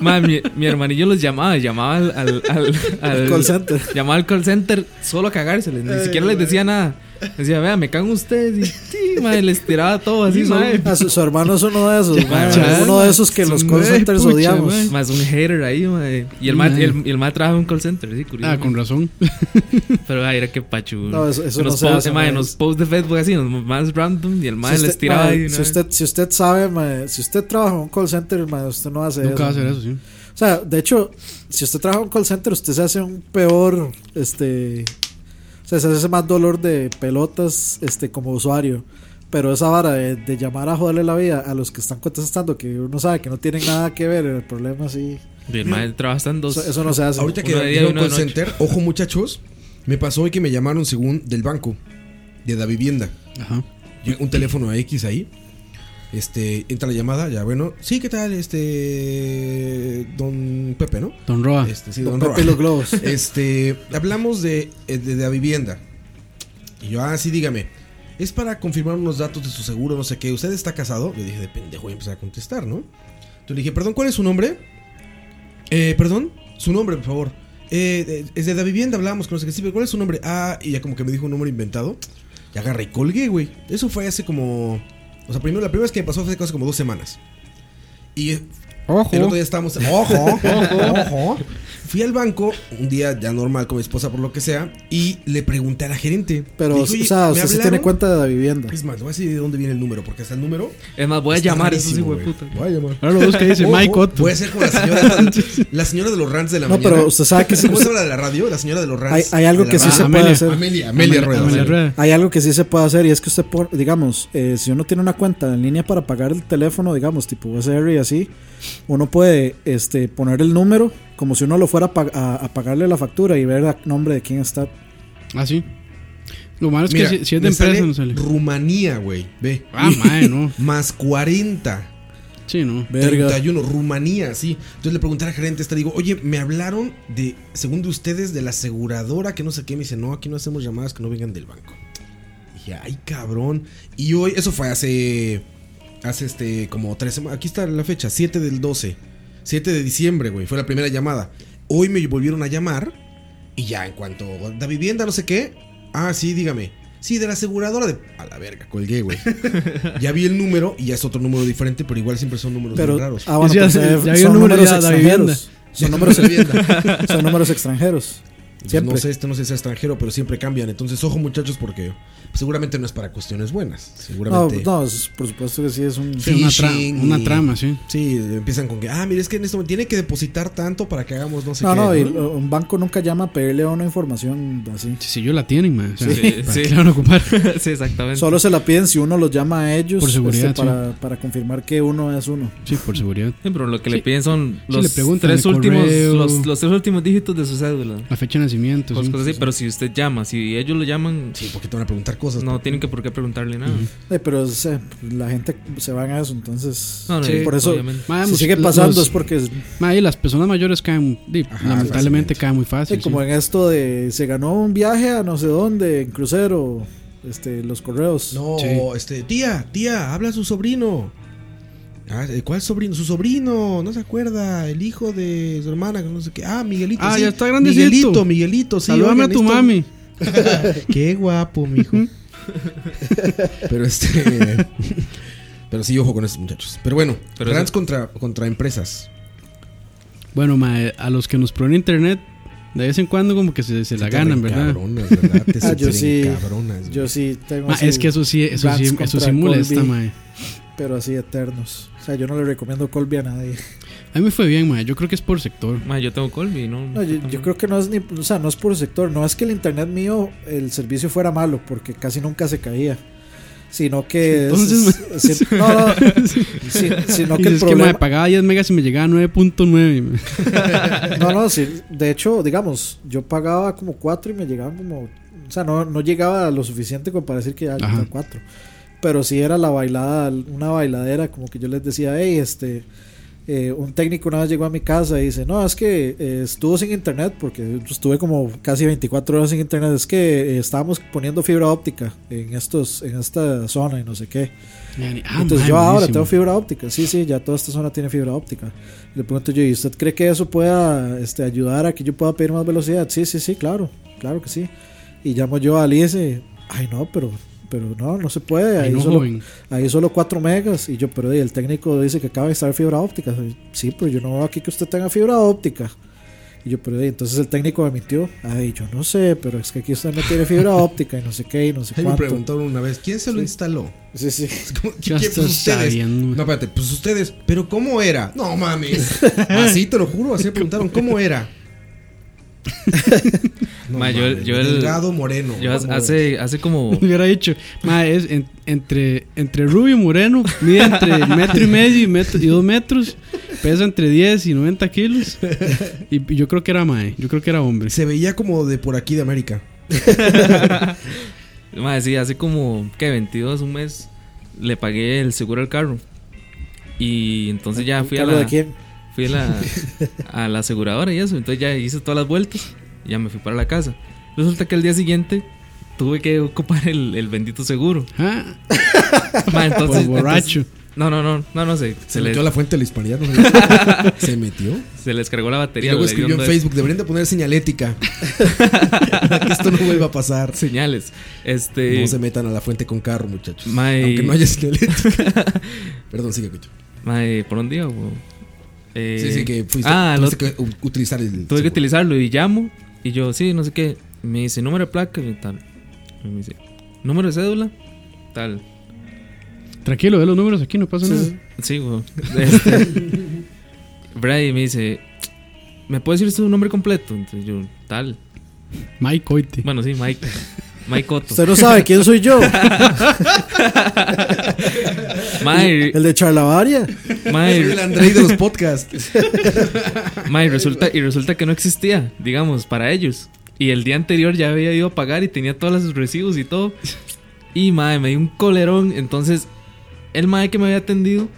Speaker 4: Mae, mi, mi hermanillo los llamaba, llamaba al, al, al- al-
Speaker 3: call center.
Speaker 4: Llamaba al call center solo a cagárseles, ni siquiera les decía nada. Decía, vea, me cago en ustedes, y sí, mae, les tiraba todo así, mae.
Speaker 3: Ah, su, su hermano es uno de esos, mae,
Speaker 1: ya.
Speaker 3: uno de esos que los
Speaker 1: Su
Speaker 3: call
Speaker 1: madre,
Speaker 3: centers
Speaker 1: pucha,
Speaker 3: odiamos.
Speaker 1: mae.
Speaker 4: Más un hater ahí, mae. Y el mae, el, y el mae trabajaba en un call center, sí, curioso.
Speaker 1: Ah, con razón.
Speaker 4: Pero ay, era que pachu.
Speaker 3: No, eso- eso
Speaker 4: Unos
Speaker 3: no se
Speaker 4: posts,
Speaker 3: hace,
Speaker 4: mae,
Speaker 3: mae.
Speaker 4: unos posts de Facebook así, los más random y el mae
Speaker 3: si
Speaker 4: les
Speaker 3: usted,
Speaker 4: tiraba
Speaker 3: mae,
Speaker 4: ahí.
Speaker 3: si
Speaker 4: ¿no?
Speaker 3: usted, si usted sabe, mae, si usted trabaja en un call center, mae, usted no hace
Speaker 1: Nunca va a hacer
Speaker 3: mae.
Speaker 1: eso, sí.
Speaker 3: O sea, de hecho, si usted trabaja en un call center, usted se hace un peor, este, o sea, se hace más dolor de pelotas, este, como usuario. Pero esa vara de, de llamar a joderle la vida a los que están contestando, que uno sabe que no tienen nada que ver en el problema, sí.
Speaker 4: Y el mae trabaja hasta en dos.
Speaker 3: Eso, eso no se hace.
Speaker 2: Ahorita que
Speaker 4: Uno de día y
Speaker 2: dijeron
Speaker 4: uno de
Speaker 2: call
Speaker 4: noche.
Speaker 2: center, ojo muchachos, me pasó hoy que me llamaron según del banco, de la vivienda.
Speaker 1: Ajá.
Speaker 2: Yo- un teléfono X ahí. Este, entra la llamada, ya bueno. Sí, ¿qué tal? Este. Don Pepe, ¿no?
Speaker 1: Don Roa.
Speaker 2: Este, sí,
Speaker 3: Don
Speaker 2: don,
Speaker 3: Pepe
Speaker 2: Roa.
Speaker 3: y los globos.
Speaker 2: Este, hablamos de, eh, de la vivienda. Y yo, ah, sí, dígame. Es para confirmar unos datos de su seguro, no sé qué. ¿Usted está casado? Le dije, de pendejo, voy a empezar a contestar, ¿no? Entonces le dije, perdón, ¿cuál es su nombre? Eh, perdón, su nombre, por favor. Eh, eh, es de la vivienda, hablamos con no sé qué. Sí, pero ¿cuál es su nombre? Ah, y ya como que me dijo un nombre inventado. Y agarré y colgué, güey. Eso fue hace como. O sea, primero, la primera vez que me pasó fue hace como dos semanas. Y eh,
Speaker 1: Ojo.
Speaker 2: el otro día estábamos. Ojo, ojo, ojo. Fui al banco un día ya normal con mi esposa, por lo que sea, y le pregunté a la gerente.
Speaker 3: Pero,
Speaker 2: Le
Speaker 3: o
Speaker 2: dije, "Oye,
Speaker 3: sea,
Speaker 2: ¿me
Speaker 3: usted se
Speaker 2: hablaron?"
Speaker 3: tiene cuenta de la vivienda.
Speaker 2: Es más, no voy a decir de dónde viene el número, porque hasta el número.
Speaker 4: Es más, voy a
Speaker 2: está
Speaker 4: llamar a esos
Speaker 2: rarísimo,
Speaker 4: hijos de
Speaker 2: güey.
Speaker 4: puta.
Speaker 2: Voy a llamar.
Speaker 1: Ahora lo busca y dice
Speaker 2: Ojo,
Speaker 1: Mike Otto.
Speaker 2: Voy a ser como la señora, la señora de los rants de la
Speaker 3: No,
Speaker 2: mañana.
Speaker 3: pero usted sabe que sí-
Speaker 2: ¿Cómo se habla de la radio? La señora de los rants.
Speaker 3: Hay- hay algo
Speaker 2: de la
Speaker 3: que sí
Speaker 2: radio.
Speaker 1: se puede
Speaker 2: Amelia,
Speaker 3: hacer.
Speaker 2: Amelia, Amelia Rueda.
Speaker 1: Amelia
Speaker 2: Amelia.
Speaker 1: Rueda.
Speaker 3: Hay algo que sí se puede hacer y es que usted, pon- digamos, eh, si uno tiene una cuenta en línea para pagar el teléfono, digamos, tipo USR y así, uno puede este, poner el número como si uno lo fuera a, pag- a- a pagarle la factura y ver el nombre de quién está.
Speaker 1: Ah, sí. Lo malo es
Speaker 2: Mira,
Speaker 1: que si, si es de
Speaker 2: me sale
Speaker 1: empresa no sale.
Speaker 2: Rumanía, güey. Ve.
Speaker 1: Ah, mae, no.
Speaker 2: Más 40.
Speaker 1: Sí, no.
Speaker 3: Verga.
Speaker 2: 31, Rumanía, sí. Entonces le pregunté a la gerente esta, digo, oye, me hablaron de, según de ustedes, de la aseguradora, que no sé qué. Me dice, no, aquí no hacemos llamadas que no vengan del banco. dije, ay, cabrón. Y hoy, eso fue hace, hace este, como tres semanas. Aquí está la fecha, 7 del 12. 7 de diciembre, güey, fue la primera llamada. Hoy me volvieron a llamar y ya en cuanto la vivienda, no sé qué. Ah, sí, dígame. Sí, de la aseguradora de. A la verga, colgué, güey. ya vi el número y ya es otro número diferente, pero igual siempre son números
Speaker 3: Pero,
Speaker 2: bien raros.
Speaker 3: ah, bueno,
Speaker 1: Ya-
Speaker 3: pues, eh,
Speaker 1: ya había
Speaker 3: son
Speaker 1: un número
Speaker 3: números
Speaker 1: ya de la
Speaker 3: extranjeros. Son números,
Speaker 2: vivienda. Pues,
Speaker 3: son números extranjeros. Siempre.
Speaker 2: No sé, este no sé si es extranjero, pero siempre cambian. Entonces, ojo, muchachos, porque seguramente no es para cuestiones buenas.
Speaker 3: No,
Speaker 2: Seguramente.
Speaker 3: no, es- por supuesto que sí es un.
Speaker 1: Sí, una, tra-
Speaker 2: Phishing
Speaker 1: una
Speaker 2: y-
Speaker 1: trama, sí.
Speaker 2: Sí, empiezan con que, ah, mire, es que en esto tiene que depositar tanto para que hagamos no sé
Speaker 3: No,
Speaker 2: qué.
Speaker 3: no, y
Speaker 2: ¿no?
Speaker 3: lo- un banco nunca llama a pedirle a uno información así.
Speaker 1: Si, si yo la tienen, man. O sea,
Speaker 4: Sí,
Speaker 1: ¿para
Speaker 4: sí.
Speaker 1: qué la van a ocupar?
Speaker 4: sí, exactamente.
Speaker 3: Solo se la piden si uno los llama a ellos
Speaker 1: Por seguridad,
Speaker 3: este, para, para confirmar que uno es uno.
Speaker 1: Sí, por seguridad.
Speaker 4: Sí, pero lo que le piden son
Speaker 1: Sí,
Speaker 4: los,
Speaker 1: le preguntan
Speaker 4: tres
Speaker 1: el
Speaker 4: últimos,
Speaker 1: correo. Pues
Speaker 4: los, los tres últimos dígitos de su cédula. Pues
Speaker 1: La fecha de nacimiento.
Speaker 2: Pues,
Speaker 4: Cosas
Speaker 1: sí.
Speaker 4: así, pero si usted llama, si ellos lo llaman,
Speaker 2: Sí, pues, porque te van a preguntar cosas.
Speaker 4: no tienen que por qué preguntarle nada.
Speaker 3: Eh, pero es, eh, la gente se van a eso, entonces.
Speaker 4: No, no,
Speaker 1: Sí.
Speaker 3: por eso,
Speaker 4: obviamente.
Speaker 3: si
Speaker 1: Ma, pues, Ah, los-
Speaker 3: sigue pasando
Speaker 1: los- Ah,
Speaker 3: es porque, es-
Speaker 1: ma, y las personas mayores caen, di,
Speaker 2: Ajá,
Speaker 1: lamentablemente caen muy
Speaker 3: sí,
Speaker 1: fácil. sí.
Speaker 3: eh, como en esto de se ganó un viaje a no sé dónde, en crucero, este, los correos.
Speaker 2: No,
Speaker 1: Sí.
Speaker 2: este, tía, tía, habla su sobrino. Ah, ¿eh, ¿Cuál sobrino? Su sobrino, no se acuerda, el hijo de su hermana, no sé qué. Ah, Miguelito.
Speaker 1: Ah,
Speaker 2: sí.
Speaker 1: ya está grandecito.
Speaker 2: Miguelito, Miguelito, sí.
Speaker 1: Salúdame a
Speaker 2: oigan,
Speaker 1: tu
Speaker 2: esto-
Speaker 1: mami.
Speaker 2: Qué guapo, mijo. pero este. pero sí, ojo con estos muchachos. Pero bueno,
Speaker 4: Pero
Speaker 2: trans
Speaker 4: eso-
Speaker 2: contra, contra empresas.
Speaker 1: Bueno, ma, eh, a los que nos ponen internet, de vez en cuando como que se, se la
Speaker 2: Te
Speaker 1: ganan, ¿verdad?
Speaker 2: Cabronas, ¿verdad? Te
Speaker 3: Ah, yo
Speaker 2: superencabronas,
Speaker 3: sí.
Speaker 2: cabronas.
Speaker 3: Yo sí tengo.
Speaker 1: Ma,
Speaker 3: así
Speaker 1: Ah, es que eso sí, eso sí,
Speaker 3: Rants
Speaker 1: eso sí
Speaker 3: contra
Speaker 1: molesta,
Speaker 3: Colby.
Speaker 1: ma.
Speaker 3: Pero así eternos. O sea, yo no le recomiendo Colby a nadie.
Speaker 1: A mí me fue bien, ma. Yo creo que es por sector.
Speaker 4: Ma, yo tengo Colby, ¿no?
Speaker 3: No, yo, yo creo que no es ni, o sea, no es por sector, no es que el internet mío, el servicio fuera malo, porque casi nunca se caía, sino que es-
Speaker 1: Entonces,
Speaker 3: es- si- no, no, si- sino
Speaker 1: Y
Speaker 3: que el
Speaker 1: es que, ma,
Speaker 3: problema,
Speaker 1: pagaba 10 megas y me llegaba a 9.9. ma.
Speaker 3: no, no, si- de hecho, digamos, yo pagaba como cuatro y me llegaban como, o sea, no, no llegaba a lo suficiente como para decir que ya
Speaker 1: Ajá.
Speaker 3: ya cuatro, pero si era la bailada, una bailadera, como que yo les decía, hey, este, eh, un técnico una vez llegó a mi casa y dice, no, es que eh, estuvo sin internet, porque estuve como casi 24 horas sin internet, es que eh, estábamos poniendo fibra óptica en, estos, en esta zona y no sé qué.
Speaker 1: Ya ni- ah,
Speaker 3: Entonces
Speaker 1: ma,
Speaker 3: yo ahora
Speaker 1: buenísimo.
Speaker 3: tengo fibra óptica, sí, sí, ya toda esta zona tiene fibra óptica. Y le pregunto yo, ¿y usted cree que eso pueda este, ayudar a que yo pueda pedir más velocidad? Sí, sí, sí, claro, claro que sí. Y llamo yo a Alice, ay no, pero... Pero no, no se puede.
Speaker 1: Ay,
Speaker 3: Ahí
Speaker 1: no,
Speaker 3: solo-
Speaker 1: joven.
Speaker 3: Ahí solo 4 megas. Y yo, pero y el técnico dice que acaba de estar fibra óptica. Sí, pero yo no veo aquí que usted tenga fibra óptica. Y yo, pero y entonces el técnico me mintió. Ay, yo no sé, pero es que aquí usted no tiene fibra óptica y no sé qué y no sé
Speaker 2: Ahí me
Speaker 3: cuánto.
Speaker 2: preguntaron una vez, ¿quién se lo instaló?
Speaker 3: Sí, sí.
Speaker 2: Es como, ¿qué-
Speaker 1: Ya
Speaker 2: qué-
Speaker 1: estás sabiendo, güey.
Speaker 2: No, espérate, pues ustedes, pero ¿cómo era? No mames. Así te lo juro, así me preguntaron, ¿cómo era? No
Speaker 4: Ma, yo-
Speaker 2: mames,
Speaker 4: yo el-
Speaker 2: delgado moreno.
Speaker 4: Yo
Speaker 2: ¿Cómo
Speaker 4: hace, hace como.
Speaker 1: Hubiera dicho, ma, es en- entre, entre rubio y moreno, mide entre metro y medio y, metro, y dos metros, pesa entre 10 y 90 kilos. Y yo creo que era mae, yo creo que era hombre.
Speaker 2: Se veía como de por aquí de América.
Speaker 4: Ma, sí, hace como. ¿Qué? 22, un mes. Le pagué el seguro al carro. Y entonces ya fui a
Speaker 3: ¿Carro
Speaker 4: la.
Speaker 3: de quién?
Speaker 4: Fui a la, a la aseguradora y eso. Entonces ya hice todas las vueltas. Y ya me fui para la casa. Resulta que al día siguiente tuve que ocupar el, el bendito seguro.
Speaker 1: Ah,
Speaker 4: Ma, entonces,
Speaker 1: Por borracho.
Speaker 4: entonces- no, no, no, no, no sé. Se,
Speaker 2: Se
Speaker 4: le,
Speaker 2: metió a la fuente del hispaniano. ¿no? se metió.
Speaker 4: se les cargó la
Speaker 2: Y
Speaker 4: batería.
Speaker 2: luego
Speaker 4: le
Speaker 2: escribió
Speaker 4: dieron
Speaker 2: en
Speaker 4: dos
Speaker 2: Facebook, deberían de poner señalética. Para que esto no vuelva a pasar.
Speaker 4: Señales. Este.
Speaker 2: No se metan a la fuente con carro, muchachos.
Speaker 4: Ma, eh, y-
Speaker 2: Aunque no haya señalética. Perdón, sigue, Cucho.
Speaker 4: Mae, ¿por dónde iba, güey? Eh,
Speaker 2: Sí, sí, que fuiste.
Speaker 4: Ah,
Speaker 2: tuviste
Speaker 4: lo-
Speaker 2: que u- utilizar el.
Speaker 4: tuve que
Speaker 2: seguro.
Speaker 4: utilizarlo y llamo. Y yo, sí, no sé qué. Me dice, número de placa y tal. Y me dice, número de cédula, tal.
Speaker 1: tranquilo, ve los números aquí, no pasa nada.
Speaker 4: Sí, güey. Este, Brady me dice, ¿me puede decir su nombre completo? Entonces yo, tal.
Speaker 1: Mike Coite.
Speaker 4: Bueno, sí, Mike. Mike Cotto.
Speaker 3: Usted no sabe quién soy yo.
Speaker 4: Mae,
Speaker 3: El de Charlavaria.
Speaker 2: Soy el
Speaker 4: mae,
Speaker 2: Andrei de los podcasts.
Speaker 4: mae, resulta, y resulta que no existía, digamos, para ellos. Y el día anterior ya había ido a pagar y tenía todos los recibos y todo. Y mae, me dio un colerón. Entonces, el mae que me había atendido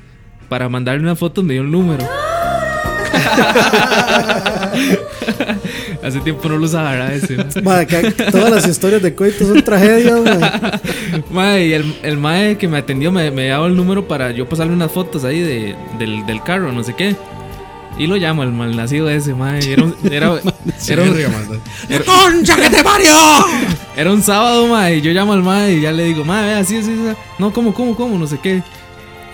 Speaker 4: para mandarle una foto me dio un número. Hace tiempo no lo usaba, ¿verdad? Ese.
Speaker 3: Madre, que todas las historias de Coito son tragedias. madre.
Speaker 4: Mae, y el, el mae que me atendió me, me daba el número para yo pasarle unas fotos ahí de, del, del carro, no sé qué. Y lo llamo, el malnacido ese, mae. Era un, era, era un-
Speaker 2: Verga, maldad.
Speaker 1: ¡Concha que te parió!
Speaker 4: era un sábado, mae. Y yo llamo al mae y ya le digo, mae, vea, así, así, así. No, ¿cómo, cómo, cómo? No sé qué.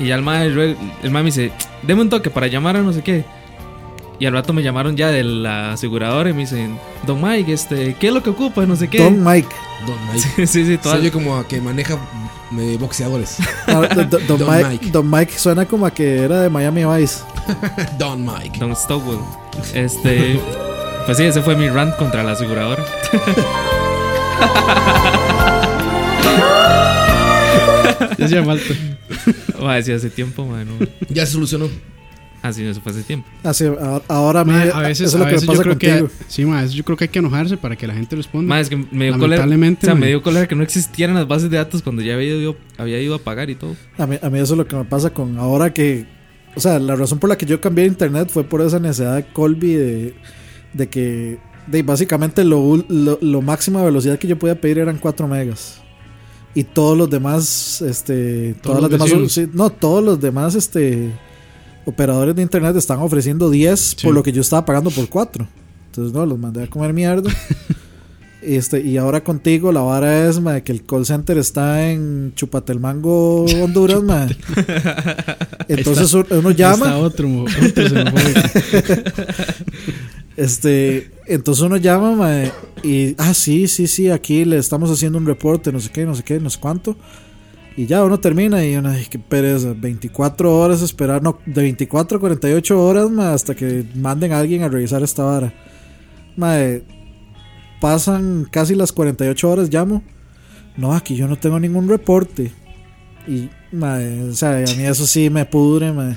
Speaker 4: Y ya el mae, rue- el mae me dice, deme un toque para llamar a no sé qué. Y al rato me llamaron ya de la aseguradora y me dicen, Don Mike, este, ¿qué es lo que ocupa? No sé qué.
Speaker 3: Don Mike.
Speaker 2: Don Mike.
Speaker 4: Sí, sí, sí,
Speaker 2: Se
Speaker 4: toda-
Speaker 2: oye como a que maneja eh, boxeadores.
Speaker 3: Ah, do- do- Don,
Speaker 2: Don
Speaker 3: Mike,
Speaker 2: Mike.
Speaker 3: Don Mike suena como a que era de Miami Vice.
Speaker 2: Don Mike.
Speaker 4: Don Stockwell. Este. Pues sí, ese fue mi rant contra la aseguradora.
Speaker 1: Ya hacía falta.
Speaker 4: Mae, sí, hace tiempo, mae. no.
Speaker 2: Ya se solucionó.
Speaker 4: Ah, sí, eso fue hace tiempo.
Speaker 3: Así, a- ahora
Speaker 1: Ma,
Speaker 3: mire,
Speaker 1: a veces,
Speaker 3: eso es lo
Speaker 1: a
Speaker 3: que me
Speaker 1: veces yo
Speaker 3: pasa
Speaker 1: creo
Speaker 3: contigo.
Speaker 1: que. Sí, ma, eso yo creo que hay que enojarse para que la gente responda.
Speaker 4: Mae, es que me dio cólera.
Speaker 1: Lamentablemente,
Speaker 4: O sea,
Speaker 1: mae.
Speaker 4: me dio cólera que no existieran las bases de datos cuando ya había ido, había ido a pagar y todo.
Speaker 3: A mí, a mí eso es lo que me pasa con ahora que... O sea, la razón por la que yo cambié de internet fue por esa necesidad de Colby de, de que... De básicamente lo, ul- lo, lo máxima velocidad que yo podía pedir eran 4 megas. Y todos los demás, este... todas
Speaker 1: los
Speaker 3: las demás...
Speaker 1: vecinos.
Speaker 3: sí, no, todos los demás, este... Operadores de internet están ofreciendo 10 por lo que yo estaba pagando por 4. Entonces, no, los mandé a comer mierda. Este, y ahora contigo la vara es ma, que el call center está en Chupatelmango, Honduras, ma. Entonces uno
Speaker 1: Ahí está
Speaker 3: llama,
Speaker 1: otro, mo- otro se me fue.
Speaker 3: este, entonces uno llama, ma, y ah sí, sí, sí, aquí le estamos haciendo un reporte, no sé qué, no sé qué, no sé cuánto. Y ya uno termina y uno, ay, qué pereza, 24 horas esperar, no, de 24 a 48 horas, ma, hasta que manden a alguien a revisar esta vara. Mae, pasan casi las 48 horas, llamo. No, aquí yo no tengo ningún reporte. Y, mae, o sea, a mí eso sí me pudre, mae.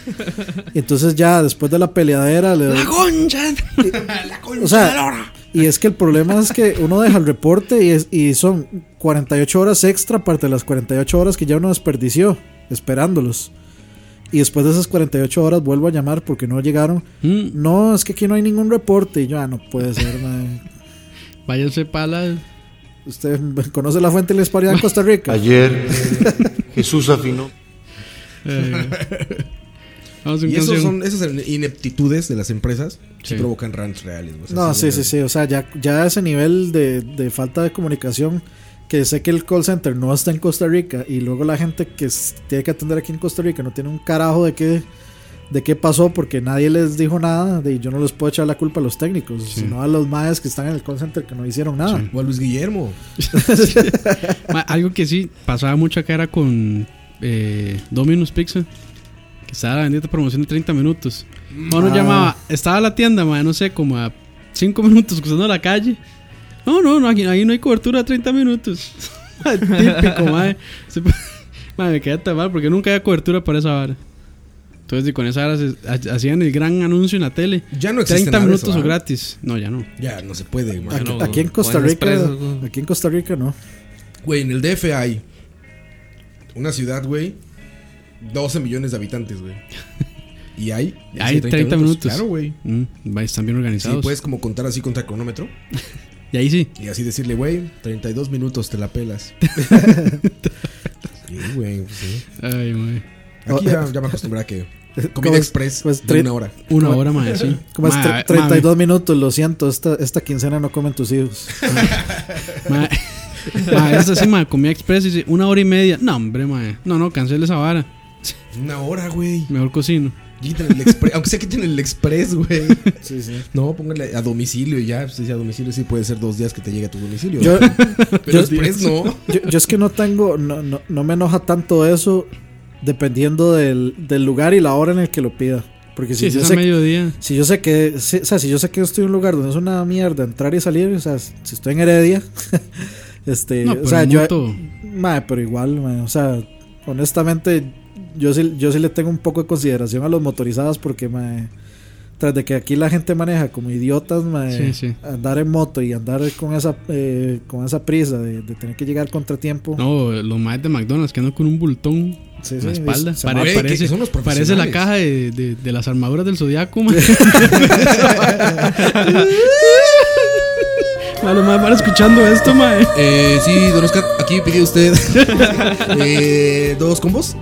Speaker 3: Y entonces ya, después de la peleadera, le doy- o sea, y es que el problema es que uno deja el reporte y, es, y son 48 horas extra aparte de las 48 horas que ya uno desperdició esperándolos. Y después de esas 48 horas vuelvo a llamar porque no llegaron.
Speaker 1: Mm,
Speaker 3: No, es que aquí no hay ningún reporte. Y yo, ah, no puede ser, mae.
Speaker 1: váyanse para la. eh.
Speaker 3: Usted conoce la fuente de la disparidad en Costa Rica.
Speaker 5: Ayer Jesús afinó.
Speaker 1: eh, Vamos a un
Speaker 2: Y esos
Speaker 1: canción.
Speaker 2: son, esas ineptitudes de las empresas sí
Speaker 1: Sí.
Speaker 2: provocan rants reales. güey. O sea,
Speaker 3: No,
Speaker 2: sí,
Speaker 3: sí, sí, sí. O sea, ya, ya ese nivel de, de falta de comunicación, que sé que el call center no está en Costa Rica y luego la gente que s- tiene que atender aquí en Costa Rica no tiene un carajo de qué, de qué pasó porque nadie les dijo nada. De, yo no les puedo echar la culpa a los técnicos, sino a los madres que están en el call center que no hicieron nada.
Speaker 2: O a Luis Guillermo.
Speaker 1: Ma, algo que sí pasaba mucho acá era con eh, Domino's Pizza. Que estaba la bendita promoción de 30 minutos.
Speaker 2: Mm.
Speaker 1: Uno
Speaker 3: Ah.
Speaker 1: llamaba, estaba la tienda, ma, no sé, como a 5 minutos cruzando la calle. No, no, no aquí, ahí no hay cobertura de 30 minutos. Ma, Típico, madre. me quedé tan mal porque nunca había cobertura para esa vara. Entonces, y con esa vara se- ha- hacían el gran anuncio en la tele.
Speaker 2: Ya no existe
Speaker 1: 30
Speaker 2: nada de eso,
Speaker 1: minutos o
Speaker 2: ¿verdad?
Speaker 1: gratis. No, ya no.
Speaker 2: Ya no se puede, güey.
Speaker 3: Aquí,
Speaker 4: Bueno,
Speaker 3: aquí en Costa
Speaker 4: Juan
Speaker 3: Rica,
Speaker 4: Expreso, güey.
Speaker 3: aquí en Costa Rica no.
Speaker 2: Güey, en el DF hay una ciudad, güey, 12 millones de habitantes, güey. Y hay, sí,
Speaker 1: Hay 30, minutos.
Speaker 2: Claro, güey.
Speaker 1: Mm, va, están bien
Speaker 2: Sí, pues.
Speaker 1: organizados.
Speaker 2: puedes como contar así contra cronómetro
Speaker 1: Y ahí sí.
Speaker 2: y así decirle, güey, 32 minutos te la pelas. sí, güey, pues sí.
Speaker 1: Ay, madre.
Speaker 2: Aquí ya, ya me acostumbré a que comida express
Speaker 3: pues,
Speaker 2: de
Speaker 3: tre-
Speaker 2: una hora.
Speaker 1: Una hora más, sí.
Speaker 3: Eh, Como es
Speaker 1: Ma,
Speaker 3: tre-
Speaker 1: ma,
Speaker 3: 32 minutos, lo siento, esta, esta quincena no comen tus hijos.
Speaker 1: Ma, ma, esta sí, ma, comía express y dice, una hora y media. No, hombre, ma. No, no, cancele esa vara.
Speaker 2: Una hora, güey.
Speaker 1: Mejor cocino.
Speaker 2: Quiten el express, aunque sea quiten el express, güey.
Speaker 3: Sí, sí.
Speaker 2: No, póngale a domicilio y ya. Si a domicilio sí puede ser dos días que te llegue a tu domicilio.
Speaker 3: Yo,
Speaker 2: pero
Speaker 3: yo-
Speaker 2: express no.
Speaker 3: Yo, yo es que no tengo, no, no, no me enoja tanto eso dependiendo del, del lugar y la hora en el que lo pida. Porque si,
Speaker 1: Sí, si
Speaker 3: yo,
Speaker 1: es a
Speaker 3: sé, que-
Speaker 1: mediodía.
Speaker 3: si yo sé que, si- o sea, si yo sé que estoy en un lugar donde es una mierda entrar y salir, o sea, si estoy en Heredia, este,
Speaker 1: No, pues
Speaker 3: o
Speaker 1: pero
Speaker 3: sea, yo,
Speaker 1: mutuo.
Speaker 3: Mae, pero igual, mae, o sea, honestamente, yo sí, yo sí le tengo un poco de consideración a los motorizados porque, mae, tras de que aquí la gente maneja como idiotas, mae,
Speaker 1: Sí, sí.
Speaker 3: andar en moto y andar con esa, eh, con esa prisa de, de tener que llegar contra tiempo.
Speaker 1: No, los maes de McDonald's que andan con un bultón
Speaker 3: Sí,
Speaker 1: en
Speaker 3: sí,
Speaker 1: la
Speaker 3: es-
Speaker 1: espalda.
Speaker 3: se
Speaker 1: Pare-
Speaker 2: Güey, que-
Speaker 1: parece,
Speaker 2: que son los
Speaker 1: parece la
Speaker 2: profesionales.
Speaker 1: caja de, de- de las armaduras del zodiaco, ma. Ma, los maes van escuchando esto, ma.
Speaker 2: Eh, sí, don Oscar, aquí pidió usted eh, dos combos.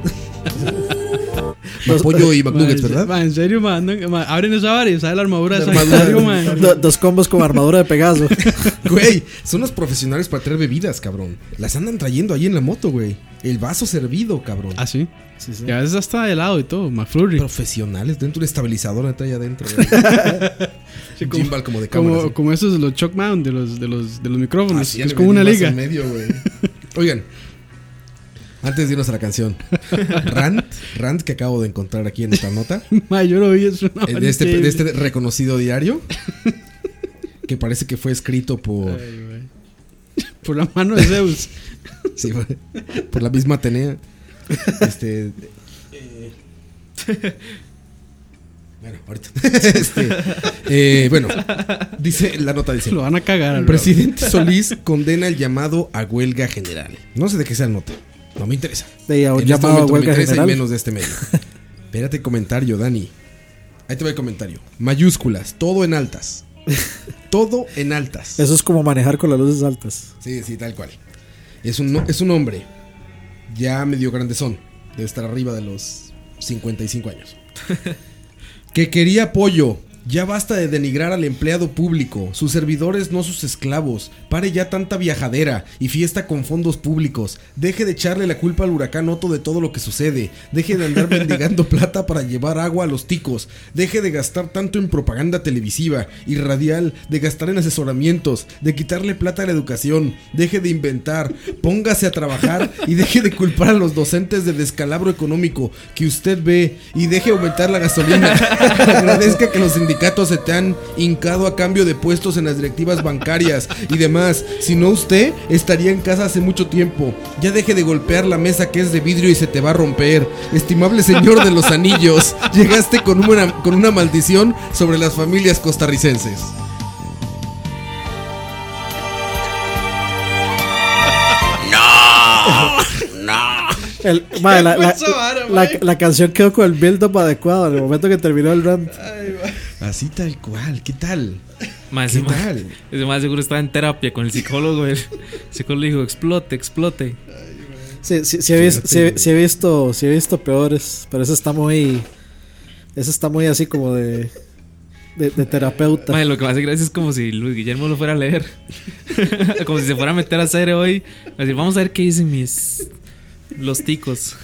Speaker 2: Pollo y McNuggets,
Speaker 1: Ma,
Speaker 2: ¿verdad?
Speaker 1: ma, en serio, ma, andan- ma, abren esa vara y sale la armadura de
Speaker 2: La
Speaker 1: Sagitario,
Speaker 2: armadura de
Speaker 1: ma.
Speaker 3: Do- dos combos con armadura de Pegaso.
Speaker 2: Güey, son los profesionales para traer bebidas, cabrón. Las andan trayendo ahí en la moto, güey. El vaso servido, cabrón.
Speaker 1: Así.
Speaker 2: Sí, sí.
Speaker 1: Y a veces hasta de helado y todo, McFlurry.
Speaker 2: Profesionales, dentro de un estabilizador la trae adentro. güey. Un
Speaker 1: como-
Speaker 2: gimbal como de cámara.
Speaker 1: Como, como esos de los Chuckman, de los, de los, de los micrófonos.
Speaker 2: Así,
Speaker 1: que
Speaker 2: Ah, ya
Speaker 1: es
Speaker 2: le
Speaker 1: como una
Speaker 2: venimos
Speaker 1: liga.
Speaker 2: en medio, güey. Oigan, antes de irnos a la canción, Rant, Rant que acabo de encontrar aquí en esta nota,
Speaker 1: Ma, yo lo vi, es una
Speaker 2: eh,
Speaker 1: vara
Speaker 2: de este, de
Speaker 1: increíble.
Speaker 2: este reconocido diario, que parece que fue escrito por,
Speaker 1: Ay, güey. Por la mano de Zeus.
Speaker 2: sí, por- por la misma Atenea. Este. eh, Bueno, ahorita. Este, eh, bueno, dice la nota dice.
Speaker 1: Lo van a cagar al
Speaker 2: El presidente Solís condena el llamado a huelga general. No sé de qué sea el nota. No me interesa.
Speaker 3: De ya,
Speaker 2: En
Speaker 3: un
Speaker 2: este
Speaker 3: llamado a
Speaker 2: momento me
Speaker 3: huelga
Speaker 2: interesa y
Speaker 3: general.
Speaker 2: menos de este medio. Espérate comentario, Dani. Ahí te va el comentario. Mayúsculas, todo en altas. Todo en altas.
Speaker 3: Eso es como manejar con las luces altas.
Speaker 2: Sí, sí, tal cual. Es un, no- es un hombre ya medio grandezón. Debe estar arriba de los 55 años. que quería apoyo. Ya basta de denigrar al empleado público, sus servidores no sus esclavos. Pare ya tanta viajadera y fiesta con fondos públicos. Deje de echarle la culpa al huracán Otto de todo lo que sucede. Deje de andar mendigando plata para llevar agua a los ticos. Deje de gastar tanto en propaganda televisiva y radial, de gastar en asesoramientos, de quitarle plata a la educación. Deje de inventar, póngase a trabajar y deje de culpar a los docentes de descalabro económico que usted ve y deje aumentar la gasolina. Agradezca que los sindicatos se te han hincado a cambio de puestos en las directivas bancarias y demás. Si no usted, estaría en casa hace mucho tiempo. Ya deje de golpear la mesa que es de vidrio y se te va a romper. Estimable señor de los anillos, llegaste con una, con una maldición sobre las familias costarricenses.
Speaker 3: El- madre, la, la-
Speaker 1: esa vara,
Speaker 3: la-
Speaker 1: madre?
Speaker 3: la canción quedó con el build-up adecuado en el momento que terminó el rant.
Speaker 2: Así tal cual, ¿qué tal?
Speaker 4: Más,
Speaker 2: ¿Qué tal?
Speaker 4: Ese más seguro estaba en terapia con el psicólogo. El psicólogo le dijo, explote, explote.
Speaker 3: Sí, sí, sí he, vis- sí he- sí he visto, sí he visto peores, pero eso está muy. Eso está muy así como de. de, de terapeuta.
Speaker 4: Madre, lo que me hace gracia es como si Luis Guillermo lo fuera a leer. como si se fuera a meter a hacer hoy. Así, vamos a ver qué dicen mis... Los ticos.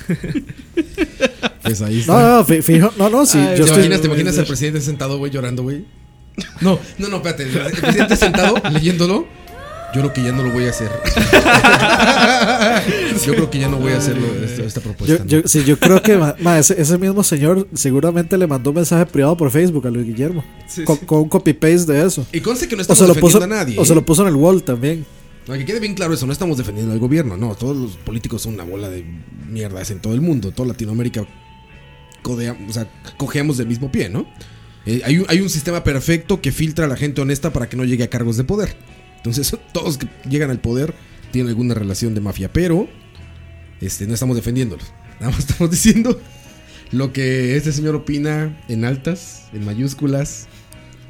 Speaker 2: Pues ahí
Speaker 3: No, no, no, fi- fijo- no, no, sí,
Speaker 2: Ah, ¿Te
Speaker 3: yo estoy-
Speaker 2: imaginas, te imaginas al presidente sentado, güey, llorando, güey? No, no, no, espérate. El presidente sentado leyéndolo. Yo creo que ya no lo voy a hacer. Yo creo que ya no voy a hacerlo esta, esta
Speaker 3: yo,
Speaker 2: propuesta. ¿no?
Speaker 3: yo, sí, yo creo que ma- ma, ese, ese mismo señor seguramente le mandó un mensaje privado por Facebook a Luis Guillermo. con, con un copy-paste de eso.
Speaker 2: Y conste que no
Speaker 3: O
Speaker 2: estamos
Speaker 3: se, lo puso,
Speaker 2: defendiendo a nadie.
Speaker 3: o se
Speaker 2: ¿eh?
Speaker 3: lo puso en el wall también.
Speaker 2: No, que quede bien claro eso, no estamos defendiendo al gobierno, no, todos los políticos son una bola de mierdas en todo el mundo, toda Latinoamérica codea- o sea, cogeamos del mismo pie, ¿no? Eh, hay, un, hay un sistema perfecto que filtra a la gente honesta para que no llegue a cargos de poder. Entonces, todos que llegan al poder tienen alguna relación de mafia, pero este, no estamos defendiéndolos. Nada más estamos diciendo lo que este señor opina en altas, en mayúsculas,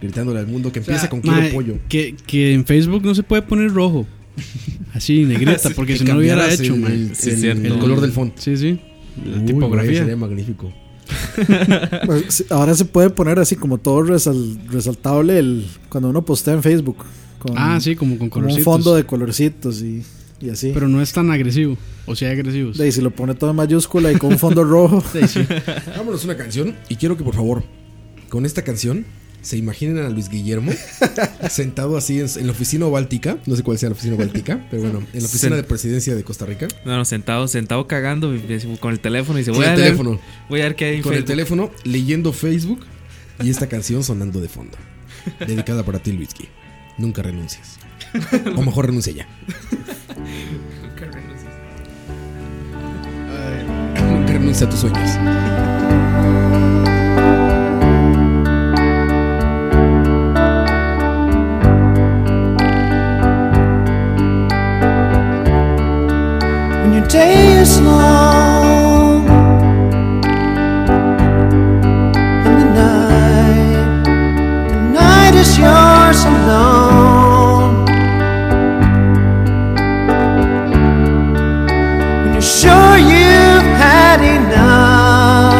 Speaker 2: gritándole al mundo que
Speaker 1: O sea,
Speaker 2: empieza con quiero
Speaker 1: mae,
Speaker 2: pollo.
Speaker 1: Que, que en Facebook no se puede poner rojo. Así, negrita, porque
Speaker 2: Que
Speaker 1: si no lo hubiera
Speaker 2: cambiaras
Speaker 1: hecho,
Speaker 2: el-
Speaker 1: mae.
Speaker 2: el-
Speaker 4: Sí,
Speaker 2: el-
Speaker 4: cierto.
Speaker 2: el color del fondo.
Speaker 1: Sí, sí. La
Speaker 2: Uy, güey,
Speaker 1: tipografía.
Speaker 2: sería magnífico.
Speaker 3: Bueno, Pues, sí, Ahora se puede poner así como todo resal- resaltable el, cuando uno postea en Facebook. Con,
Speaker 1: ah, sí, como con
Speaker 3: con un
Speaker 1: colorcitos.
Speaker 3: fondo de colorcitos y, y así.
Speaker 1: Pero no es tan agresivo. O sea, agresivos.
Speaker 3: De ahí, si lo pone todo en mayúscula y con un fondo rojo.
Speaker 2: Vámonos una canción y quiero que por favor, con esta canción, se imaginen a Luis Guillermo sentado así en, en la oficina báltica, no sé cuál sea la oficina báltica, pero bueno, en la oficina
Speaker 4: Sí.
Speaker 2: de presidencia de Costa Rica.
Speaker 4: No, no, sentado, sentado cagando y- y- con el teléfono. Y dice,
Speaker 2: Con
Speaker 4: voy
Speaker 2: el
Speaker 4: a leer-
Speaker 2: teléfono.
Speaker 4: Voy a ver qué hay en
Speaker 2: Con el
Speaker 4: Facebook".
Speaker 2: teléfono, leyendo Facebook y esta canción sonando de fondo. Dedicada para ti, Luis Gui. Nunca renuncies. O mejor renuncia ya. Nunca renuncia a tus sueños.
Speaker 7: when your day is long and the night the night is yours alone when you're sure you've had enough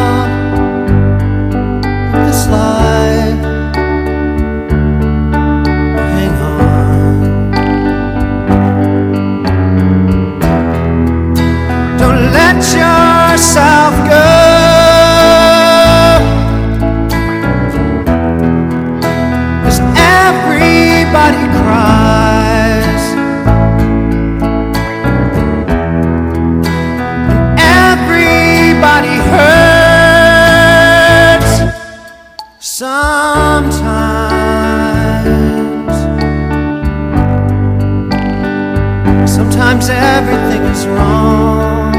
Speaker 8: was wrong.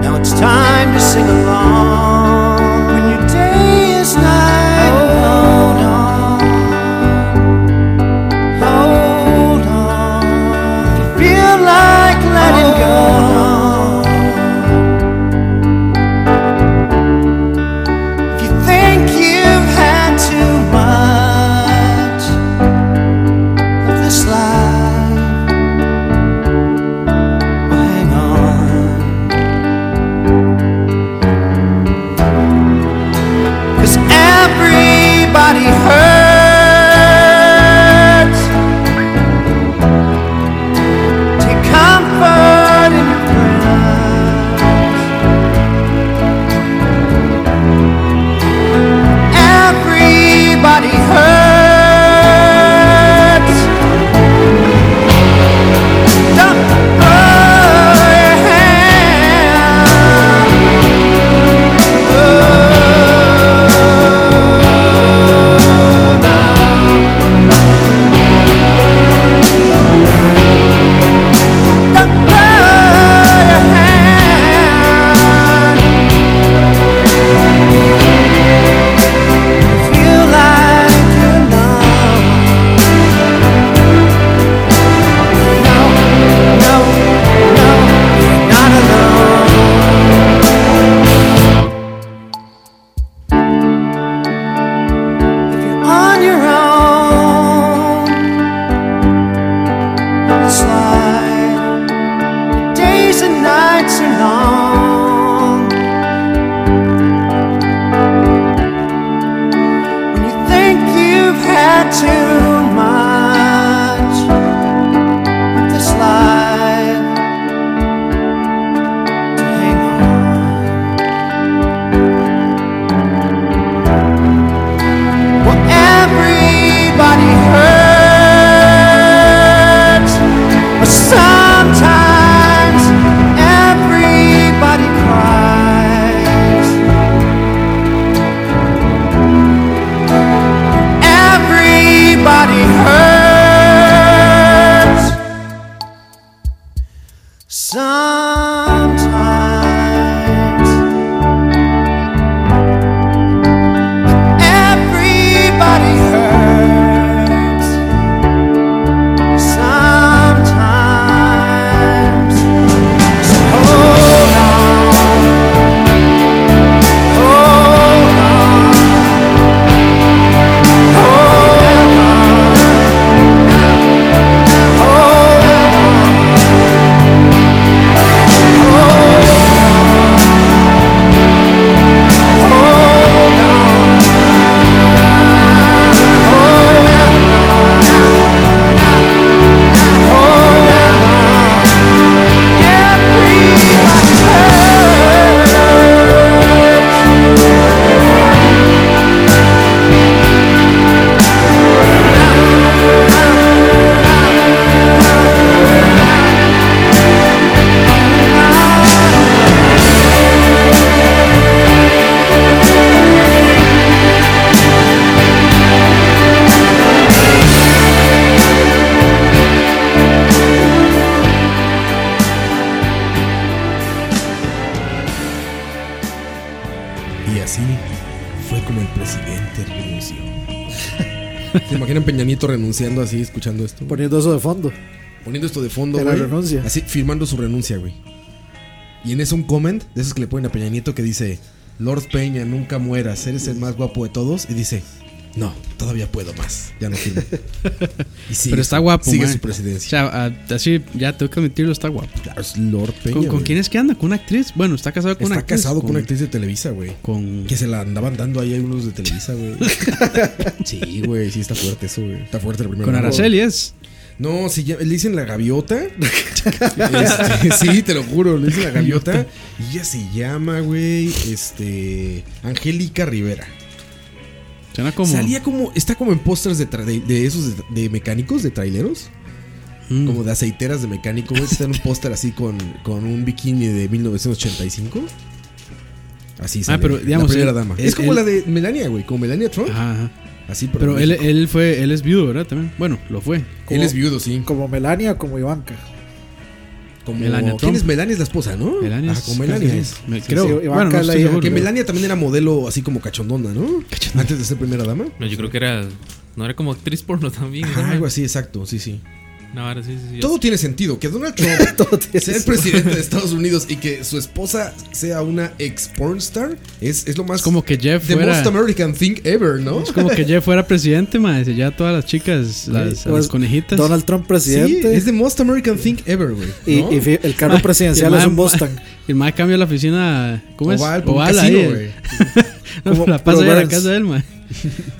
Speaker 8: Now it's time to sing along when your day is night. Hold on, hold on. If you feel like letting go. If you think you've had too much of this life, well, hang on. 'Cause everybody hurts. Take comfort in your friends. Everybody hurts. Don't throw your hand. Don't throw your hand. Feel like you're alone. No, no, no, you're not alone. If you're on your own, slide. Days and nights are long. when you think you've had too much of this life to hang on. Well, everybody hurts, but sometimes everybody cries. Everybody hurts sometimes. Everybody hurts sometimes. So hold on, hold on.
Speaker 2: Y así fue como el presidente renunció. ¿Se imaginan Peña Nieto renunciando así, escuchando esto? güey?
Speaker 3: Poniendo eso de fondo.
Speaker 2: Poniendo esto de fondo,
Speaker 3: De la
Speaker 2: güey.
Speaker 3: renuncia.
Speaker 2: Así, firmando su renuncia, güey. Y en eso un comment de esos que le ponen a Peña Nieto que dice: Lord Peña, nunca mueras, eres el más guapo de todos. Y dice: No, todavía puedo más. Ya no firmo. Y sigue
Speaker 1: Pero está
Speaker 2: su-
Speaker 1: guapo,
Speaker 2: Sigue
Speaker 1: mae.
Speaker 2: su presidencia.
Speaker 1: O sea, a- así, ya tengo que admitirlo, está guapo.
Speaker 2: Claro, es Lord Peña.
Speaker 1: ¿Con, con
Speaker 2: güey.
Speaker 1: quién es que anda? ¿Con una actriz? Bueno, está casado con una
Speaker 2: Está
Speaker 1: actriz.
Speaker 2: casado con una actriz de Televisa, güey.
Speaker 1: Con.
Speaker 2: Que se la andaban dando ahí a unos de Televisa, güey. sí, güey, sí está fuerte eso, güey. Está fuerte la primera.
Speaker 1: Con Araceli es.
Speaker 2: No, si ya- le dicen la gaviota. Este, sí, te lo juro, le dicen la gaviota. Y ella se llama, güey, este. Angélica Rivera.
Speaker 1: Suena como.
Speaker 2: Salía como. Está como en pósters de, tra- de, de esos de, de mecánicos, de traileros.
Speaker 1: Mm.
Speaker 2: Como de aceiteras de mecánico, güey. Está en un póster así con, con un bikini de 1985. Así
Speaker 1: Ah, pero, digamos,
Speaker 2: la primera
Speaker 1: el-
Speaker 2: dama.
Speaker 1: el-
Speaker 2: es como
Speaker 1: el-
Speaker 2: la de Melania, güey. Como Melania Trump.
Speaker 1: Ajá, ajá.
Speaker 2: Así,
Speaker 1: Pero él,
Speaker 2: México.
Speaker 1: él fue, él es viudo, ¿verdad? También. Bueno, lo fue.
Speaker 2: Él es viudo, sí.
Speaker 3: Como Melania o como Ivanka.
Speaker 2: Como,
Speaker 1: Melania
Speaker 2: ¿Quién
Speaker 1: Trump.
Speaker 2: es Melania? Es la esposa, ¿no?
Speaker 1: Melania.
Speaker 2: Ah, como Melania
Speaker 1: sí,
Speaker 2: es.
Speaker 1: sí, me- creo.
Speaker 3: sí, Ivanka
Speaker 1: bueno, no
Speaker 3: es la
Speaker 1: estoy
Speaker 3: hija.
Speaker 1: seguro.
Speaker 2: eh, Que Melania también era modelo así como cachondona, ¿no? Antes de ser primera dama.
Speaker 4: No, yo creo que era. No era como actriz porno también.
Speaker 2: Ah,
Speaker 4: ¿no?
Speaker 2: algo así, exacto, sí, sí.
Speaker 4: No, ahora sí, sí, sí.
Speaker 2: Todo tiene sentido. Que Donald Trump
Speaker 3: Todo tiene
Speaker 2: sea el
Speaker 3: sentido.
Speaker 2: presidente de Estados Unidos y que su esposa sea una ex pornstar es, es lo más.
Speaker 1: Es como que Jeff
Speaker 2: The
Speaker 1: fuera.
Speaker 2: most American thing ever, ¿no?
Speaker 1: Es como que Jeff fuera presidente, madre. Ya todas las chicas, las,
Speaker 3: Sí,
Speaker 1: a las
Speaker 3: pues,
Speaker 1: conejitas.
Speaker 3: Donald Trump
Speaker 2: Sí,
Speaker 3: presidente.
Speaker 2: es the most American thing ever, güey.
Speaker 3: y,
Speaker 2: ¿no?
Speaker 3: y fi- el carro presidencial
Speaker 1: Y el
Speaker 3: es un
Speaker 1: mae-
Speaker 3: Mustang.
Speaker 1: Y el más cambia la oficina. ¿Cómo es?
Speaker 2: Oval, por un
Speaker 1: Oval
Speaker 2: casino,
Speaker 1: ahí.
Speaker 2: güey.
Speaker 1: No,
Speaker 3: Como
Speaker 1: la pasa
Speaker 3: Pro
Speaker 1: ahí a la
Speaker 3: Burns.
Speaker 1: casa de él, madre.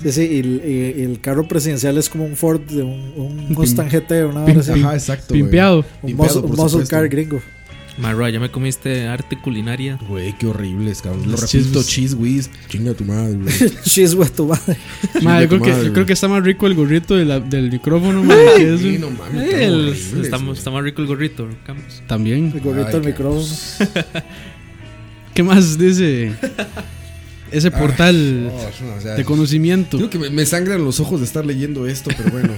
Speaker 3: Sí, sí, y, el- y- y el carro presidencial es como un Ford, de un, un Mustang GT, una hora así.
Speaker 2: Ajá, exacto. güey.
Speaker 1: Pimpeado.
Speaker 3: Un
Speaker 2: Limpiado,
Speaker 3: muscle,
Speaker 2: por
Speaker 3: un muscle
Speaker 2: supuesto.
Speaker 3: car gringo.
Speaker 4: Marroa, ya me comiste arte culinaria.
Speaker 2: Güey, qué horribles, cabrón. Lo
Speaker 1: Los
Speaker 2: repito,
Speaker 1: chismes.
Speaker 2: cheese whiz. Chinga tu madre, güey.
Speaker 3: She's with tu madre.
Speaker 1: Madre,
Speaker 2: Chinga tu
Speaker 1: yo, creo que,
Speaker 2: madre,
Speaker 1: yo creo que está más rico el gorrito de la- del micrófono, madre. que eh, eso.
Speaker 2: Sí, no mames, están
Speaker 4: El-
Speaker 2: horribles,
Speaker 4: está,
Speaker 2: güey.
Speaker 4: está más rico el gorrito, Campos.
Speaker 1: También.
Speaker 3: El gorrito
Speaker 2: Ay,
Speaker 3: del
Speaker 2: qué
Speaker 3: micrófono.
Speaker 1: ¿Qué más dice ese portal
Speaker 2: Oh, es una- o sea,
Speaker 1: de conocimiento?
Speaker 2: Digo que me, me sangran los ojos de estar leyendo esto, pero bueno.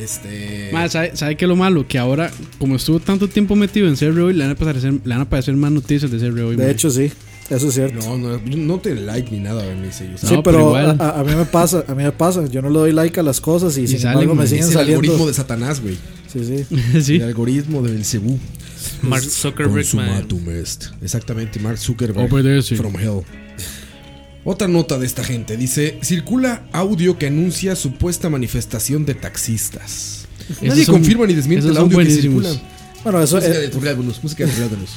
Speaker 2: este.
Speaker 1: Más, ¿sabe, sabe qué es lo malo? Que ahora, como estuvo tanto tiempo metido en CR hoy, le van a, aparecer, le van a aparecer más noticias de CR hoy.
Speaker 3: De
Speaker 1: madre.
Speaker 3: hecho, sí, eso es cierto.
Speaker 2: No, no, yo no te like ni nada, me dice yo.
Speaker 1: No,
Speaker 3: sí,
Speaker 1: pero
Speaker 3: pero, a,
Speaker 1: igual.
Speaker 3: a- a mí me pasa, a mí me pasa. Yo no le doy like a las cosas y, sin
Speaker 1: sale,
Speaker 3: embargo me
Speaker 1: man,
Speaker 2: es
Speaker 3: siguen
Speaker 2: el
Speaker 3: saliendo.
Speaker 2: algoritmo de Satanás, güey.
Speaker 3: Sí, sí.
Speaker 1: sí.
Speaker 2: El algoritmo del Belcebú. Pues,
Speaker 4: Mark Zuckerberg, man.
Speaker 2: Consumatumest. Exactamente, Mark Zuckerberg.
Speaker 1: Obedece.
Speaker 2: From Hell. Otra nota de esta gente dice: circula audio que anuncia supuesta manifestación de taxistas.
Speaker 1: Esos
Speaker 2: Nadie
Speaker 1: son-
Speaker 2: confirma ni desmiente
Speaker 1: esos
Speaker 2: el
Speaker 1: son
Speaker 2: audio que
Speaker 1: buenísimos.
Speaker 2: circula.
Speaker 3: Bueno, eso
Speaker 2: Música de
Speaker 3: es.
Speaker 2: Turrialbanos, música de Turrialbanos.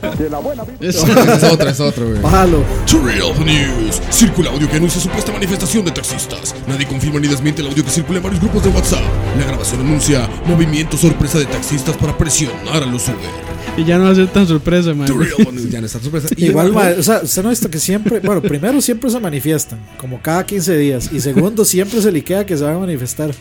Speaker 1: Es-
Speaker 2: es otra, es otra, güey.
Speaker 3: Bájalo.
Speaker 2: To Real News. Circula audio que anuncia supuesta manifestación de taxistas. Nadie confirma ni desmiente el audio que circula en varios grupos de WhatsApp. La grabación anuncia movimiento sorpresa de taxistas para presionar a los Uber.
Speaker 1: y ya no va a ser tan sorpresa, madre.
Speaker 2: To Real News. Ya no está sorpresa. Y
Speaker 3: Igual,
Speaker 2: abajo,
Speaker 3: ma- o sea, usted no ha visto que siempre, bueno, primero siempre se manifiestan, como cada 15 días, y segundo siempre se liquea que se van a manifestar.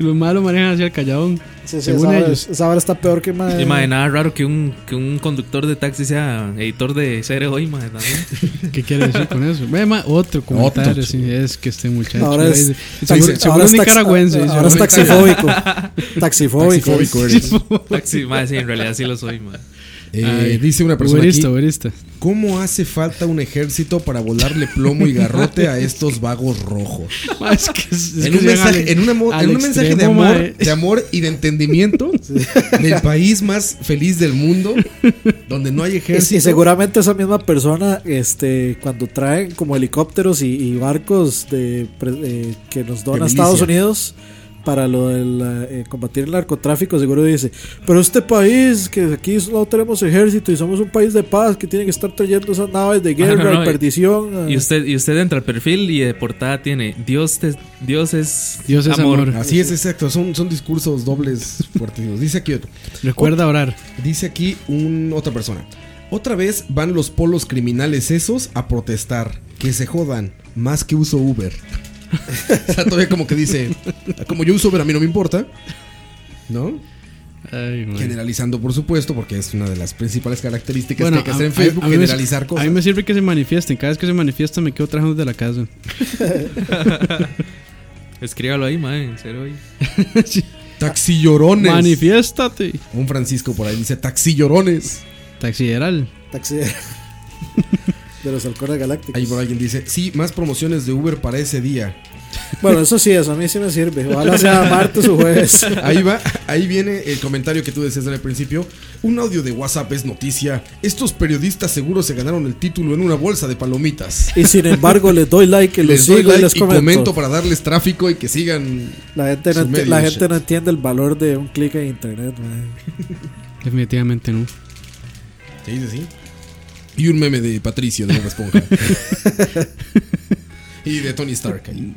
Speaker 1: Y los malos manejan hacia el calladón.
Speaker 3: Sí, sí,
Speaker 1: según
Speaker 3: esa vara-
Speaker 1: ellos.
Speaker 3: esa vara está peor que más.
Speaker 4: Y mae, nada raro que un, que un conductor de taxi sea editor de serie hoy, mae, también.
Speaker 1: ¿Qué quiere decir con eso? Ve, ma, otro comentario.
Speaker 2: Otro,
Speaker 1: sí, es que este muchacho.
Speaker 3: Ahora es,
Speaker 1: dice- seguro,
Speaker 3: taxi-
Speaker 1: seguro
Speaker 3: ahora
Speaker 1: es
Speaker 3: es tax-
Speaker 1: nicaragüense. dice,
Speaker 3: ahora es
Speaker 1: "Ahora-
Speaker 3: taxifóbico. Taxifóbico.
Speaker 2: Taxifóbico
Speaker 3: es.
Speaker 2: eres.
Speaker 4: Taxi, mae, sí, en realidad sí lo soy, mae.
Speaker 2: Eh,
Speaker 1: Ay,
Speaker 2: dice una persona aquí,
Speaker 1: Uberista, uberista.
Speaker 2: ¿cómo hace falta un ejército para volarle plomo y garrote a estos vagos rojos?
Speaker 1: Ma, es que es- es
Speaker 2: en
Speaker 1: que
Speaker 2: un
Speaker 1: llegan al-
Speaker 2: mensaje, en un amo-
Speaker 1: al
Speaker 2: en un mensaje de
Speaker 1: extremo, eh,
Speaker 2: amor,
Speaker 1: mae.
Speaker 2: de amor y de entendimiento del país más feliz del mundo, donde no hay ejército.
Speaker 3: Y seguramente esa misma persona, este, cuando traen como helicópteros y, y barcos de, pre- eh, que nos dona
Speaker 2: De milicia.
Speaker 3: Estados Unidos para lo del, eh, combatir el narcotráfico, seguro dice, pero este país, que aquí no tenemos ejército y somos un país de paz, que tienen que estar trayendo esas naves de guerra,
Speaker 4: no, no,
Speaker 3: y
Speaker 4: y-
Speaker 3: perdición.
Speaker 4: Y
Speaker 1: Ah.
Speaker 3: eh".
Speaker 4: usted, y usted entra al perfil y de portada tiene Dios, te- Dios es
Speaker 1: Dios es amor.
Speaker 2: Así es, exacto. Son, son discursos dobles fuertísimos. Dice aquí otro.
Speaker 1: Recuerda orar.
Speaker 2: Dice aquí un, otra persona. Otra vez van los polos criminales esos a protestar. Que se jodan. Más que uso Uber. o sea, todavía como que dice. Como yo uso Uber, a mí no me importa. ¿No?
Speaker 1: Ay, mae.
Speaker 2: Generalizando, por supuesto, porque es una de las principales características que hay que
Speaker 1: a-
Speaker 2: hacer en
Speaker 1: a-
Speaker 2: Facebook,
Speaker 1: a mí me-
Speaker 2: generalizar cosas.
Speaker 1: A mí me sirve que se manifiesten. Cada vez que se manifiestan me quedo trabajando de la casa.
Speaker 4: Escríbalo ahí, mae, en serio hoy.
Speaker 2: Taxillorones.
Speaker 1: Manifiéstate.
Speaker 2: Un Francisco por ahí dice taxillorones.
Speaker 1: Taxideral.
Speaker 3: Taxi de, de los halcones galácticos.
Speaker 2: Ahí por alguien dice, sí, más promociones de Uber para ese día.
Speaker 3: Bueno, eso sí, eso a mí sí me sirve. Ojalá sea martes o jueves.
Speaker 2: Ahí va, ahí viene el comentario que tú decías al principio. Un audio de WhatsApp es noticia. Estos periodistas seguro se ganaron el título en una bolsa de palomitas.
Speaker 3: Y sin embargo, les doy like, y los
Speaker 2: Les
Speaker 3: sigo
Speaker 2: doy like
Speaker 3: y les
Speaker 2: y comento.
Speaker 3: comento.
Speaker 2: para darles tráfico y que sigan.
Speaker 3: La gente,
Speaker 2: Su
Speaker 3: no, enti-
Speaker 2: medio
Speaker 3: la
Speaker 2: de
Speaker 3: gente
Speaker 2: chat.
Speaker 3: no entiende el valor de un clic en internet. man.
Speaker 1: Definitivamente no.
Speaker 2: Sí, sí, sí. Y un meme de Patricio de Bob Esponja. y de Tony Stark. ahí.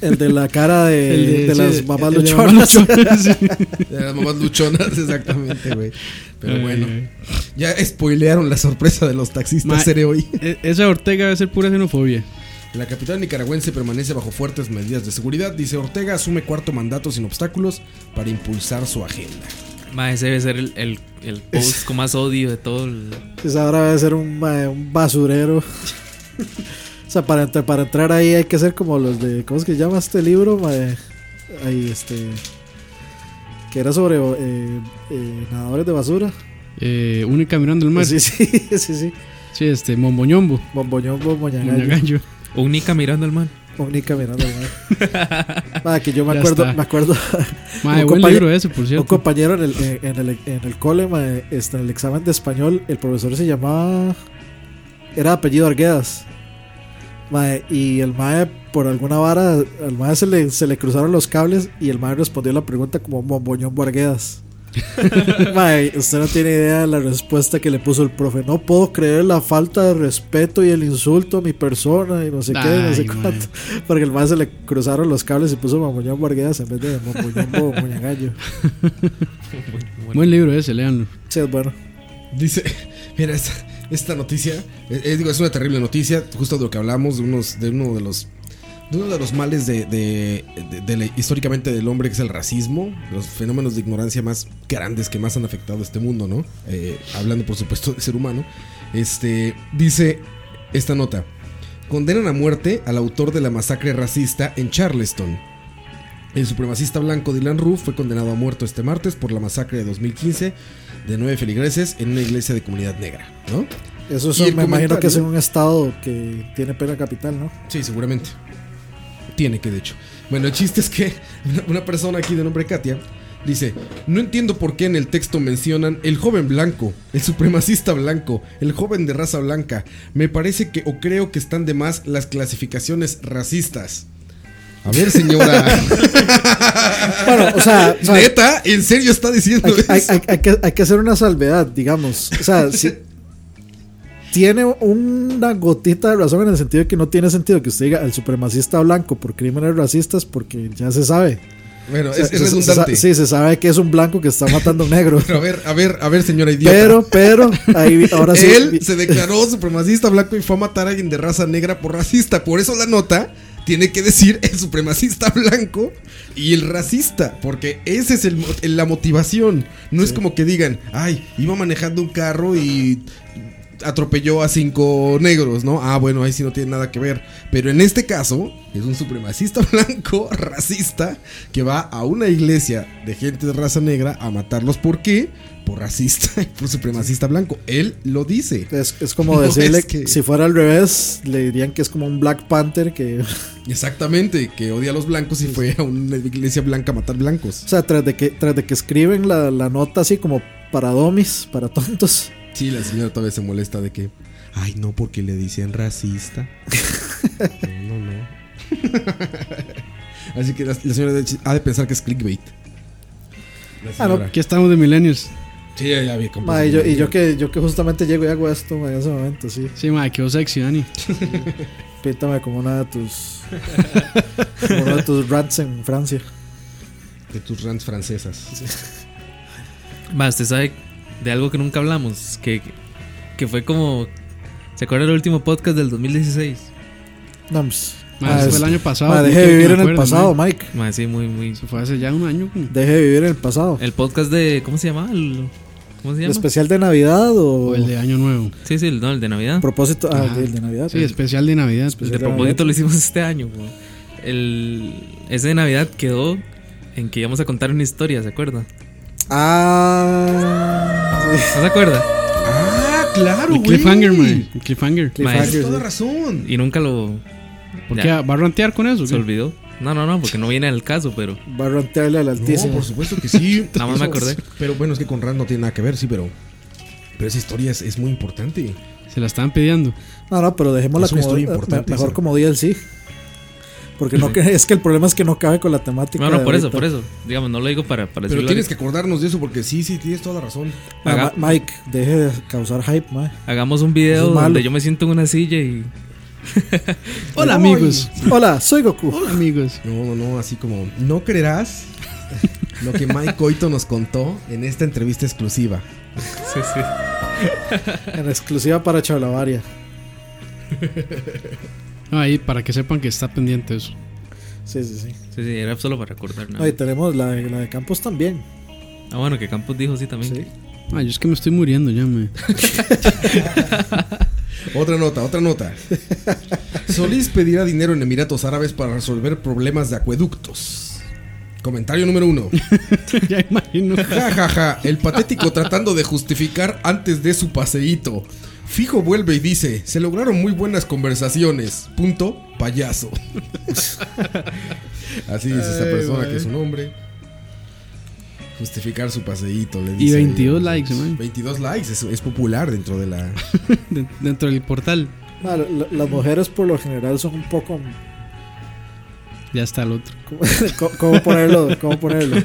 Speaker 3: El de la cara de,
Speaker 1: El
Speaker 3: Eh, de
Speaker 1: sí,
Speaker 3: las mamás
Speaker 1: el de
Speaker 3: luchonas.
Speaker 1: mamás luchonas, sí.
Speaker 2: De las mamás luchonas, exactamente, güey. Pero
Speaker 1: Ay,
Speaker 2: bueno.
Speaker 1: ay.
Speaker 2: Ya spoilearon la sorpresa de los taxistas
Speaker 1: Ma-
Speaker 2: seré hoy.
Speaker 1: E- Esa Ortega debe ser pura xenofobia.
Speaker 2: La capital nicaragüense permanece bajo fuertes medidas de seguridad. Dice Ortega asume cuarto mandato sin obstáculos para impulsar su agenda.
Speaker 4: Mae, ese debe ser el, el, el post con más odio de todo el...
Speaker 3: Pues ahora va a ser un, ma- un basurero. O sea, para, entrar- para entrar ahí hay que ser como los de. ¿Cómo es que llama este libro? mae? Ahí, este. Que era sobre eh, eh, nadadores de basura.
Speaker 1: Eh, uno y caminando el mar.
Speaker 3: Sí,
Speaker 1: Sí,
Speaker 3: sí, sí, sí.
Speaker 1: este, Momboñombo.
Speaker 3: Bomboñón, bomboñagallo.
Speaker 1: Muñagallo.
Speaker 4: Unica mirando al mar.
Speaker 3: Única mirando al mar. Mae, que yo me
Speaker 1: Ya
Speaker 3: acuerdo,
Speaker 1: está.
Speaker 3: me acuerdo
Speaker 1: Mae,
Speaker 3: Un
Speaker 1: buen
Speaker 3: compañero-
Speaker 1: libro ese, por
Speaker 3: un
Speaker 1: cierto.
Speaker 3: compañero en el, eh, en el, en el cole, mae, este, en el examen de español, el profesor se llamaba. Era de apellido Arguedas. Mae, y el mae, por alguna vara, al mae se le, se le cruzaron los cables y el mae respondió la pregunta como Momboñón Arguedas. mae, usted no tiene idea de la respuesta que le puso el profe. No puedo creer la falta de respeto y el insulto a mi persona y no sé qué, no
Speaker 1: Ay,
Speaker 3: sé
Speaker 1: mae.
Speaker 3: cuánto. Porque el mae se le cruzaron los cables y puso Momboñón Arguedas en vez de Momboñón Muñagallo.
Speaker 1: Buen libro ese, leanlo.
Speaker 3: Sí, es bueno.
Speaker 2: Dice, mira, esta, esta noticia, eh, eh, digo, es una terrible noticia, justo de lo que hablamos, de, unos, de uno de los de uno de los males de, de- de- de la- históricamente del hombre, que es el racismo, los fenómenos de ignorancia más grandes que más han afectado a este mundo, ¿no? Eh, hablando, por supuesto, del ser humano. Este, dice esta nota, condenan a muerte al autor de la masacre racista en Charleston. El supremacista blanco Dylan Roof fue condenado a muerto este martes por la masacre de 2015 de nueve feligreses en una iglesia de comunidad negra, ¿no?
Speaker 3: Eso es-
Speaker 2: Y el
Speaker 3: me imagino que
Speaker 2: comentario.
Speaker 3: es en un estado que tiene pena capital, ¿no?
Speaker 2: Sí, seguramente. Tiene que, de hecho. Bueno, el chiste es que una- una persona aquí de nombre Katia dice, no entiendo por qué en el texto mencionan el joven blanco, el supremacista blanco, el joven de raza blanca. Me parece que o creo que están de más las clasificaciones racistas. A ver, señora. Ah,
Speaker 3: Bueno, o sea, o sea, hay,
Speaker 2: Neta, ¿en serio está diciendo
Speaker 3: hay-
Speaker 2: eso?
Speaker 3: hay- hay- hay que, hay que hacer una salvedad, digamos. O sea, si tiene una gotita de razón en el sentido de que no tiene sentido que usted diga el supremacista blanco por crímenes racistas porque ya se sabe.
Speaker 2: Bueno,
Speaker 3: O sea,
Speaker 2: es, es
Speaker 3: se- se-
Speaker 2: redundante.
Speaker 3: sí, se sabe que es un blanco que está matando a un negro.
Speaker 2: Pero a ver, a ver, a ver, señora idiota.
Speaker 3: Pero, pero, ahí, vi- ahora sí.
Speaker 2: Él
Speaker 3: vi-
Speaker 2: se declaró supremacista blanco y fue a matar a alguien de raza negra por racista. Por eso la nota tiene que decir el supremacista blanco y el racista. Porque esa es el mo- la motivación. No es como que digan, ay, iba manejando un carro y atropelló a cinco negros, ¿no? Ah, bueno, ahí sí no tiene nada que ver. Pero en este caso, es un supremacista blanco, racista, que va a una iglesia de gente de raza negra a matarlos. ¿Por qué? Por racista y por supremacista blanco. Él lo dice.
Speaker 3: Es, es como
Speaker 2: No,
Speaker 3: decirle
Speaker 2: es que-
Speaker 3: si fuera al revés, le dirían que es como un Black Panther que
Speaker 2: Exactamente, que odia a los blancos y fue a una iglesia blanca a matar blancos.
Speaker 3: O sea, tras de que, tras de que escriben la, la nota así como para domis, para tontos.
Speaker 2: Sí, la señora todavía se molesta de que, ay, no, porque le dicen racista. No, no, no. Así que la, la señora de- ha de pensar que es clickbait. La
Speaker 3: Ah, no,
Speaker 2: señora.
Speaker 1: Aquí estamos de Millennials.
Speaker 2: Sí, ya, ya vi. compré.
Speaker 3: Ma, y yo, y yo que yo que justamente llego y hago esto ma, en ese momento, sí.
Speaker 1: Sí, madre, quedó sexy, Dani.
Speaker 3: Pítame como una de tus. como uno de tus rants en Francia.
Speaker 2: De tus rants francesas.
Speaker 4: Más, usted sabe de algo que nunca hablamos, que, que fue como... ¿Se acuerda del último podcast del 2016?
Speaker 3: No, pues,
Speaker 1: Madre,
Speaker 3: ma,
Speaker 1: eso fue
Speaker 3: es-
Speaker 1: el año pasado.
Speaker 3: ma,
Speaker 1: no
Speaker 3: deje
Speaker 1: creo que
Speaker 3: de vivir
Speaker 1: me
Speaker 3: en el
Speaker 1: acuerde,
Speaker 3: pasado,
Speaker 1: madre.
Speaker 3: Mike.
Speaker 4: Mae, sí, muy, muy...
Speaker 1: Eso fue hace ya un año. como.
Speaker 3: Deje de vivir en el pasado.
Speaker 4: El podcast de... ¿Cómo se llamaba? El- ¿Cómo
Speaker 3: ¿El
Speaker 4: se llama?
Speaker 3: especial de Navidad o,
Speaker 1: O el de Año Nuevo.
Speaker 4: Sí, sí, el, no, el de Navidad.
Speaker 3: a propósito? Ah,
Speaker 1: Ajá.
Speaker 3: el de Navidad.
Speaker 1: Sí, especial de Navidad. pues.
Speaker 3: Especial
Speaker 4: El de
Speaker 3: de Navidad.
Speaker 4: propósito lo hicimos este año. güey. El, ese de Navidad quedó en que íbamos a contar una historia, ¿se acuerda?
Speaker 3: Ah. sí.
Speaker 4: ¿No se acuerda?
Speaker 2: Ah, claro,
Speaker 1: El cliffhanger, madre. El cliffhanger.
Speaker 4: Mae,
Speaker 2: Tienes
Speaker 3: Cliffhanger,
Speaker 2: toda
Speaker 3: sí.
Speaker 2: razón.
Speaker 4: Y nunca lo
Speaker 1: ¿Por
Speaker 4: Ya.
Speaker 1: qué? ¿Va a rantear con eso? o qué?
Speaker 4: se olvidó. No, no, no, porque no viene al caso, pero
Speaker 3: Va a rantearle al
Speaker 2: No,
Speaker 3: altísimo.
Speaker 2: por supuesto que sí.
Speaker 4: Nada más me acordé.
Speaker 2: Pero bueno, es que con rant no tiene nada que ver, sí, pero. Pero esa historia es, es muy importante.
Speaker 1: Se la estaban pidiendo.
Speaker 3: No, no, pero dejémosla
Speaker 2: Es una
Speaker 3: como
Speaker 2: historia
Speaker 3: eh, me-
Speaker 2: importante
Speaker 3: mejor
Speaker 2: esa.
Speaker 3: como DLC. Porque no que- es que el problema es que no cabe con la temática.
Speaker 4: no, no,
Speaker 3: de
Speaker 4: por eso,
Speaker 3: ahorita.
Speaker 4: por eso. Digamos, no lo digo para, para
Speaker 2: Pero
Speaker 4: decirlo
Speaker 2: tienes
Speaker 4: ahorita.
Speaker 2: que acordarnos de eso porque sí, sí, tienes toda la razón.
Speaker 3: Ma-
Speaker 4: Haga-
Speaker 3: Ma- Ah, Mike, deje de causar hype, ma.
Speaker 4: Hagamos un
Speaker 3: Eso
Speaker 4: video
Speaker 3: es malo.
Speaker 4: donde yo me siento en una silla y
Speaker 1: Hola, amigos.
Speaker 3: Hola, soy Goku.
Speaker 1: Hola, amigos.
Speaker 2: No, no, no, así como. No creerás lo que Mike Coito nos contó en esta entrevista exclusiva.
Speaker 4: sí, sí.
Speaker 3: En exclusiva para Chalavaria.
Speaker 1: No, ahí, para que sepan que está pendiente eso.
Speaker 3: Sí, sí, sí.
Speaker 4: Sí, sí, era solo para acordar nada.
Speaker 3: No, y tenemos la de, la de Campos también.
Speaker 4: Ah, bueno, que Campos dijo sí también.
Speaker 3: Sí.
Speaker 1: Ah, yo es que me estoy muriendo ya, madre.
Speaker 2: Otra nota, otra nota. Solís pedirá dinero en Emiratos Árabes para resolver problemas de acueductos. Comentario número uno.
Speaker 1: ya imagino.
Speaker 2: Ja, ja, ja. El patético tratando de justificar antes de su paseíto. Fijo vuelve y dice, se lograron muy buenas conversaciones. Punto, payaso. Así dice esta
Speaker 1: Ay,
Speaker 2: persona
Speaker 1: güey.
Speaker 2: que es un hombre. Justificar su paseíto, le
Speaker 1: Y
Speaker 2: dice.
Speaker 1: 22 likes, man.
Speaker 2: 22 likes, es, es popular dentro de la...
Speaker 1: De- dentro del portal.
Speaker 3: Ma, Ah, la- la- las mujeres por lo general son un poco
Speaker 1: Ya está el otro.
Speaker 3: ¿Cómo, cómo- cómo ponerlo? ¿Cómo ponerlo?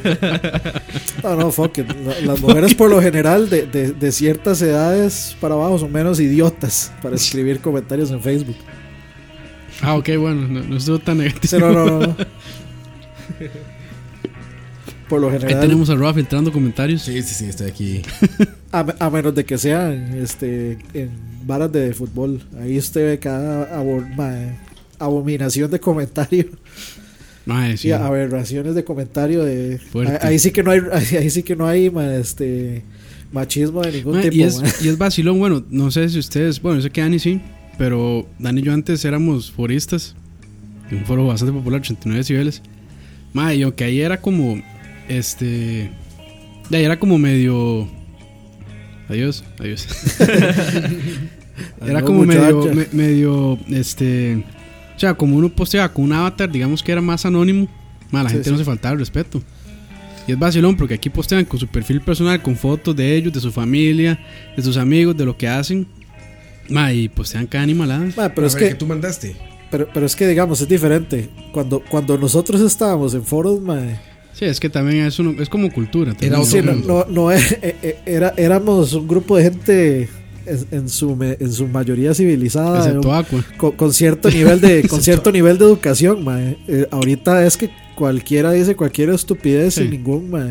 Speaker 3: No, no, fuck it. La- Las mujeres por lo general de, de- de ciertas edades para abajo son menos idiotas para escribir comentarios en Facebook.
Speaker 1: Ah, ok, bueno, no, no estuvo tan
Speaker 3: Sí,
Speaker 1: negativo.
Speaker 3: no, no, no. Por lo
Speaker 1: Ahí
Speaker 3: general,
Speaker 1: tenemos a Rob filtrando comentarios.
Speaker 2: Sí, sí, sí, estoy aquí.
Speaker 3: a, me- a menos de que sean este, en varas de fútbol, ahí usted ve cada abo- ma- abominación de comentario
Speaker 1: Mae, sí.
Speaker 3: y aberraciones de comentario de
Speaker 1: Fuerte.
Speaker 3: ahí, ahí sí que no hay ahí, ahí sí que no hay ma, este machismo de ningún
Speaker 1: Mae,
Speaker 3: tipo
Speaker 1: y, es,
Speaker 3: ma.
Speaker 1: y es vacilón, bueno, no sé si ustedes, bueno, yo sé que Dani sí, pero Dani y yo antes éramos foristas, de un foro bastante popular, 89 civiles. Mae, y aunque ahí era como, este, de ahí era como medio... Adiós, adiós. era
Speaker 3: Adiós,
Speaker 1: como medio,
Speaker 3: Ah, muchacha.
Speaker 1: me- medio, este, o sea, como uno posteaba con un avatar, digamos que era más anónimo, mae, la
Speaker 3: Sí,
Speaker 1: gente no
Speaker 3: sí.
Speaker 1: se faltaba el respeto. Y es vacilón porque aquí postean con su perfil personal, con fotos de ellos, de su familia, de sus amigos, de lo que hacen. Ma, y postean cada animalada.
Speaker 3: Ma, pero
Speaker 2: A
Speaker 3: es
Speaker 2: ver,
Speaker 3: que
Speaker 2: que tú mandaste.
Speaker 3: pero, pero es que digamos es diferente cuando cuando nosotros estábamos en foros ma,
Speaker 1: Sí, es que también es, uno, es como cultura. también,
Speaker 2: Era
Speaker 1: ¿no?
Speaker 2: otro
Speaker 3: sí, no,
Speaker 2: mundo.
Speaker 3: no- no e- e- e- era éramos un grupo de gente en, en su me- en su mayoría civilizada
Speaker 1: Excepto
Speaker 3: eh,
Speaker 1: Aqua.
Speaker 3: con, con cierto nivel de con cierto nivel de educación ma. Eh, ahorita es que cualquiera dice cualquier estupidez
Speaker 1: Sí.
Speaker 3: sin ningún ma,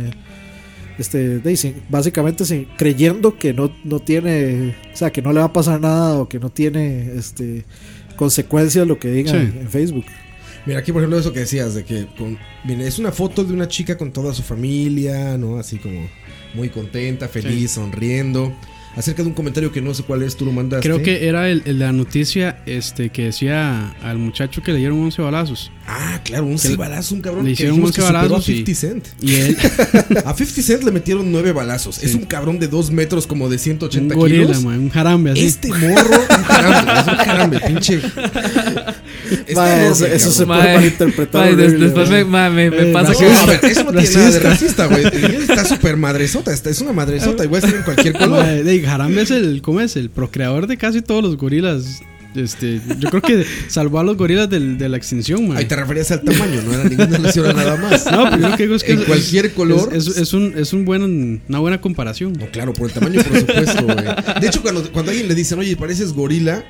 Speaker 3: este de- sin- básicamente sin- creyendo que no, no tiene o sea que no le va a pasar nada o que no tiene este consecuencias lo que digan
Speaker 1: Sí.
Speaker 3: en Facebook
Speaker 2: Mira, aquí por ejemplo eso que decías, de que con, mira, es una foto de una chica con toda su familia, ¿no? Así como muy contenta, feliz, sonriendo. Acerca de un comentario que no sé cuál es, tú lo
Speaker 3: Ah,
Speaker 2: mandaste.
Speaker 1: Creo que era el, el de la noticia este, que decía al muchacho que le dieron 11 balazos.
Speaker 2: Ah, claro, un
Speaker 1: que le-
Speaker 2: cibalazo, un cabrón.
Speaker 1: le
Speaker 2: que
Speaker 1: hicieron
Speaker 2: dijimos
Speaker 1: unos
Speaker 2: que superó
Speaker 1: cibalazos
Speaker 2: a
Speaker 1: y-
Speaker 2: 50 Cent.
Speaker 1: Y él,
Speaker 2: A 50 Cent le metieron nueve balazos. Es un cabrón de dos metros, como de
Speaker 1: un
Speaker 2: 180
Speaker 1: gorila,
Speaker 2: kilos.
Speaker 1: ma, un jarambe así.
Speaker 2: Este morro, un carambe, es un carambe, pinche. Está
Speaker 3: Ma,
Speaker 2: enorme,
Speaker 3: eso, eso se
Speaker 2: cabrón.
Speaker 3: puede
Speaker 4: Mae,
Speaker 3: malinterpretar
Speaker 4: mae, des-
Speaker 3: horrible,
Speaker 4: después
Speaker 3: ma.
Speaker 4: me, mae, me- me
Speaker 3: Eh,
Speaker 4: pasa
Speaker 2: No,
Speaker 4: que
Speaker 2: a ver, eso no tiene nada de racista, güey. Está súper madresota, está- es una madresota, igual ser en cualquier color.
Speaker 1: Ma, de- jarambe es el, ¿cómo es? El procreador de casi todos los gorilas. Este, yo creo que salvó a los gorilas del- de la extinción, ma.
Speaker 2: Ahí te referías al tamaño, no era ninguna lesión a nada más.
Speaker 1: No,
Speaker 3: pues
Speaker 1: pero yo lo que digo es que
Speaker 2: En
Speaker 1: es-
Speaker 2: cualquier
Speaker 1: es-
Speaker 2: color.
Speaker 1: Es, es un, es un buen, una buena comparación.
Speaker 2: No, claro, por el tamaño, por supuesto, güey. De hecho, cuando, cuando alguien le dicen, oye, pareces gorila,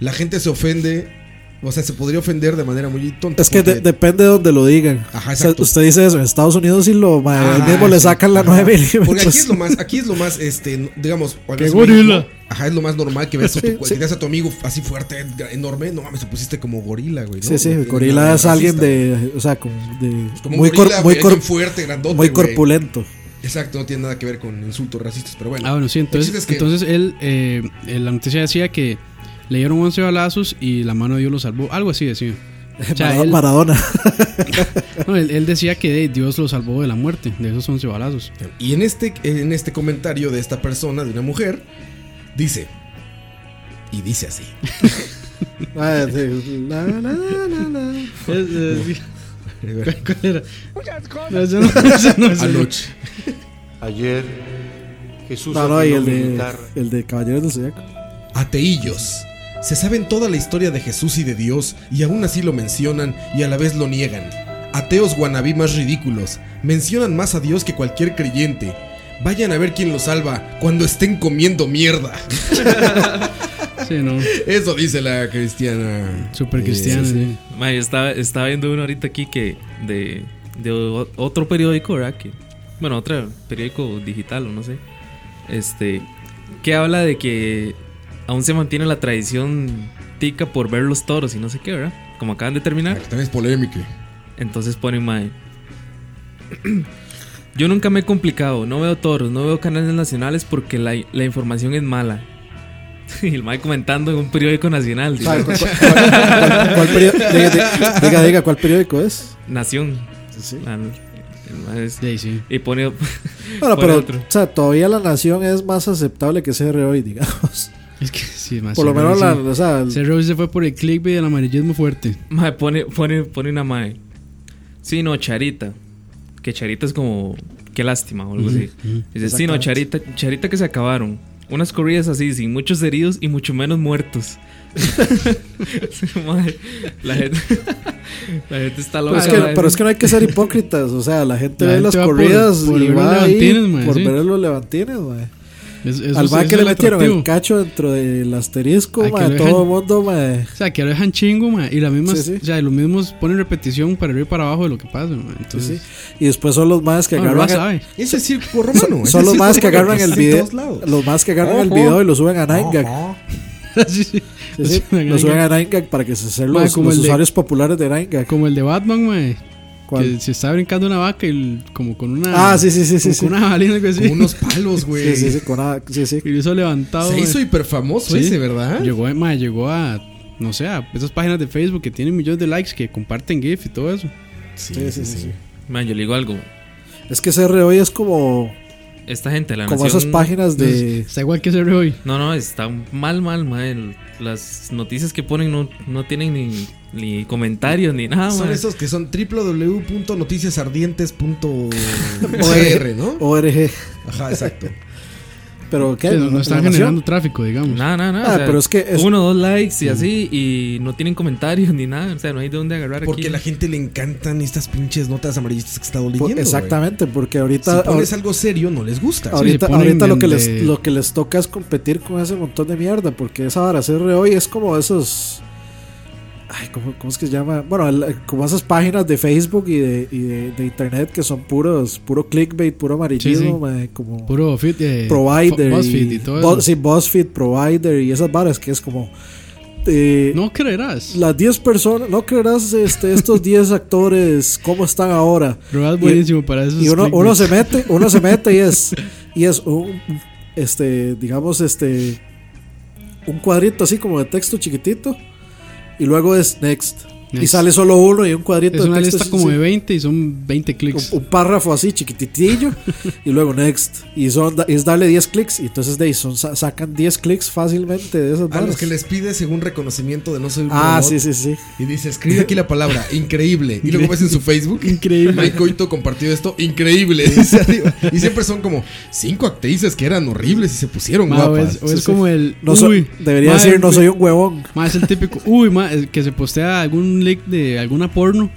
Speaker 2: la gente se ofende. O sea, se podría ofender de manera muy tonta.
Speaker 3: es que de-
Speaker 2: porque-
Speaker 3: depende de donde lo digan
Speaker 2: Ajá,
Speaker 3: O sea,
Speaker 2: exacto.
Speaker 3: usted dice eso en Estados Unidos y lo ma,
Speaker 2: Ah,
Speaker 3: ahí mismo le
Speaker 2: sí.
Speaker 3: sacan la 9 milímetros
Speaker 2: Porque aquí es lo más, aquí es lo más, este, digamos, cuando
Speaker 1: ¡Qué
Speaker 2: es México,
Speaker 1: gorila!
Speaker 2: Ajá, es lo más normal que veas a tu,
Speaker 3: Sí,
Speaker 2: que
Speaker 3: sí.
Speaker 2: veas a tu amigo así fuerte, enorme. No mames, te pusiste como gorila, güey. ¿no?
Speaker 3: Sí, sí,
Speaker 2: No
Speaker 3: el
Speaker 2: tiene nada
Speaker 3: gorila es
Speaker 2: racista,
Speaker 3: alguien
Speaker 2: güey.
Speaker 3: de. O sea, con, de
Speaker 2: Es Como
Speaker 3: muy,
Speaker 2: muy,
Speaker 3: cor-
Speaker 2: gorila,
Speaker 3: muy,
Speaker 2: güey,
Speaker 3: cor-
Speaker 2: alguien fuerte, grandote,
Speaker 3: muy
Speaker 2: güey.
Speaker 3: corpulento.
Speaker 2: Exacto, no tiene nada que ver con insultos racistas, pero bueno.
Speaker 1: Ah, bueno, sí, entonces,
Speaker 2: El chiste es que-
Speaker 1: entonces él, eh, eh, la noticia decía que le dieron 11 balazos y la mano de Dios lo salvó. Algo así decía. O sea,
Speaker 3: Mara-
Speaker 1: él,
Speaker 3: Maradona.
Speaker 1: no, él- él decía que eh, Dios lo salvó de la muerte, de esos 11 balazos.
Speaker 2: Y en este, en este comentario de esta persona, de una mujer, dice. Y dice así.
Speaker 3: Ah, sí. La, la, la, la, la.
Speaker 1: ¿Cuál era? No, ese no, ese no, ese no.
Speaker 2: Anoche.
Speaker 5: Ayer Jesús
Speaker 3: No, no, y
Speaker 5: afinó
Speaker 3: el
Speaker 5: mi
Speaker 3: de,
Speaker 5: guitarra.
Speaker 3: el de Caballeros del Zodiaco.
Speaker 2: Ateillos. Se saben toda la historia de Jesús y de Dios, y aún así lo mencionan y a la vez lo niegan. Ateos guanabí más ridículos. Mencionan más a Dios que cualquier creyente. Vayan a ver quién los salva cuando estén comiendo mierda.
Speaker 1: Sí, no.
Speaker 2: Eso dice la cristiana.
Speaker 1: Super cristiano.
Speaker 2: Sí, sí, sí.
Speaker 1: sí.
Speaker 4: Mae, yo estaba, estaba viendo uno ahorita aquí que de, de o- otro periódico, ¿verdad? Que, bueno, otro periódico digital o no sé. Este, que habla de que aún se mantiene la tradición tica por ver los toros y no sé qué, ¿verdad? Como acaban de terminar.
Speaker 2: También es polémica.
Speaker 4: Entonces ponen Mae. Yo nunca me he complicado, no veo toros, no veo canales nacionales porque la, la información es mala. Y el mae comentando en un periódico nacional. dice,
Speaker 3: ¿Cuál, cuál- cuál- cuál periódico? Diga, diga- diga, diga, ¿cuál periódico es?
Speaker 4: Nación.
Speaker 3: Sí.
Speaker 4: Ah, no. El mae es-
Speaker 1: Sí, sí.
Speaker 4: Y pone.
Speaker 3: Bueno,
Speaker 4: Por
Speaker 3: pero,
Speaker 4: otro.
Speaker 3: o sea, todavía la nación es más aceptable que CR hoy, digamos.
Speaker 1: Es que Ah, sí, más.
Speaker 3: Por lo menos la, o sea, el-
Speaker 1: Cerro se fue por el clickbait del amarillismo fuerte.
Speaker 4: Mae, pone, pone, pone una mae. Sí, no, Charita. Que Charita es como. Qué lástima o algo así. Dice, sí, no, Charita, Charita que se acabaron. Unas corridas así, sin muchos heridos y mucho menos muertos. Mae, la gente. la gente está loca.
Speaker 3: pero, Pues es que,
Speaker 4: mae.
Speaker 3: pero es que no hay que ser hipócritas, o sea, la gente
Speaker 1: La
Speaker 3: ve
Speaker 1: gente
Speaker 3: las
Speaker 1: va por-
Speaker 3: corridas
Speaker 1: por
Speaker 3: y
Speaker 1: ver los
Speaker 3: va ahí
Speaker 1: levantines, mae,
Speaker 3: por
Speaker 1: sí.
Speaker 3: ver los levantines, mae.
Speaker 1: Es- eso
Speaker 3: Al
Speaker 1: es-
Speaker 3: mae
Speaker 1: eso
Speaker 3: que
Speaker 1: es
Speaker 3: le
Speaker 1: lo
Speaker 3: metieron
Speaker 1: atractivo.
Speaker 3: el cacho dentro del asterisco,
Speaker 1: Ay, que
Speaker 3: mae,
Speaker 1: lo
Speaker 3: todo el
Speaker 1: dejan-
Speaker 3: mundo, mae.
Speaker 1: O sea, que lo dejan chingo, ma. Y las mismas,
Speaker 3: Sí, sí.
Speaker 1: o sea, los mismos ponen repetición para arriba y para abajo de lo que pasa, ma. Entonces, ah,
Speaker 3: Y después son los más que
Speaker 1: no, no
Speaker 3: agarran el-
Speaker 1: sabe.
Speaker 2: Ese circo romano.
Speaker 3: son los más
Speaker 2: más
Speaker 3: que agarran el video, los más que agarran el
Speaker 2: Ojo.
Speaker 3: video y lo suben a Nine Gag.
Speaker 1: Sí, sí.
Speaker 3: Sí, sí,
Speaker 1: Lo suben
Speaker 3: lo
Speaker 1: a
Speaker 3: suben
Speaker 1: Nine
Speaker 3: a Nine Gag para que se sean
Speaker 1: Mae,
Speaker 3: los,
Speaker 1: como
Speaker 3: los
Speaker 1: el de-
Speaker 3: usuarios populares de Nine Gag.
Speaker 1: Como el de Batman, ma.
Speaker 3: ¿Cuál?
Speaker 1: Que se está brincando una vaca y el- como con una.
Speaker 3: Ah, sí, sí, sí,
Speaker 1: como
Speaker 3: sí.
Speaker 1: con
Speaker 3: sí.
Speaker 1: una jabalina algo así.
Speaker 2: Como unos palos, güey.
Speaker 3: Sí, sí, sí, con una- sí, sí.
Speaker 1: Y lo hizo levantado.
Speaker 2: Se
Speaker 1: ma.
Speaker 2: hizo hiper famoso
Speaker 1: Sí.
Speaker 2: ese, ¿verdad?
Speaker 1: Llegó, ma, llegó a. No sé, a esas páginas de Facebook que tienen millones de likes que comparten GIF y todo eso.
Speaker 3: Sí, sí, sí, sí.
Speaker 4: Mae, yo le digo algo.
Speaker 3: Es que CR hoy es como,
Speaker 4: Esta gente, la
Speaker 3: como
Speaker 4: nación-
Speaker 3: esas páginas de.
Speaker 1: Está igual que ese hoy.
Speaker 4: No, no, está mal, mal, mal. Las noticias que ponen no, no tienen ni, ni comentarios ni nada,
Speaker 3: Ah,
Speaker 2: Son
Speaker 4: mae.
Speaker 2: esos que son www.noticiasardientes.cr, ¿no?
Speaker 3: ORG.
Speaker 2: Ajá, exacto.
Speaker 3: Pero ¿qué?
Speaker 1: Sí, Pues, no, no están
Speaker 3: ¿Animación?
Speaker 1: generando tráfico, digamos.
Speaker 4: Nada, nada, nada.
Speaker 3: Ah,
Speaker 4: o sea,
Speaker 3: pero es que es- Mm.
Speaker 4: Uno, dos likes y así, y no tienen comentarios ni nada. O sea, no hay de dónde agarrar
Speaker 2: Porque a
Speaker 4: aquí.
Speaker 2: la gente le encantan estas pinches notas amarillistas que está
Speaker 3: Por-
Speaker 2: leyendo.
Speaker 3: exactamente, porque
Speaker 2: güey.
Speaker 3: ahorita.
Speaker 2: Si pones algo serio, no les gusta.
Speaker 1: Sí,
Speaker 3: Ahorita,
Speaker 1: se ponen
Speaker 3: ahorita lo, que
Speaker 1: de-
Speaker 3: les, lo que les toca es competir con ese montón de mierda, porque esa vara CR hoy es como esos... Ay, ¿cómo, cómo es que se llama? Bueno, el- como esas páginas de Facebook y de, y de, de internet que son puros, puro clickbait, puro amarillismo,
Speaker 1: Sí,
Speaker 3: mae, como
Speaker 1: Puro fit, eh,
Speaker 3: Provider.
Speaker 1: bu- BuzzFeed y todo
Speaker 3: Bu-
Speaker 1: eso.
Speaker 3: sí, BuzzFeed, Provider y esas varas que es como... eh,
Speaker 1: No creerás.
Speaker 3: Las 10 personas, no creerás este, estos 10 actores, cómo están ahora.
Speaker 1: Pero es
Speaker 3: Y-
Speaker 1: buenísimo para esos
Speaker 3: y uno,
Speaker 1: clickbait.
Speaker 3: uno se mete, uno se mete y es, y es un, este, digamos, este, un cuadrito así como de texto chiquitito y luego es next. Y
Speaker 1: Next.
Speaker 3: sale solo uno y un cuadrito
Speaker 1: Es una
Speaker 3: de texto
Speaker 1: lista
Speaker 3: así,
Speaker 1: como
Speaker 3: sí,
Speaker 1: de 20 y son 20 clics.
Speaker 3: un, un párrafo así chiquititillo y luego next. Y son, es darle 10 clics y entonces de ahí son, sa- sacan 10 clics fácilmente de
Speaker 1: Ah,
Speaker 3: esas
Speaker 2: A los
Speaker 3: varas.
Speaker 2: que les pide según reconocimiento de no soy un
Speaker 3: Ah,
Speaker 2: robot.
Speaker 3: sí, sí, sí.
Speaker 2: Y dice, escribe aquí la palabra, increíble. Y luego ves en su Facebook, increíble. Mike Coito compartió esto, increíble. dice arriba. Y siempre son como cinco actrices que eran horribles y se pusieron
Speaker 1: Ma, o
Speaker 2: guapas.
Speaker 1: es, o es como el.
Speaker 3: No soy-
Speaker 1: uy,
Speaker 3: debería
Speaker 1: ma,
Speaker 3: decir, no
Speaker 1: el-
Speaker 3: soy un huevón.
Speaker 1: ma, es el típico. Uy, ma, el que se postea algún link de alguna porno.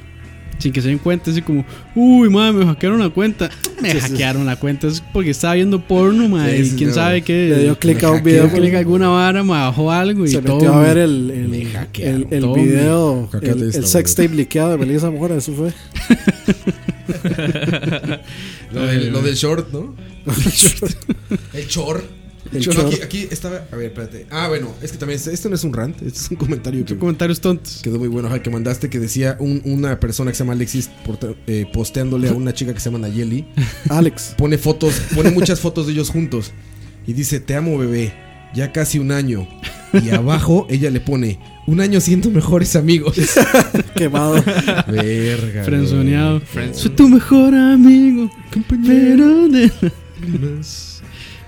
Speaker 1: Sin que se den cuenta, así como, uy, ma, me hackearon la cuenta. Me hackearon la cuenta, es porque estaba viendo porno, ma,
Speaker 2: Sí,
Speaker 1: y
Speaker 2: sí,
Speaker 1: quién
Speaker 2: no.
Speaker 1: sabe qué.
Speaker 3: Le dio clic a un video.
Speaker 1: dio clic a alguna vara, ma, bajó algo y
Speaker 3: se
Speaker 1: todo.
Speaker 3: metió a
Speaker 1: ma.
Speaker 3: ver el, el,
Speaker 2: me hackearon.
Speaker 3: el- el
Speaker 1: Todo
Speaker 3: video,
Speaker 2: me-
Speaker 3: el,
Speaker 2: Hackeate
Speaker 3: el
Speaker 2: esta,
Speaker 3: sex tape liqueado de Melissa Mora, eso fue.
Speaker 2: Lo del, lo del short, ¿no? El short.
Speaker 3: El
Speaker 2: No,
Speaker 3: short.
Speaker 2: aquí, aquí estaba. A ver, espérate. Ah, bueno, es que también. Este no es un rant, este es un comentario que
Speaker 1: Son comentarios tontos.
Speaker 2: quedó muy bueno. Ajá, que mandaste que decía un- una persona que se llama Alexis porta- eh, posteándole a una chica que se llama Nayeli.
Speaker 3: Alex.
Speaker 2: pone fotos, pone muchas fotos de ellos juntos y dice, te amo bebé, ya casi un año. Y abajo ella le pone, un año siendo mejores amigos.
Speaker 3: quemado.
Speaker 2: Verga.
Speaker 1: Frenzoneado.
Speaker 4: Friends.
Speaker 1: Soy tu mejor amigo, compañero de.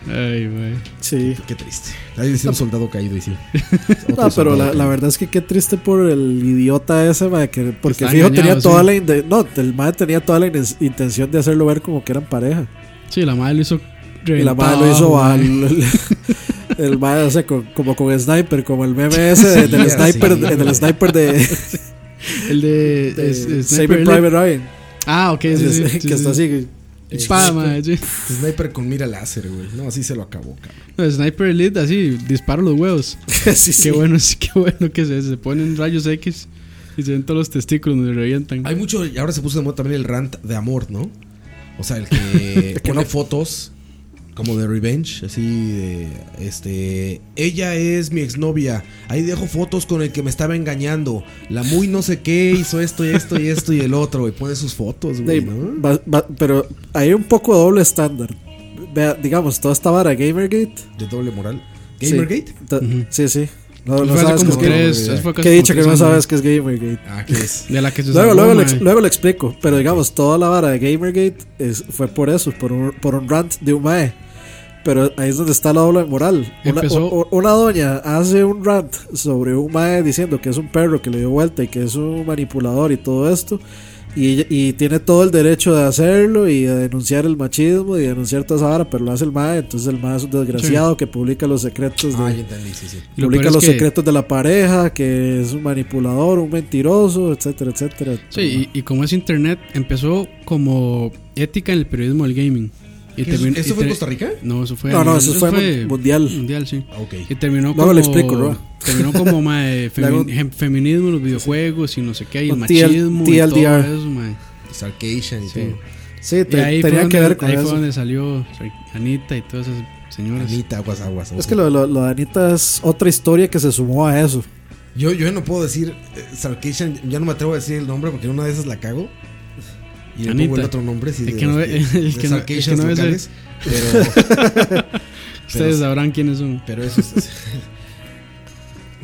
Speaker 1: Ay, güey.
Speaker 3: Sí.
Speaker 2: Qué triste. Ahí dice un soldado caído y sí.
Speaker 3: No, pero la, la verdad es que qué triste por el idiota ese, mae, que, porque
Speaker 1: Está
Speaker 3: fijo tenía
Speaker 1: engañado,
Speaker 3: toda
Speaker 1: sí.
Speaker 3: la inte- no, el mae tenía toda la inen- intención de hacerlo ver como que eran pareja.
Speaker 1: Sí, la madre lo hizo.
Speaker 3: Y la madre
Speaker 1: reventado,
Speaker 3: lo hizo
Speaker 1: ma.
Speaker 3: al- El mae, o sea, con- como con sniper, como el meme ese de- del
Speaker 2: Sí,
Speaker 3: sniper,
Speaker 2: así,
Speaker 3: de- del
Speaker 2: güey.
Speaker 3: sniper de,
Speaker 1: El de,
Speaker 3: de
Speaker 1: es-
Speaker 3: Saving
Speaker 1: es Sniper
Speaker 3: Private Ryan,
Speaker 1: Elite. Ah, ok, sí,
Speaker 3: que
Speaker 1: sí, sí,
Speaker 3: está
Speaker 1: sí.
Speaker 3: así.
Speaker 1: Espada, ma, sí.
Speaker 2: Sniper con mira láser, güey. No, así se lo acabó, cabrón.
Speaker 1: No, Sniper Elite, así, disparo los huevos.
Speaker 3: sí, sí.
Speaker 1: Qué bueno, sí, qué bueno que se, se ponen rayos X y se ven todos los testículos donde revientan.
Speaker 2: Hay mucho, y ahora se puso de moda también el rant de amor, ¿no? O sea, el que pone fotos como de revenge, así de este, ella es mi exnovia, ahí dejo fotos con el que me estaba engañando, la muy no sé qué hizo esto y esto y esto y el otro, y pone sus fotos,
Speaker 3: De-
Speaker 2: güey, ¿no?
Speaker 3: va- va- pero hay un poco doble estándar. Vea, digamos, toda esta vara Gamergate
Speaker 2: De doble moral. ¿Gamergate?
Speaker 3: Ta-
Speaker 1: Ujú.
Speaker 3: Sí, sí. No, no
Speaker 2: Y fue hace
Speaker 3: sabes
Speaker 2: como
Speaker 3: que es
Speaker 2: tres-
Speaker 1: tres.
Speaker 2: Gamergate.
Speaker 1: eso fue
Speaker 3: Gamer-
Speaker 1: casi
Speaker 3: Que he
Speaker 1: como
Speaker 3: dicho que
Speaker 1: tres
Speaker 3: no
Speaker 1: años.
Speaker 3: sabes que es Gamergate.
Speaker 2: Ah, ¿qué es?
Speaker 1: De la que eh. se
Speaker 3: Luego,
Speaker 1: salvó,
Speaker 3: luego, le,
Speaker 1: mae.
Speaker 3: ex- luego le explico, pero digamos, toda la vara de Gamergate es- fue por eso, por un, por un rant de un mae. Pero ahí es donde está la doble moral. Una,
Speaker 1: Empezó-
Speaker 3: o- o- una doña hace un rant sobre un mae diciendo que es un perro que le dio vuelta y que es un manipulador y todo esto. Y, ella- y tiene todo el derecho de hacerlo y de denunciar el machismo y de denunciar toda esa vara, pero lo hace el mae. Entonces el mae es un desgraciado que publica los secretos de,
Speaker 2: Ah, ya entendí, sí, sí.
Speaker 1: Y lo
Speaker 3: publica
Speaker 1: peor es
Speaker 3: los
Speaker 1: que-
Speaker 3: secretos de la pareja, que es un manipulador, un mentiroso, etcétera, etcétera.
Speaker 1: Sí, y, y como es internet, empezó como ética en el periodismo del gaming. Y
Speaker 2: ¿Eso,
Speaker 1: terminó-
Speaker 2: eso fue
Speaker 1: y
Speaker 2: en
Speaker 1: ter-
Speaker 2: Costa Rica?
Speaker 1: No, eso fue.
Speaker 3: No,
Speaker 1: a
Speaker 3: no,
Speaker 1: nivel-
Speaker 3: eso fue mun- mundial.
Speaker 1: Mundial, sí.
Speaker 2: Ah, Ok.
Speaker 1: Y terminó
Speaker 3: Luego
Speaker 1: como.
Speaker 3: le explico, Roa.
Speaker 1: Terminó como mae, femi-
Speaker 3: hago-
Speaker 1: gem- feminismo en los videojuegos y no sé qué, y el
Speaker 3: Con TL
Speaker 1: machismo y todo
Speaker 3: TLDR.
Speaker 1: eso, mae.
Speaker 2: Sarcation y
Speaker 1: Sí.
Speaker 2: todo.
Speaker 3: Sí,
Speaker 1: Y
Speaker 3: te-
Speaker 1: ahí fue
Speaker 3: tenía
Speaker 1: donde,
Speaker 3: que ver con
Speaker 1: ahí fue
Speaker 3: eso.
Speaker 1: donde salió Anita y todas esas señoras.
Speaker 2: Anita, aguas, aguas.
Speaker 3: Es que lo, lo, lo de Anita es otra historia que se sumó a eso.
Speaker 2: Yo, yo no puedo decir eh, Sarkisian, ya no me atrevo a decir el nombre porque en una de esas la cago. Y le
Speaker 1: Anita.
Speaker 2: pongo el otro nombre, sí,
Speaker 1: El
Speaker 2: de
Speaker 1: que no
Speaker 2: los
Speaker 1: ve- el
Speaker 2: de
Speaker 1: que no- el
Speaker 2: Sarkisians
Speaker 1: que no ve ese-
Speaker 2: locales, pero,
Speaker 1: Ustedes sabrán quiénes son.
Speaker 2: pero eso es-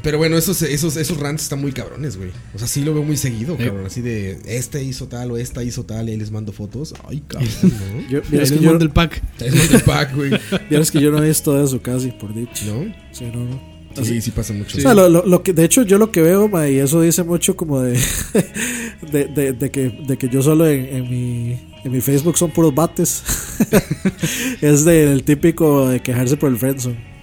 Speaker 2: Pero bueno, esos, esos, esos rants están muy cabrones, güey. O sea, sí lo veo muy seguido,
Speaker 1: Sí.
Speaker 2: cabrón. Así de, este hizo tal o esta hizo tal y ahí les mando fotos. Ay, cabrón, ¿no?
Speaker 3: Yo,
Speaker 1: Ahí
Speaker 3: vieras
Speaker 1: les
Speaker 3: que yo,
Speaker 1: mando el pack.
Speaker 2: Ahí les mando el pack, güey.
Speaker 3: vieras que yo no he visto eso casi, por dicho.
Speaker 2: ¿No?
Speaker 3: Sí, no, no.
Speaker 2: Sí, sí pasa mucho.
Speaker 3: O sea, Ah, lo, lo- lo que, de hecho, yo lo que veo, ma, y eso dice mucho como de, de, de- de que, de que yo solo en, en mi, en mi Facebook son puros bates. es del típico de quejarse por el friendzone.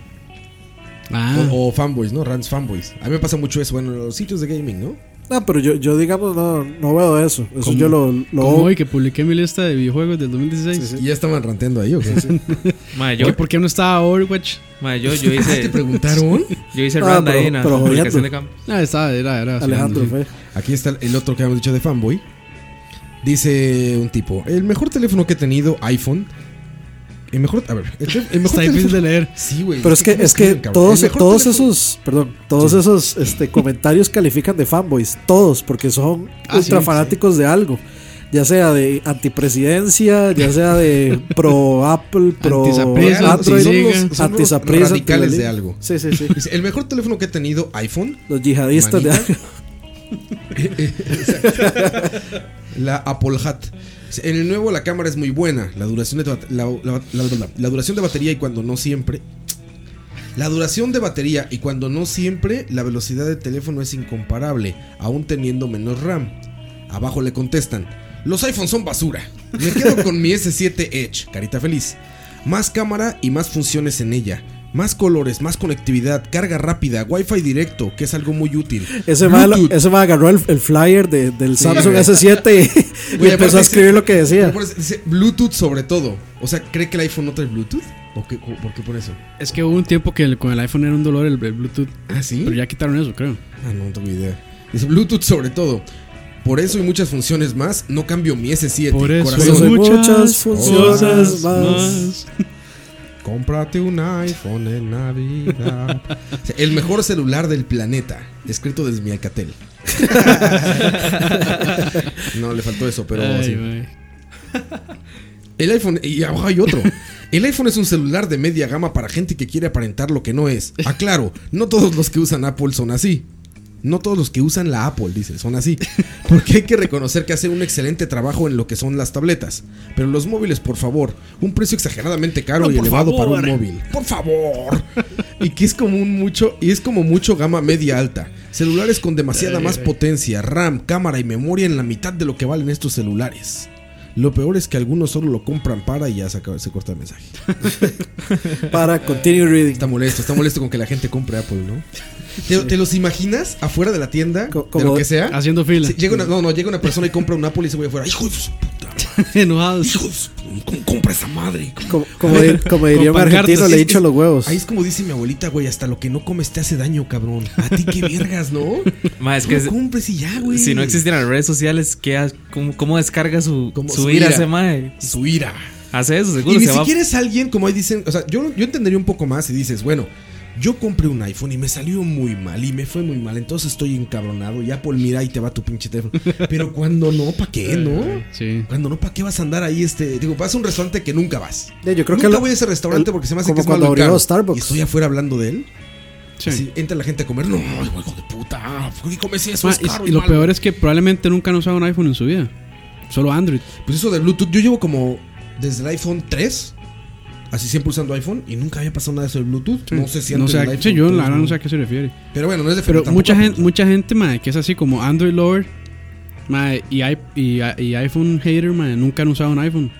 Speaker 1: Ah,
Speaker 2: O, o fanboys, ¿no? Rants fanboys. A mí me pasa mucho eso, bueno, en los sitios de gaming, ¿no?
Speaker 3: No, pero yo, yo digamos, no, no veo eso. Eso
Speaker 1: Como-
Speaker 3: yo lo, lo
Speaker 1: como hoy que publiqué mi lista de videojuegos del 2016.
Speaker 3: Sí, sí.
Speaker 2: Y ya estaban ranteando ahí, ¿o qué?
Speaker 4: Mae,
Speaker 1: ¿Qué,
Speaker 4: yo,
Speaker 1: ¿Por qué no estaba Overwatch?
Speaker 4: mae, yo, yo
Speaker 2: Ah, ¿Te
Speaker 4: hice,
Speaker 2: preguntaron?
Speaker 4: yo hice
Speaker 3: Ah,
Speaker 4: randa
Speaker 3: pero-
Speaker 4: ahí en la
Speaker 3: pero
Speaker 4: publicación
Speaker 3: jodiendo.
Speaker 4: de campo.
Speaker 1: No, Ah, estaba, era, era.
Speaker 3: Alejandro
Speaker 1: sí.
Speaker 3: fue.
Speaker 2: Aquí está el otro que habíamos dicho de fanboy. Dice un tipo, el mejor teléfono que he tenido, iPhone. El mejor, a ver, el, te- el mejor
Speaker 1: Está difícil de leer.
Speaker 2: Sí, güey.
Speaker 3: Pero es que,
Speaker 2: ¿cómo
Speaker 3: es que
Speaker 2: escriben, cabrón?
Speaker 3: todos, e,
Speaker 2: El mejor
Speaker 3: todos
Speaker 2: teléfono-
Speaker 3: esos, perdón, todos esos este, comentarios califican de fanboys, todos, porque son
Speaker 1: Ah,
Speaker 3: ultra
Speaker 1: sí,
Speaker 3: fanáticos de algo. Ya sea de antipresidencia, ya sea de pro Apple, pro
Speaker 1: Antisapresa,
Speaker 3: Android,
Speaker 1: sí, sí.
Speaker 3: anti
Speaker 2: Son unos radicales de algo.
Speaker 3: Sí, sí, sí.
Speaker 2: Dice, el mejor teléfono que he tenido, iPhone.
Speaker 3: Los yihadistas de
Speaker 2: Manita.
Speaker 3: algo.
Speaker 2: La Apple Hat. En el nuevo la cámara es muy buena. La duración de, bat- la, la- la- la- la duración de batería y cuando no siempre. La duración de batería y cuando no siempre, la velocidad del teléfono es incomparable, aún teniendo menos RAM. Abajo le contestan, los iPhones son basura. Me quedo con mi S7 Edge, carita feliz. Más cámara y más funciones en ella. Más colores, más conectividad, carga rápida, wifi directo, que es algo muy útil.
Speaker 3: Ese man,
Speaker 2: Bluetooth.
Speaker 3: ese man agarró el, el flyer de- del Samsung
Speaker 2: güey.
Speaker 3: S7 y,
Speaker 2: Güey,
Speaker 3: empezó
Speaker 2: aparte
Speaker 3: a
Speaker 2: dice-
Speaker 3: escribir lo que
Speaker 2: Pero
Speaker 3: decía.
Speaker 2: por eso dice Bluetooth sobre todo. O sea, ¿cree que el iPhone no trae Bluetooth? ¿O qué, ¿Por qué por eso?
Speaker 1: Es que hubo un tiempo que el- con el iPhone era un dolor el, el Bluetooth.
Speaker 2: ¿Ah, sí?
Speaker 1: Pero ya quitaron eso, creo.
Speaker 2: Ah, no, no tengo idea. Dice Bluetooth sobre todo. Por eso y muchas funciones más, no cambio mi S7.
Speaker 1: Por eso
Speaker 3: Por eso
Speaker 2: Corazón,
Speaker 3: hay
Speaker 1: muchas
Speaker 3: muchas funciones
Speaker 2: cosas
Speaker 3: más.
Speaker 2: cómprate un iPhone en Navidad. O sea, el mejor celular del planeta. Escrito desde mi Alcatel. no, le faltó eso, pero
Speaker 1: Ay,
Speaker 2: sí.
Speaker 1: güey.
Speaker 2: El iPhone, y abajo hay otro. El iPhone es un celular de media gama para gente que quiere aparentar lo que no es. Aclaro, no todos los que usan Apple son así. No todos los que usan la Apple, dice, son así. Porque hay que reconocer que hacen un excelente trabajo en lo que son las tabletas. Pero los móviles, por favor, un precio exageradamente caro y elevado para un móvil. Por favor. Y que es como un mucho, y es como mucho gama media alta. Celulares con demasiada más potencia, RAM, cámara y memoria en la mitad de lo que valen estos celulares. Lo peor es que algunos solo lo compran para y ya se, acaba- se corta el mensaje.
Speaker 3: Para continue reading.
Speaker 2: Está molesto, está molesto con que la gente compre Apple, ¿no? ¿Te, te los imaginas afuera de la tienda?
Speaker 3: Co-
Speaker 2: de lo
Speaker 3: como-
Speaker 2: que sea.
Speaker 1: Haciendo fila.
Speaker 2: Sí, llega una, no, no, llega una persona y compra un Apple y se voy afuera. Hijo de su puta,
Speaker 1: Enojados.
Speaker 2: hijo de su ¿Cómo compra esa madre?
Speaker 3: Como, como, di- como diría un
Speaker 1: Con pancartas,
Speaker 3: argentino, le
Speaker 2: es-
Speaker 3: he dicho
Speaker 2: es-
Speaker 3: los huevos.
Speaker 2: Ahí es como dice mi abuelita, güey, hasta lo que no comes te hace daño, cabrón. A ti qué vergas, ¿no?
Speaker 4: Mae, es
Speaker 2: Tú
Speaker 4: que
Speaker 2: lo
Speaker 4: es-
Speaker 2: compres y ya, güey.
Speaker 4: si no existieran las redes sociales, ¿qué ha- cómo, cómo descarga su,
Speaker 2: Como
Speaker 4: su
Speaker 2: su
Speaker 4: ira
Speaker 2: ira.
Speaker 4: ese mae?
Speaker 2: Su ira.
Speaker 4: Hace eso,
Speaker 2: Y
Speaker 4: seguro
Speaker 2: ni
Speaker 4: se va.
Speaker 2: siquiera es alguien, como ahí dicen, o sea, yo, yo entendería un poco más si dices, bueno, Yo compré un iPhone y me salió muy mal y me fue muy mal, entonces estoy encabronado. Y Apple, mira, ahí te va tu pinche teléfono. Pero cuando no, ¿para qué, no?
Speaker 1: Sí.
Speaker 2: Cuando no, ¿para qué vas a andar ahí? Este, digo, vas a un restaurante que nunca vas.
Speaker 3: Eh, Yo creo
Speaker 2: nunca
Speaker 3: que lo-
Speaker 2: voy a ese restaurante
Speaker 3: el-
Speaker 2: porque se me hace
Speaker 3: como
Speaker 2: que es
Speaker 3: cuando
Speaker 2: malo y
Speaker 3: abrió
Speaker 2: caro.
Speaker 3: Starbucks.
Speaker 2: Y estoy afuera hablando de él.
Speaker 1: sí.
Speaker 2: Así, entra la gente a comer. No, hijo de puta. ¿Qué comes eso?
Speaker 3: Ah,
Speaker 1: Ma,
Speaker 2: es
Speaker 1: Ah, y-
Speaker 2: caro
Speaker 1: y,
Speaker 2: y,
Speaker 1: lo
Speaker 2: malo".
Speaker 1: peor es que probablemente nunca han usado un iPhone en su vida. Solo Android.
Speaker 2: Pues eso de Bluetooth, yo llevo como desde el iPhone 3, así siempre usando iPhone, y nunca había pasado nada de eso de Bluetooth. No sé si
Speaker 1: no
Speaker 2: antes
Speaker 1: sé a-
Speaker 2: del iPhone
Speaker 1: sí, yo la
Speaker 2: 3,
Speaker 1: verdad
Speaker 2: ¿no?
Speaker 1: no sé a qué se refiere.
Speaker 2: Pero bueno, no es de
Speaker 1: Pero
Speaker 2: tampoco
Speaker 1: mucha
Speaker 2: Apple,
Speaker 1: gente,
Speaker 2: ¿no?
Speaker 1: mucha gente, mae, que es así como Android lover, mae, y, i- y, i- y iPhone hater, mae, nunca han usado un iPhone.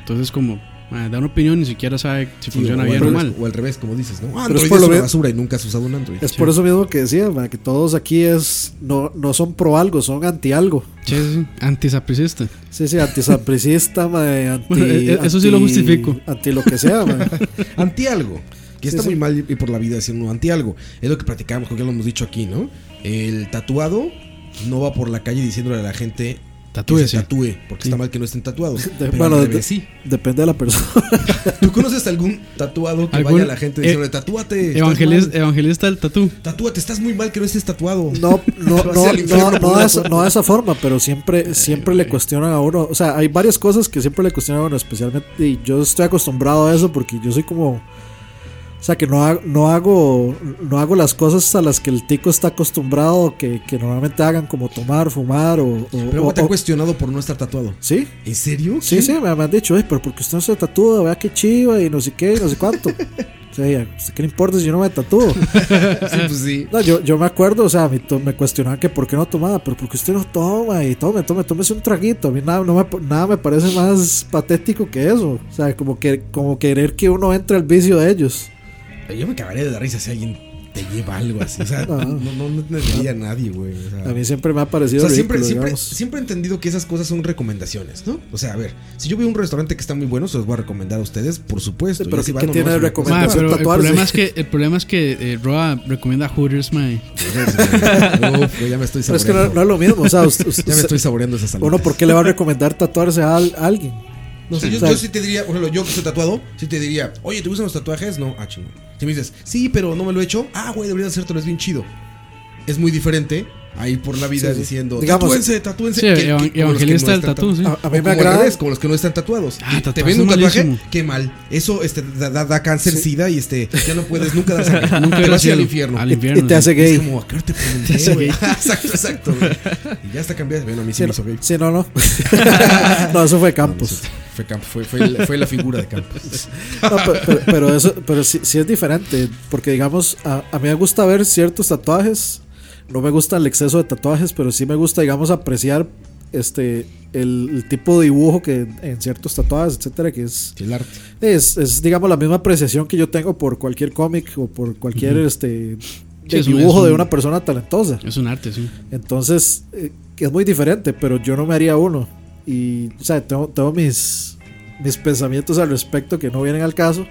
Speaker 1: Entonces como, mae, da una opinión y ni siquiera sabe
Speaker 2: Sí,
Speaker 1: si funciona
Speaker 2: o
Speaker 1: bien
Speaker 2: al
Speaker 1: o
Speaker 2: revés,
Speaker 1: mal.
Speaker 2: O al revés, como dices, ¿no?
Speaker 3: Pero
Speaker 2: Android
Speaker 3: es
Speaker 2: es,
Speaker 3: por lo
Speaker 2: una
Speaker 3: menos-
Speaker 2: basura y nunca has usado un Android.
Speaker 3: Es por eso mismo que decía, ma, que todos aquí es no, no son pro algo, son anti algo.
Speaker 1: Che, sí, sí, antisapricista.
Speaker 3: Sí, sí, antisapricista, ma, anti,
Speaker 1: Bueno, eh, eso sí lo
Speaker 3: anti-
Speaker 1: justifico.
Speaker 3: Anti lo que sea, ma.
Speaker 2: Anti algo. Que
Speaker 3: Sí,
Speaker 2: está
Speaker 3: sí.
Speaker 2: muy mal y por la vida decir uno anti algo. Es lo que platicamos, creo que lo hemos dicho aquí, ¿no? El tatuado no va por la calle diciéndole a la gente que se
Speaker 1: Tatúese.
Speaker 2: tatúe, porque está mal que no estén tatuados.
Speaker 3: De-
Speaker 2: Pero
Speaker 3: bueno,
Speaker 2: al
Speaker 3: de-
Speaker 2: revés, sí.
Speaker 3: depende de la persona.
Speaker 2: ¿Tú conoces algún tatuado que
Speaker 1: Algún-
Speaker 2: vaya a la gente
Speaker 1: eh,
Speaker 2: diciéndole, tatúate? estás
Speaker 1: Evangelis-
Speaker 2: mal"?
Speaker 1: evangelista del tatú.
Speaker 2: Tatúate, estás muy mal que no estés tatuado.
Speaker 3: No, no,
Speaker 2: Te vas
Speaker 3: no,
Speaker 2: al infierno
Speaker 3: no,
Speaker 2: por
Speaker 3: no
Speaker 2: una
Speaker 3: de esa,
Speaker 2: foto.
Speaker 3: no de esa forma, pero siempre, siempre le cuestionan a uno. O sea, hay varias cosas que siempre le cuestionan a uno, especialmente. Y yo estoy acostumbrado a eso porque yo soy como. O sea, que no, ha- no, hago, no hago las cosas a las que el tico está acostumbrado que, que normalmente hagan, como tomar, fumar o. o-
Speaker 2: Pero
Speaker 3: o-
Speaker 2: te han
Speaker 3: o-
Speaker 2: cuestionado por no estar tatuado.
Speaker 3: ¿Sí?
Speaker 2: ¿En serio?
Speaker 3: Sí, sí, me, me han dicho, "Ey, pero porque usted no se tatúa, vea qué chiva y no sé qué y no sé cuánto. O sea, ya, ¿usted ¿qué le importa si yo no me tatúo?
Speaker 2: Sí, pues sí.
Speaker 3: No, yo, yo me acuerdo, o sea, a mí to- me cuestionaban que por qué no tomaba, pero porque usted no toma y tome, tome, tómese un traguito. A mí nada, no me, po- nada me parece más patético que eso. O sea, como, que, como querer que uno entre al vicio de ellos.
Speaker 2: Yo me cagaría de la risa si alguien te lleva algo así. O sea, no, no, no, entendería a nadie, güey. O sea,
Speaker 3: Ah. A mí siempre me ha parecido
Speaker 2: O sea, siempre,
Speaker 3: ridículo,
Speaker 2: siempre,
Speaker 3: digamos.
Speaker 2: siempre he entendido que esas cosas son recomendaciones, ¿no? O sea, a ver, si yo veo un restaurante que está muy bueno, se los voy a recomendar a ustedes, por supuesto.
Speaker 3: Sí, pero
Speaker 2: Ya si
Speaker 3: ¿qué-
Speaker 2: van
Speaker 3: qué
Speaker 2: o no
Speaker 3: tiene
Speaker 2: es
Speaker 3: de
Speaker 2: una cosa.
Speaker 1: Mae,
Speaker 3: recomendar?
Speaker 1: pero el
Speaker 3: Tatuarse.
Speaker 1: problema es que, el problema es que eh, Roa recomienda Hooters, mae.
Speaker 2: Uf, güey, ya me estoy
Speaker 3: Pero es que no,
Speaker 2: saboreando.
Speaker 3: no es lo mismo, o sea, us- us-
Speaker 2: Ya me estoy saboreando esas
Speaker 3: uno,
Speaker 2: salidas.
Speaker 3: ¿por qué le va a recomendar tatuarse a, al- a alguien?
Speaker 2: No sé, yo,
Speaker 3: Claro.
Speaker 2: yo sí te diría, por ejemplo, yo que soy tatuado, sí te diría, oye, ¿te gustan los tatuajes? No, ah, chingón. Si me dices, sí, pero no me lo he hecho, ah, güey, debería hacértelo, es bien chido. Es muy diferente a ir por la vida
Speaker 3: Sí, sí.
Speaker 2: diciendo,
Speaker 3: Digamos-
Speaker 2: tatúense, tatúense.
Speaker 1: Sí, evan-
Speaker 2: como los que
Speaker 1: evangelista del
Speaker 2: están
Speaker 1: tatú,
Speaker 2: tatu-
Speaker 1: sí.
Speaker 3: A,
Speaker 2: O
Speaker 3: a mí me
Speaker 2: como al
Speaker 3: agrada.
Speaker 2: revés, como los que no están tatuados.
Speaker 1: Ah,
Speaker 2: te
Speaker 1: tatuajes
Speaker 2: ven un tatuaje,
Speaker 1: malísimo.
Speaker 2: qué mal. Eso este, da, da- da cáncer, sida y este, ya no puedes nunca dar sangre.
Speaker 1: Nunca
Speaker 2: te vas a
Speaker 1: era
Speaker 2: ir al
Speaker 1: cielo.
Speaker 2: infierno.
Speaker 1: Al
Speaker 3: Y,
Speaker 1: infierno,
Speaker 3: y te
Speaker 1: sí.
Speaker 3: hace
Speaker 2: Es
Speaker 3: gay.
Speaker 2: como, ¿a qué hora te pregunté, güey? Exacto, exacto, güey. Y ya está cambiado. Bueno, a mí sí
Speaker 3: Sí,
Speaker 2: me
Speaker 3: no,
Speaker 2: hizo gay.
Speaker 3: sí, no, no. no, eso fue Campos.
Speaker 2: Fue Campos, fue, fue la- fue la figura de Campos.
Speaker 3: No, pe- pero, pero eso, pero sí, sí es diferente, porque digamos, a, a mí me gusta ver ciertos tatuajes, no me gusta el exceso de tatuajes, pero sí me gusta, digamos, apreciar este el, el tipo de dibujo que en ciertos tatuajes, etcétera, que es,
Speaker 2: El arte.
Speaker 3: es, es, digamos, la misma apreciación que yo tengo por cualquier cómic o por cualquier este
Speaker 1: Sí,
Speaker 3: el
Speaker 1: es un-
Speaker 3: dibujo
Speaker 1: es
Speaker 3: de
Speaker 1: un-
Speaker 3: una persona talentosa.
Speaker 1: Es un arte, sí.
Speaker 3: Entonces, eh, que es muy diferente, pero yo no me haría uno. Y, o sea, tengo, tengo mis, mis pensamientos al respecto que no vienen al caso,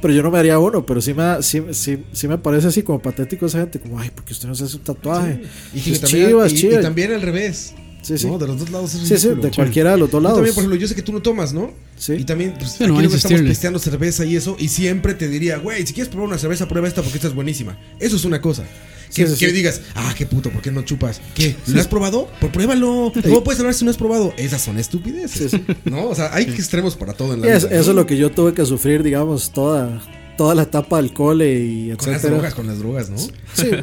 Speaker 3: pero yo no me haría uno, pero sí me, da- sí, sí- sí me parece así como patético esa gente, como, ay, porque usted no se hace un tatuaje.
Speaker 2: Y,
Speaker 3: Es
Speaker 2: también,
Speaker 3: chiva, es
Speaker 2: y- y
Speaker 3: chiva.
Speaker 2: también al revés.
Speaker 3: Sí, sí.
Speaker 2: ¿no? De los dos lados es
Speaker 3: Sí, sí,
Speaker 2: ridículo.
Speaker 3: de cualquiera de los dos
Speaker 2: Yo
Speaker 3: lados.
Speaker 2: también, por ejemplo, yo sé que tú no tomas, ¿no?
Speaker 3: Sí.
Speaker 2: Y también, pues,
Speaker 1: Sí,
Speaker 2: aquí
Speaker 1: no, hay
Speaker 2: luego estamos
Speaker 1: insistirle.
Speaker 2: pisteando cerveza y eso, y siempre te diría, güey, si quieres probar una cerveza, prueba esta porque esta es buenísima. Eso es una cosa.
Speaker 3: Sí,
Speaker 2: Que,
Speaker 3: sí,
Speaker 2: que
Speaker 3: sí.
Speaker 2: digas, ah, qué puto, ¿por qué no chupas? ¿Qué? ¿Lo has probado? Pues pruébalo. ¿Cómo puedes hablar si no has probado? Esas son estupideces.
Speaker 3: Sí,
Speaker 2: ¿No? O sea, hay extremos para todo en la
Speaker 3: Y es-
Speaker 2: vida.
Speaker 3: eso es
Speaker 2: ¿no?
Speaker 3: lo que yo tuve que sufrir, digamos, toda, toda la etapa del cole y
Speaker 2: Con las
Speaker 3: etcétera.
Speaker 2: drogas, con las drogas, ¿no?
Speaker 3: Sí,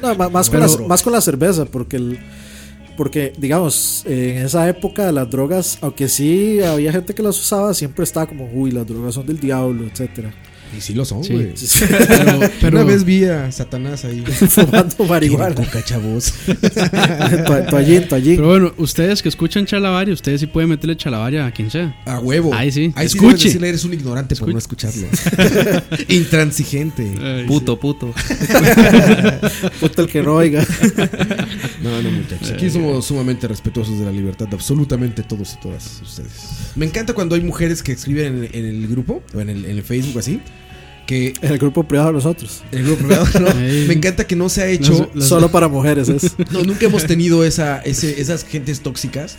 Speaker 3: no, ma- más, con
Speaker 2: Pero-
Speaker 3: la, más con la cerveza, porque el- porque digamos, eh, en esa época las drogas, aunque sí había gente que las usaba, siempre estaba como, uy, las drogas son del diablo, etcétera.
Speaker 2: Y sí lo son,
Speaker 1: Sí.
Speaker 2: güey.
Speaker 1: Pero, pero
Speaker 2: Una vez vi a Satanás ahí.
Speaker 3: Fumando
Speaker 2: Igual.
Speaker 3: marihuana.
Speaker 2: Coca, chavos.
Speaker 3: To- toallín, toallín.
Speaker 1: Pero bueno, ustedes que escuchan Chalabaria, ustedes sí pueden meterle Chalabaria a quien sea.
Speaker 2: A huevo.
Speaker 1: Ahí sí.
Speaker 2: Ahí sí
Speaker 1: Escuche.
Speaker 2: debes decirle, eres un ignorante por no escucharlo.
Speaker 1: Ah,
Speaker 2: Intransigente.
Speaker 4: Puto, puto.
Speaker 3: Puta el que no oiga.
Speaker 2: No, no, muchachos. Aquí somos sumamente respetuosos de la libertad de absolutamente todos y todas ustedes. Me encanta cuando hay mujeres que escriben en, en el grupo o en el, en el Facebook así. Que
Speaker 3: En el grupo privado de nosotros.
Speaker 2: el grupo privado, ¿no?
Speaker 1: Ey.
Speaker 2: Me encanta que no se ha hecho.
Speaker 1: Las-
Speaker 3: Solo para mujeres es.
Speaker 2: No, nunca hemos tenido esa, ese- esas gentes tóxicas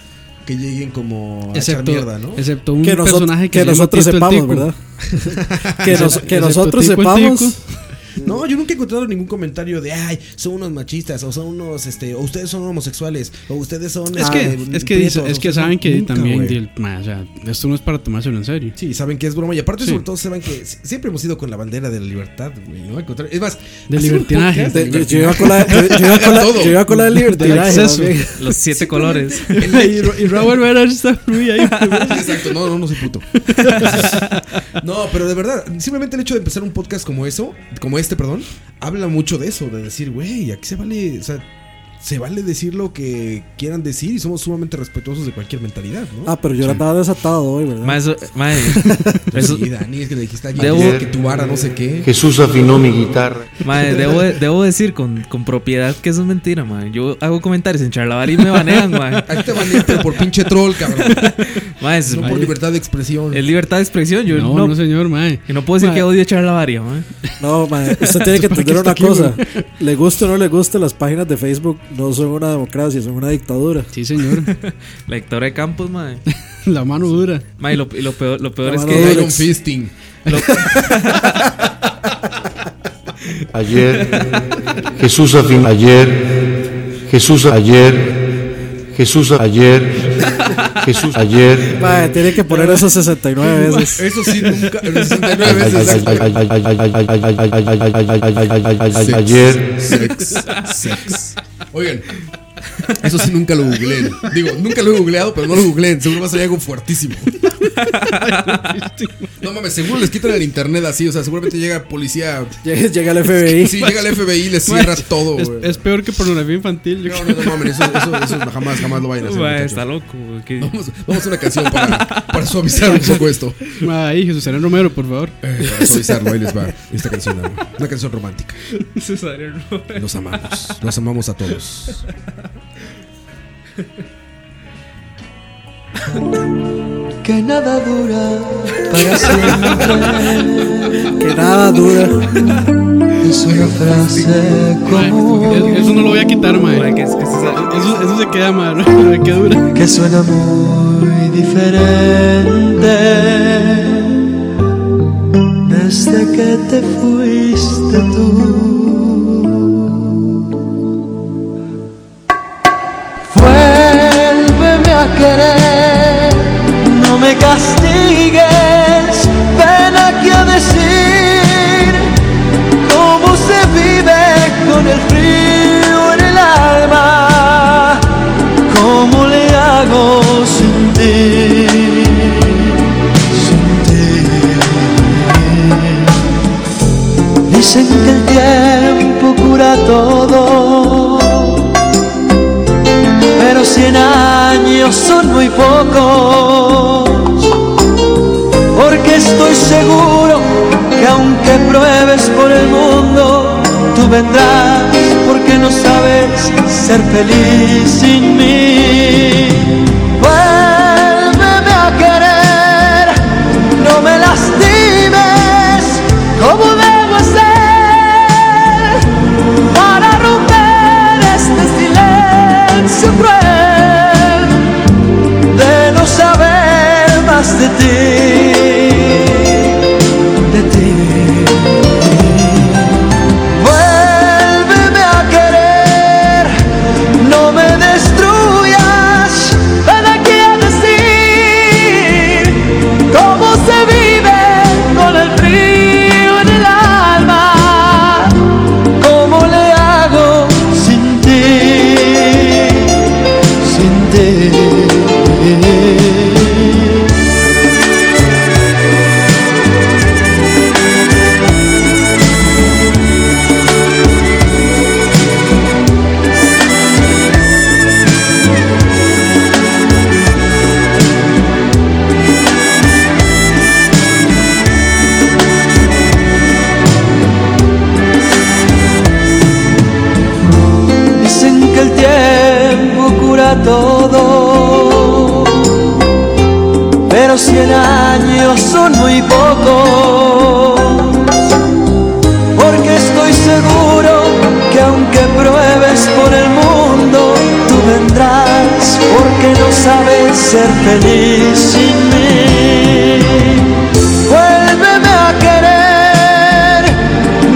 Speaker 2: que lleguen como a echar
Speaker 1: Excepto,
Speaker 2: mierda, ¿no?
Speaker 1: excepto un
Speaker 3: Que, noso-
Speaker 1: personaje que,
Speaker 3: que
Speaker 1: se llama
Speaker 3: nosotros
Speaker 1: Tito el
Speaker 3: sepamos,
Speaker 1: Tico.
Speaker 3: ¿verdad? que, nos- que
Speaker 1: Excepto
Speaker 3: nosotros
Speaker 1: Tico el
Speaker 3: sepamos.
Speaker 1: Tico.
Speaker 2: No, yo nunca he encontrado ningún comentario de, ay, son unos machistas, o son unos, este, o ustedes son homosexuales, o ustedes son.
Speaker 1: Es que,
Speaker 2: este,
Speaker 1: es que, dice-
Speaker 2: prietos,
Speaker 1: es
Speaker 2: o
Speaker 1: que
Speaker 2: ustedes son-".
Speaker 1: saben que
Speaker 2: Nunca,
Speaker 1: también,
Speaker 2: güey.
Speaker 1: di el- ma, o sea, esto no es para tomárselo en serio.
Speaker 2: Sí, saben que es broma. Y aparte,
Speaker 1: Sí.
Speaker 2: sobre todo, saben que si- siempre hemos ido con la bandera de la libertad, güey, ¿no? Al contrario. Es más, hacer
Speaker 1: Del
Speaker 2: un
Speaker 1: libertinaje.
Speaker 2: podcast de
Speaker 3: Yo, yo- yo iba con la, yo, yo iba con la, yo iba con la del
Speaker 1: Del
Speaker 3: libertinaje.
Speaker 1: exceso.
Speaker 3: más bien.
Speaker 4: Los siete colores.
Speaker 1: y, Ro- y Robert Bernard está muy ahí.
Speaker 2: Exacto, no, no, no soy puto. No, pero de verdad, simplemente el hecho de empezar un podcast como eso, como este, perdón, habla mucho de eso, de decir, güey, aquí se vale, o sea, se vale decir lo que quieran decir y somos sumamente respetuosos de cualquier mentalidad, ¿no?
Speaker 3: Ah, pero yo la andaba desatado hoy, ¿verdad?
Speaker 4: Mae, eso- mae, eso-
Speaker 2: Sí, Dani, es que le dijiste ayer
Speaker 4: Debo-
Speaker 2: que tu vara no sé qué.
Speaker 5: Jesús afinó mi guitarra.
Speaker 4: mae, debo, de- debo decir con, con propiedad que eso es mentira, mae. Yo hago comentarios en charlavar y me banean, mae.
Speaker 2: Aquí te van a ir, pero por pinche troll, cabrón.
Speaker 4: Mae, es,
Speaker 2: No por libertad de expresión.
Speaker 4: es libertad de expresión. Yo
Speaker 1: No,
Speaker 4: no,
Speaker 1: no, señor, mae.
Speaker 4: y no puedo decir
Speaker 1: Mae.
Speaker 4: que odio charlavaria, mae.
Speaker 3: No, mae, usted tiene que
Speaker 1: ¿Para qué
Speaker 3: entender
Speaker 1: está
Speaker 3: una
Speaker 1: aquí,
Speaker 3: cosa. Le guste o no le guste, las páginas de Facebook no son una democracia, son una dictadura.
Speaker 1: Sí, señor.
Speaker 4: La Héctora de Campos, mae.
Speaker 1: La mano dura.
Speaker 4: Mae, y lo, y lo peor, lo peor
Speaker 3: La
Speaker 4: es
Speaker 3: mano
Speaker 4: que.
Speaker 3: dura.
Speaker 2: Iron Fisting.
Speaker 5: Ayer Jesús afinó. Ayer Jesús. Ayer Jesús. Ayer Jesús. Ayer.
Speaker 3: Mae, tiene que poner eso 69 veces.
Speaker 2: Eso sí, nunca. 69 veces. exacto.
Speaker 5: Ayer.
Speaker 2: Sex, sex. Oigan, eso sí nunca lo googleen. Digo, nunca lo he googleado, pero no lo googleen. Seguro va a salir algo fuertísimo. No mames, seguro les quitan el internet así. O sea, seguramente llega policía.
Speaker 1: Pues,
Speaker 3: Llega, llega el FBI.
Speaker 2: Sí, llega el FBI y les cierra todo,
Speaker 1: Es,
Speaker 2: güey.
Speaker 1: es peor que pornografía infantil. yo
Speaker 2: No,
Speaker 1: creo.
Speaker 2: no, no mames, eso, eso, eso jamás, jamás lo vayan a hacer.
Speaker 4: Mae,
Speaker 2: muchachos.
Speaker 4: está loco, güey, que-
Speaker 2: Vamos, vamos a una canción para, para suavizar un poco esto.
Speaker 1: Mae, ahí, Jesús Serán Romero, por favor.
Speaker 2: Eh, para suavizarlo, ahí les va esta canción. Una canción romántica.
Speaker 4: Cesario Rojas.
Speaker 2: Los amamos. Los amamos a todos.
Speaker 8: Que nada dura para siempre.
Speaker 3: Que nada dura.
Speaker 8: Es una frase
Speaker 1: Mae, es- eso
Speaker 8: común
Speaker 1: no lo voy a quitar,
Speaker 4: Mae,
Speaker 1: mae.
Speaker 4: que es que Cesario-
Speaker 1: Eso, eso se queda, mae. ¿no? Qué dura.
Speaker 8: que suena muy diferente desde que te fuiste tú. Vuélveme a querer, no me castigues, ven aquí a decir cómo se vive con el frío en el alma, cómo le hago sin ti, sin ti. Dicen que el tiempo cura todo, pero cien años son muy pocos porque estoy seguro que aunque pruebes por el mundo, tú vendrás porque no sabes ser feliz sin mí. Vuélveme a querer, no me lastimes, ¿cómo debo ser para romper este silencio cruel? de no saber más de ti, de ti. Vuélveme a querer, no me destruyas, ven aquí a decir cómo se vive con el frío en el alma, cómo le hago sin ti sin ti. Dicen que el tiempo cura todo, pero cien años son muy pocos. Porque estoy seguro que aunque pruebes por el mundo, tú vendrás porque no sabes ser feliz sin mí. Vuélveme a querer,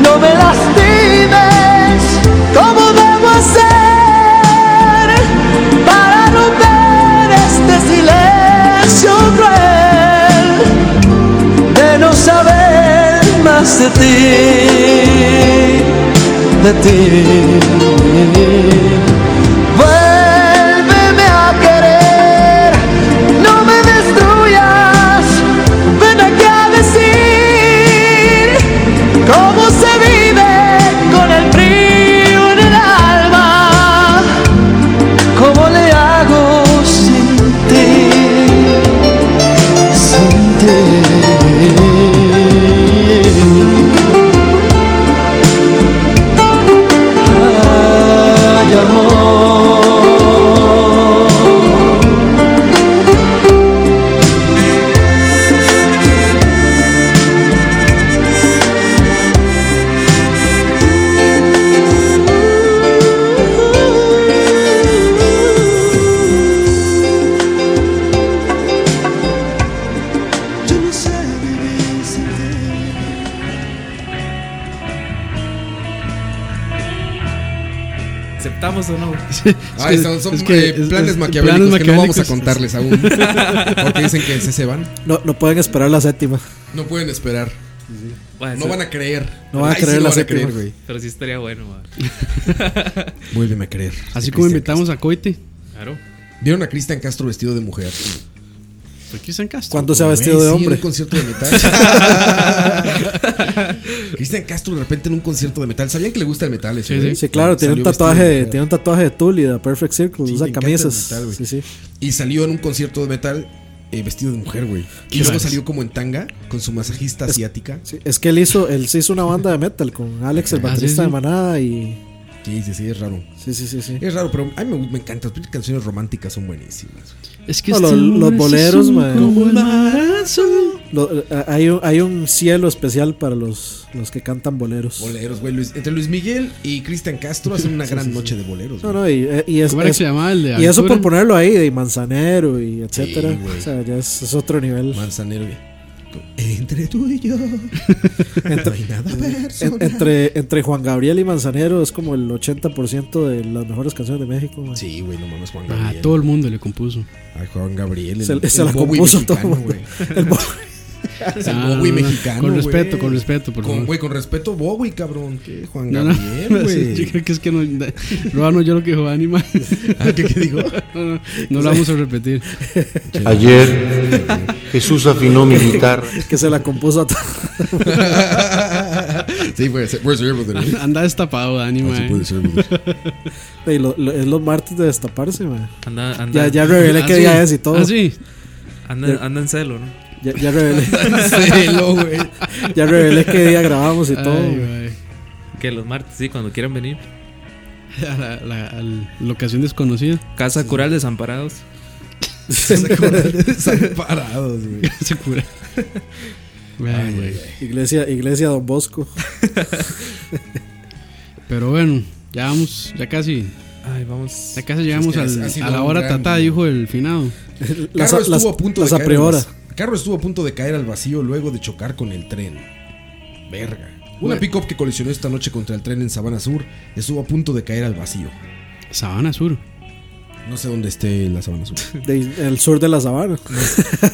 Speaker 8: no me las este ti, de ti. Vuélveme a querer, no me destruyas, ven aquí a decir cómo se vive con el frío en el alma, cómo le hago sin ti, sin ti. Ay, amor. Yo no sé vivir sin ti.
Speaker 4: ¿Aceptamos o no?
Speaker 2: Ay,
Speaker 1: que-
Speaker 2: son, son,
Speaker 1: es que-
Speaker 2: eh,
Speaker 1: es-
Speaker 2: planes
Speaker 1: es-
Speaker 2: maquiavélicos
Speaker 1: planes
Speaker 2: que no vamos a
Speaker 1: maquiavélicos.
Speaker 2: contarles aún. Porque dicen que se se van.
Speaker 3: No, no pueden esperar la séptima.
Speaker 2: No pueden esperar.
Speaker 4: Bueno,
Speaker 2: No
Speaker 4: eso-
Speaker 2: van a creer.
Speaker 3: No van a
Speaker 2: Ay, sí,
Speaker 3: creer
Speaker 2: no
Speaker 3: la
Speaker 2: van a
Speaker 3: séptima.
Speaker 2: creer, güey.
Speaker 4: Pero sí estaría bueno, ma.
Speaker 2: Vuélveme a creer.
Speaker 1: Así
Speaker 2: De
Speaker 1: como
Speaker 2: Cristian
Speaker 1: invitamos a Coite.
Speaker 4: Claro.
Speaker 2: Castro. Vieron a Cristian Castro vestido de mujer.
Speaker 1: ¿Por qué San Castro?
Speaker 3: ¿Cuándo se ha vestido
Speaker 2: Güey,
Speaker 3: de
Speaker 2: sí,
Speaker 3: hombre?
Speaker 2: En un concierto de metal. Cristian Castro de repente en un concierto de metal. ¿Sabían que le gusta el metal? ese
Speaker 1: Sí,
Speaker 2: güey?
Speaker 3: Sí, claro, tiene un
Speaker 2: Salió vestido
Speaker 3: tatuaje,
Speaker 2: de
Speaker 3: de,
Speaker 2: mujer.
Speaker 3: tiene un tatuaje de Tully, de Perfect Circle,
Speaker 2: Sí, me
Speaker 3: usa
Speaker 2: encanta
Speaker 3: camisas.
Speaker 2: el metal, güey.
Speaker 3: sí, sí.
Speaker 2: Y salió en un concierto de metal eh, vestido de mujer, güey. Y luego salió como en tanga con su masajista asiática.
Speaker 3: Sí, Es que él hizo, él se hizo una banda de metal con Alex, el
Speaker 1: Ah, sí,
Speaker 3: baterista
Speaker 1: sí.
Speaker 3: de Manada y
Speaker 2: Sí, sí, sí, es raro.
Speaker 3: sí, sí, sí, sí.
Speaker 2: Es raro, pero a mí me, me encanta. Las canciones románticas son buenísimas.
Speaker 1: Es que
Speaker 3: No, los-
Speaker 1: este
Speaker 3: los
Speaker 1: hombre es
Speaker 3: boleros,
Speaker 1: un
Speaker 3: man.
Speaker 1: como el mar azul.
Speaker 3: Lo- eh, hay, un, hay un cielo especial para los, los que cantan boleros.
Speaker 2: Boleros, güey. Luis- entre Luis Miguel y Cristian Castro hacen una gran noche de boleros.
Speaker 3: No,
Speaker 2: güey.
Speaker 3: no, y, eh, y es,
Speaker 1: ¿Cómo era que
Speaker 3: es-
Speaker 1: se llamaba el de
Speaker 3: y eso
Speaker 1: Aventura?
Speaker 3: por ponerlo ahí, de manzanero y etcétera.
Speaker 2: güey.
Speaker 3: o sea, ya es, es otro nivel.
Speaker 2: Manzanero, güey. Entre tú y yo. no hay nada personal.
Speaker 3: En- entre, entre Juan Gabriel y Manzanero es como el 80% de las mejores canciones de México. man.
Speaker 2: Sí, güey, no mames, Juan
Speaker 1: Ah,
Speaker 2: Gabriel.
Speaker 1: todo el mundo le compuso.
Speaker 2: A Juan Gabriel.
Speaker 3: se, se
Speaker 2: el
Speaker 3: la
Speaker 2: Bowie
Speaker 3: compuso todo el
Speaker 2: mexicano,
Speaker 3: mundo.
Speaker 2: güey.
Speaker 3: El Bowie.
Speaker 2: Es el
Speaker 1: Ah,
Speaker 2: Bowie
Speaker 1: no, no, no.
Speaker 2: mexicano.
Speaker 1: Con
Speaker 2: güey.
Speaker 1: respeto, con respeto, por
Speaker 2: Con,
Speaker 1: favor.
Speaker 2: güey, con respeto, Bowie, cabrón. ¿Qué? Juan
Speaker 1: No, no.
Speaker 2: Gabriel, güey.
Speaker 1: Yo creo que es que no. Robano, yo lo que Giovanni más.
Speaker 2: Ah, ¿Qué, qué dijo?
Speaker 1: No, no, no lo vamos a repetir.
Speaker 5: Ayer Jesús afinó mi guitarra.
Speaker 3: que se la compuso a todo.
Speaker 2: sí, güey, se- puede ser, brother. Sí,
Speaker 1: Anda destapado, eh. Dani, mae.
Speaker 2: puede ser, brother.
Speaker 3: Y lo- lo- es los martes de destaparse, man.
Speaker 4: Anda,
Speaker 3: Ya,
Speaker 4: anda,
Speaker 3: ya revelé
Speaker 1: Ah,
Speaker 3: qué
Speaker 1: sí.
Speaker 3: día es y todo.
Speaker 1: Ah, sí.
Speaker 4: anda, anda en celo, ¿no?
Speaker 3: ya, ya revelé,
Speaker 2: Celo, güey.
Speaker 3: ya revelé qué día grabamos y
Speaker 1: Ay,
Speaker 3: todo. man.
Speaker 1: mae.
Speaker 4: Que los martes, sí, cuando quieran venir.
Speaker 1: A la, la- a la locación desconocida.
Speaker 4: Casa Cural Desamparados.
Speaker 2: Están parados, güey.
Speaker 1: Se cura. Ay, güey.
Speaker 3: Iglesia, iglesia Don Bosco.
Speaker 1: Pero bueno, ya vamos, ya casi,
Speaker 4: Ay, vamos.
Speaker 1: ya casi llegamos
Speaker 2: que ha-
Speaker 1: al-
Speaker 2: ha sido
Speaker 1: a la
Speaker 2: un
Speaker 1: hora
Speaker 2: gran-
Speaker 1: tatá, dijo el finado.
Speaker 3: Las,
Speaker 2: Carro
Speaker 3: las,
Speaker 2: estuvo a punto
Speaker 3: las
Speaker 2: de
Speaker 3: a
Speaker 2: caer. al
Speaker 3: priora.
Speaker 2: vac- Carro estuvo a punto de caer al vacío luego de chocar con el tren. Verga. Una pick-up que colisionó esta noche contra el tren en Sabana Sur estuvo a punto de caer al vacío.
Speaker 1: Sabana Sur.
Speaker 2: No sé dónde esté la Sabana Sur.
Speaker 3: de- el sur de la sabana.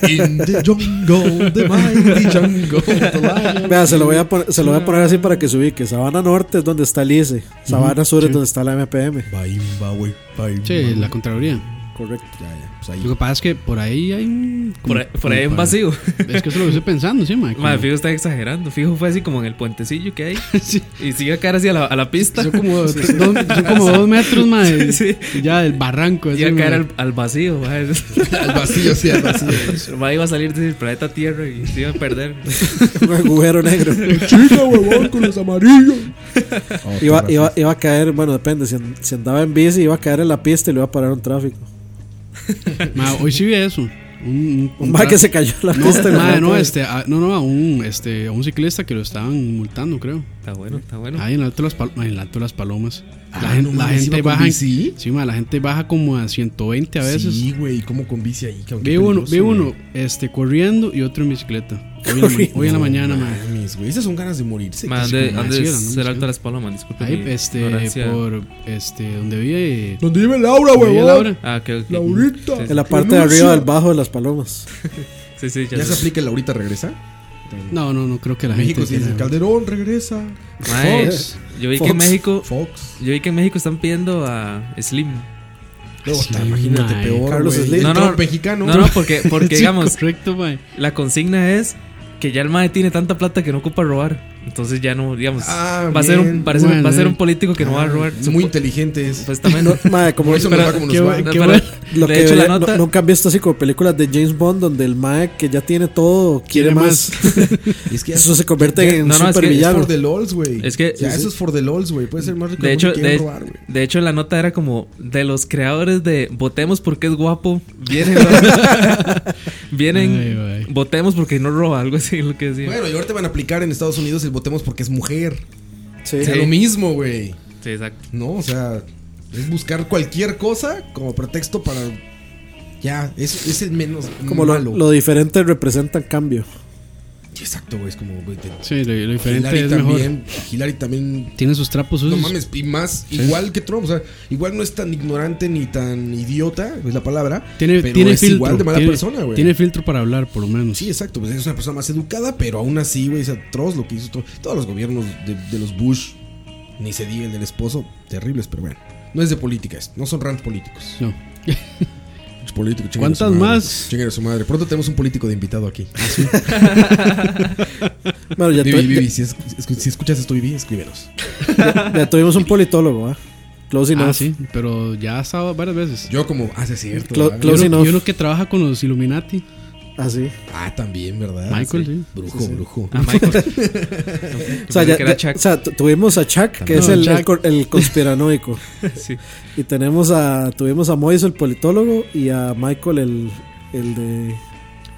Speaker 2: In the jungle, the mighty jungle, the lion.
Speaker 3: Vea, se lo, voy a poner, se lo voy a poner así para que se ubique. Sabana Norte es donde está el ICE. Sabana Sur es donde está la MPM.
Speaker 2: Baimba, güey, baimba.
Speaker 1: Sí, la Contraloría.
Speaker 3: Correcto.
Speaker 2: Ya, ya, pues
Speaker 1: Lo
Speaker 2: ahí.
Speaker 1: que pasa es que por ahí hay un. como-
Speaker 4: Por ahí, por ahí
Speaker 1: como
Speaker 4: en
Speaker 1: para-
Speaker 4: vacío.
Speaker 1: Es que eso es lo que estoy pensando, sí, mae.
Speaker 4: Madre,
Speaker 1: como-
Speaker 4: fijo, está exagerando. Fijo, fue así como en el puentecillo que hay.
Speaker 1: Sí.
Speaker 4: Y sigue a caer hacia la, a la pista.
Speaker 1: Son como, dos, son como dos metros, mae.
Speaker 4: Sí,
Speaker 1: y Ya del barranco.
Speaker 4: Y
Speaker 1: así,
Speaker 4: a
Speaker 1: mae.
Speaker 4: caer al, al vacío, madre.
Speaker 2: Al vacío, sí, al vacío.
Speaker 4: El madre iba a salir del planeta Tierra y se iba a perder.
Speaker 3: Un agujero negro.
Speaker 2: Chica, huevón, con los amarillos. Oh,
Speaker 3: Iba, iba, iba a caer, bueno, depende. Si, an- si andaba en bici, iba a caer en la pista y le iba a parar un tráfico.
Speaker 1: Mae, hoy sí vi eso. Un,
Speaker 3: Un mae que se cayó en la
Speaker 1: No,
Speaker 3: pista. y le
Speaker 1: mae,
Speaker 3: iba a
Speaker 1: no,
Speaker 3: parar.
Speaker 1: este, a, no, no, a un, este, a un ciclista que lo estaban multando, creo.
Speaker 4: Está bueno, está bueno.
Speaker 1: Ahí en el Alto de las, Pal- en el Alto de las Palomas. La,
Speaker 2: Ah,
Speaker 1: gen-
Speaker 2: no
Speaker 1: la
Speaker 2: mames,
Speaker 1: gente
Speaker 2: ¿iba con
Speaker 1: baja. en-
Speaker 2: bici?
Speaker 1: Sí, mae, la gente baja como a 120 a veces.
Speaker 2: Sí, güey, ¿cómo con bici ahí? cabrón? Qué
Speaker 1: Vi uno,
Speaker 2: peligroso,
Speaker 1: vi
Speaker 2: güey.
Speaker 1: uno este, corriendo y otro en bicicleta. Hoy en la ma- Hoy en la mañana, mae.
Speaker 2: Mames, güey, esas son ganas de morirse.
Speaker 4: Madre,
Speaker 1: sí,
Speaker 4: ¿dónde,
Speaker 1: como
Speaker 4: dónde
Speaker 1: decía,
Speaker 4: es
Speaker 1: ¿no?
Speaker 4: el alto de las palomas? Disculpe.
Speaker 1: Ahí,
Speaker 4: mi
Speaker 1: este,
Speaker 4: ignorancia.
Speaker 1: por, este, donde vive.
Speaker 2: ¿Dónde vive Laura,
Speaker 1: donde vive
Speaker 2: huevón?
Speaker 1: Laura.
Speaker 4: Ah, ok, ok.
Speaker 2: Laurita.
Speaker 4: Sí,
Speaker 3: En la parte de
Speaker 2: Renuncio.
Speaker 3: arriba del bajo de las palomas.
Speaker 4: Sí, sí, ya,
Speaker 2: ¿Ya se
Speaker 4: sé.
Speaker 2: aplica el Laurita regresa?
Speaker 1: No, no, no creo que la
Speaker 2: México sí
Speaker 1: gente.
Speaker 2: dice, Calderón regresa.
Speaker 4: Mae,
Speaker 2: Fox.
Speaker 4: yo vi que
Speaker 2: Fox,
Speaker 4: en México.
Speaker 2: Fox.
Speaker 4: Yo vi que en México están pidiendo a Slim.
Speaker 2: No,
Speaker 1: Sí,
Speaker 2: ta, imagínate
Speaker 1: mae.
Speaker 2: peor.
Speaker 3: Carlos
Speaker 2: güey.
Speaker 3: Slim.
Speaker 2: El
Speaker 4: No, no,
Speaker 2: Trump mexicano.
Speaker 4: No, no, porque, porque
Speaker 1: Sí,
Speaker 4: digamos,
Speaker 1: Correcto, mae.
Speaker 4: la consigna es que ya el mae tiene tanta plata que no ocupa robar. Entonces ya no, digamos,
Speaker 2: Ah,
Speaker 4: va, a ser un,
Speaker 2: bien.
Speaker 4: parece-
Speaker 1: Bueno,
Speaker 4: va a ser
Speaker 1: eh.
Speaker 4: un político que no va a robar.
Speaker 2: Ah,
Speaker 4: Pues,
Speaker 2: Muy
Speaker 4: supo-
Speaker 2: inteligente es.
Speaker 4: Supuestamente.
Speaker 3: Madre, como
Speaker 2: Por eso
Speaker 4: pero-
Speaker 2: nos va como
Speaker 1: qué
Speaker 2: nos va.
Speaker 1: bueno.
Speaker 4: Pero
Speaker 3: Lo
Speaker 4: de
Speaker 3: que
Speaker 4: hecho, la
Speaker 3: ve- no-
Speaker 4: nota-
Speaker 3: nunca han visto así como películas de James Bond donde el Mae que ya tiene todo quiere,
Speaker 1: Quiere
Speaker 3: más.
Speaker 1: más.
Speaker 2: Es que ya-
Speaker 3: Eso se convierte en
Speaker 4: No, no, es que es
Speaker 2: Es
Speaker 3: supervillano.
Speaker 2: for the lols, güey.
Speaker 4: Es que-
Speaker 2: Ya,
Speaker 4: sí,
Speaker 2: eso es for the lols, güey. Puede ser más rico
Speaker 4: de
Speaker 2: que
Speaker 4: hecho,
Speaker 2: quieren
Speaker 4: de,
Speaker 2: robar, güey.
Speaker 4: de hecho, la nota era como de los creadores de votemos porque es guapo. Vienen, los-
Speaker 1: Ay,
Speaker 4: vienen,
Speaker 1: güey.
Speaker 4: votemos porque no roba, algo así lo que decía.
Speaker 2: Bueno, y ahorita van a aplicar en Estados Unidos el votemos porque es mujer.
Speaker 3: Sí.
Speaker 2: O sea,
Speaker 4: Sí.
Speaker 2: lo mismo, güey.
Speaker 4: Sí, exacto.
Speaker 2: No, o sea, es buscar cualquier cosa como pretexto para. Ya, es, es el menos
Speaker 3: Como lo,
Speaker 2: malo.
Speaker 3: lo diferente representa cambio.
Speaker 2: Exacto, güey. Es como, güey, te-
Speaker 1: Sí, lo, lo diferente
Speaker 2: Hillary
Speaker 1: es mejor. Pues,
Speaker 2: también. Hillary también.
Speaker 1: Tiene sus trapos
Speaker 2: No
Speaker 1: sucios.
Speaker 2: mames, y más, igual que Trump. O sea, igual no es tan ignorante ni tan idiota, es la palabra.
Speaker 1: tiene
Speaker 2: pero
Speaker 1: tiene
Speaker 2: es
Speaker 1: filtro.
Speaker 2: igual de mala
Speaker 1: tiene,
Speaker 2: persona, güey.
Speaker 1: tiene filtro para hablar, por lo menos.
Speaker 2: Sí, exacto. Pues es una persona más educada, pero aún así, güey, es atroz lo que hizo todo- todos los gobiernos de, de los Bush. Ni se diga el del esposo, terribles, pero bueno. No es de políticas, no son rants políticos.
Speaker 1: No.
Speaker 2: Es político, chinguen a
Speaker 1: ¿Cuántas
Speaker 2: su madre,
Speaker 1: más?
Speaker 2: Chinguen a su madre. Pronto tenemos un político de invitado aquí.
Speaker 3: Bueno, ya, tu-
Speaker 2: Vivi, Vivi,
Speaker 3: ya,
Speaker 2: si, es- escu- si escuchas esto, Vivi, escríbenos.
Speaker 3: ya tuvimos un politólogo, ¿ah? Close
Speaker 1: Ah,
Speaker 3: enough.
Speaker 1: sí, pero ya ha estado varias veces.
Speaker 2: Yo como, ah, sí, es cierto.
Speaker 3: Clo-
Speaker 2: ¿verdad?
Speaker 1: Yo
Speaker 3: close
Speaker 1: uno-
Speaker 3: enough.
Speaker 1: y uno que trabaja con los Illuminati.
Speaker 3: Así.
Speaker 2: Ah, también, ¿verdad?
Speaker 1: Michael,
Speaker 2: Sí.
Speaker 1: sí.
Speaker 2: Brujo, brujo.
Speaker 4: Ah, Michael.
Speaker 3: O sea, ya-
Speaker 4: que era
Speaker 3: ya-
Speaker 4: Chuck.
Speaker 3: o sea, tu- tuvimos a Chuck, que es
Speaker 1: No,
Speaker 3: el,
Speaker 1: Chuck.
Speaker 3: el cor- el conspiranoico.
Speaker 4: sí.
Speaker 3: y tenemos a tuvimos a Mois, el politólogo, y a Michael, el, el de.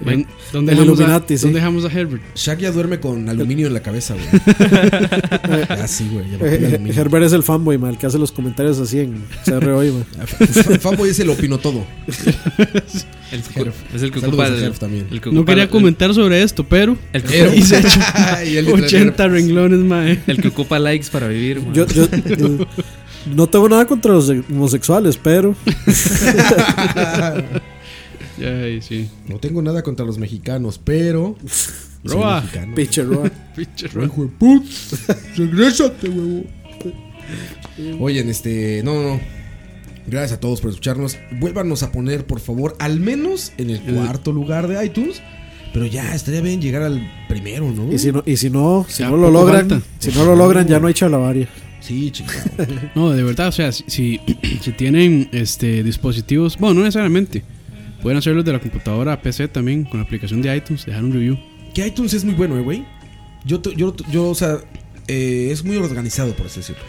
Speaker 1: Ven, ¿dónde,
Speaker 3: El
Speaker 1: dejamos a,
Speaker 3: Illuminati, sí.
Speaker 1: dónde dejamos a Herbert?
Speaker 2: Shaq ya duerme con aluminio en la cabeza, güey. ah, sí, güey. Ya lo tiene
Speaker 3: eh, eh,
Speaker 2: aluminio.
Speaker 3: Herbert es el fanboy, ma, el que hace los comentarios así en CR hoy, ma.
Speaker 2: Ah, pues, Fanboy es el opino todo.
Speaker 4: El que-
Speaker 2: Jeff.
Speaker 4: es el que
Speaker 2: Saludos
Speaker 4: ocupa
Speaker 2: a
Speaker 4: el,
Speaker 2: Jeff también.
Speaker 4: el que
Speaker 1: No
Speaker 4: ocupa
Speaker 1: quería
Speaker 4: el-
Speaker 1: comentar sobre esto, pero
Speaker 4: El que,
Speaker 2: Pero-
Speaker 4: ocupa,
Speaker 2: y el literal-
Speaker 1: 80 renglones, mae.
Speaker 4: el que ocupa likes para vivir. man.
Speaker 3: Yo, yo- yo no tengo nada contra los homosexuales, pero
Speaker 1: Ay, sí.
Speaker 2: No tengo nada contra los mexicanos, pero. Soy
Speaker 1: Roa.
Speaker 2: mexicano.
Speaker 3: pinche roa.
Speaker 1: Pinche
Speaker 2: Roa,
Speaker 1: rojo.
Speaker 2: hijo de put. Regrésate, huevo. Oigan, este. No, no, no. Gracias a todos por escucharnos. Vuélvanos a poner, por favor, al menos en el cuarto lugar de iTunes. Pero ya estaría bien llegar al primero, ¿no?
Speaker 3: Y si no, y si no, si
Speaker 1: Ya
Speaker 3: no lo
Speaker 1: poco
Speaker 3: logran,
Speaker 1: falta.
Speaker 3: si no lo logran, ya no hay chalabaria.
Speaker 2: Sí, chicos.
Speaker 1: No, de verdad, o sea, si, si, si tienen este dispositivos, bueno, no necesariamente. Pueden hacerlo de la computadora a PC también, con la aplicación de iTunes, dejar un review.
Speaker 2: que iTunes es muy bueno, eh, güey. Yo, te- yo, yo, o sea, eh, es muy organizado, por así decirlo.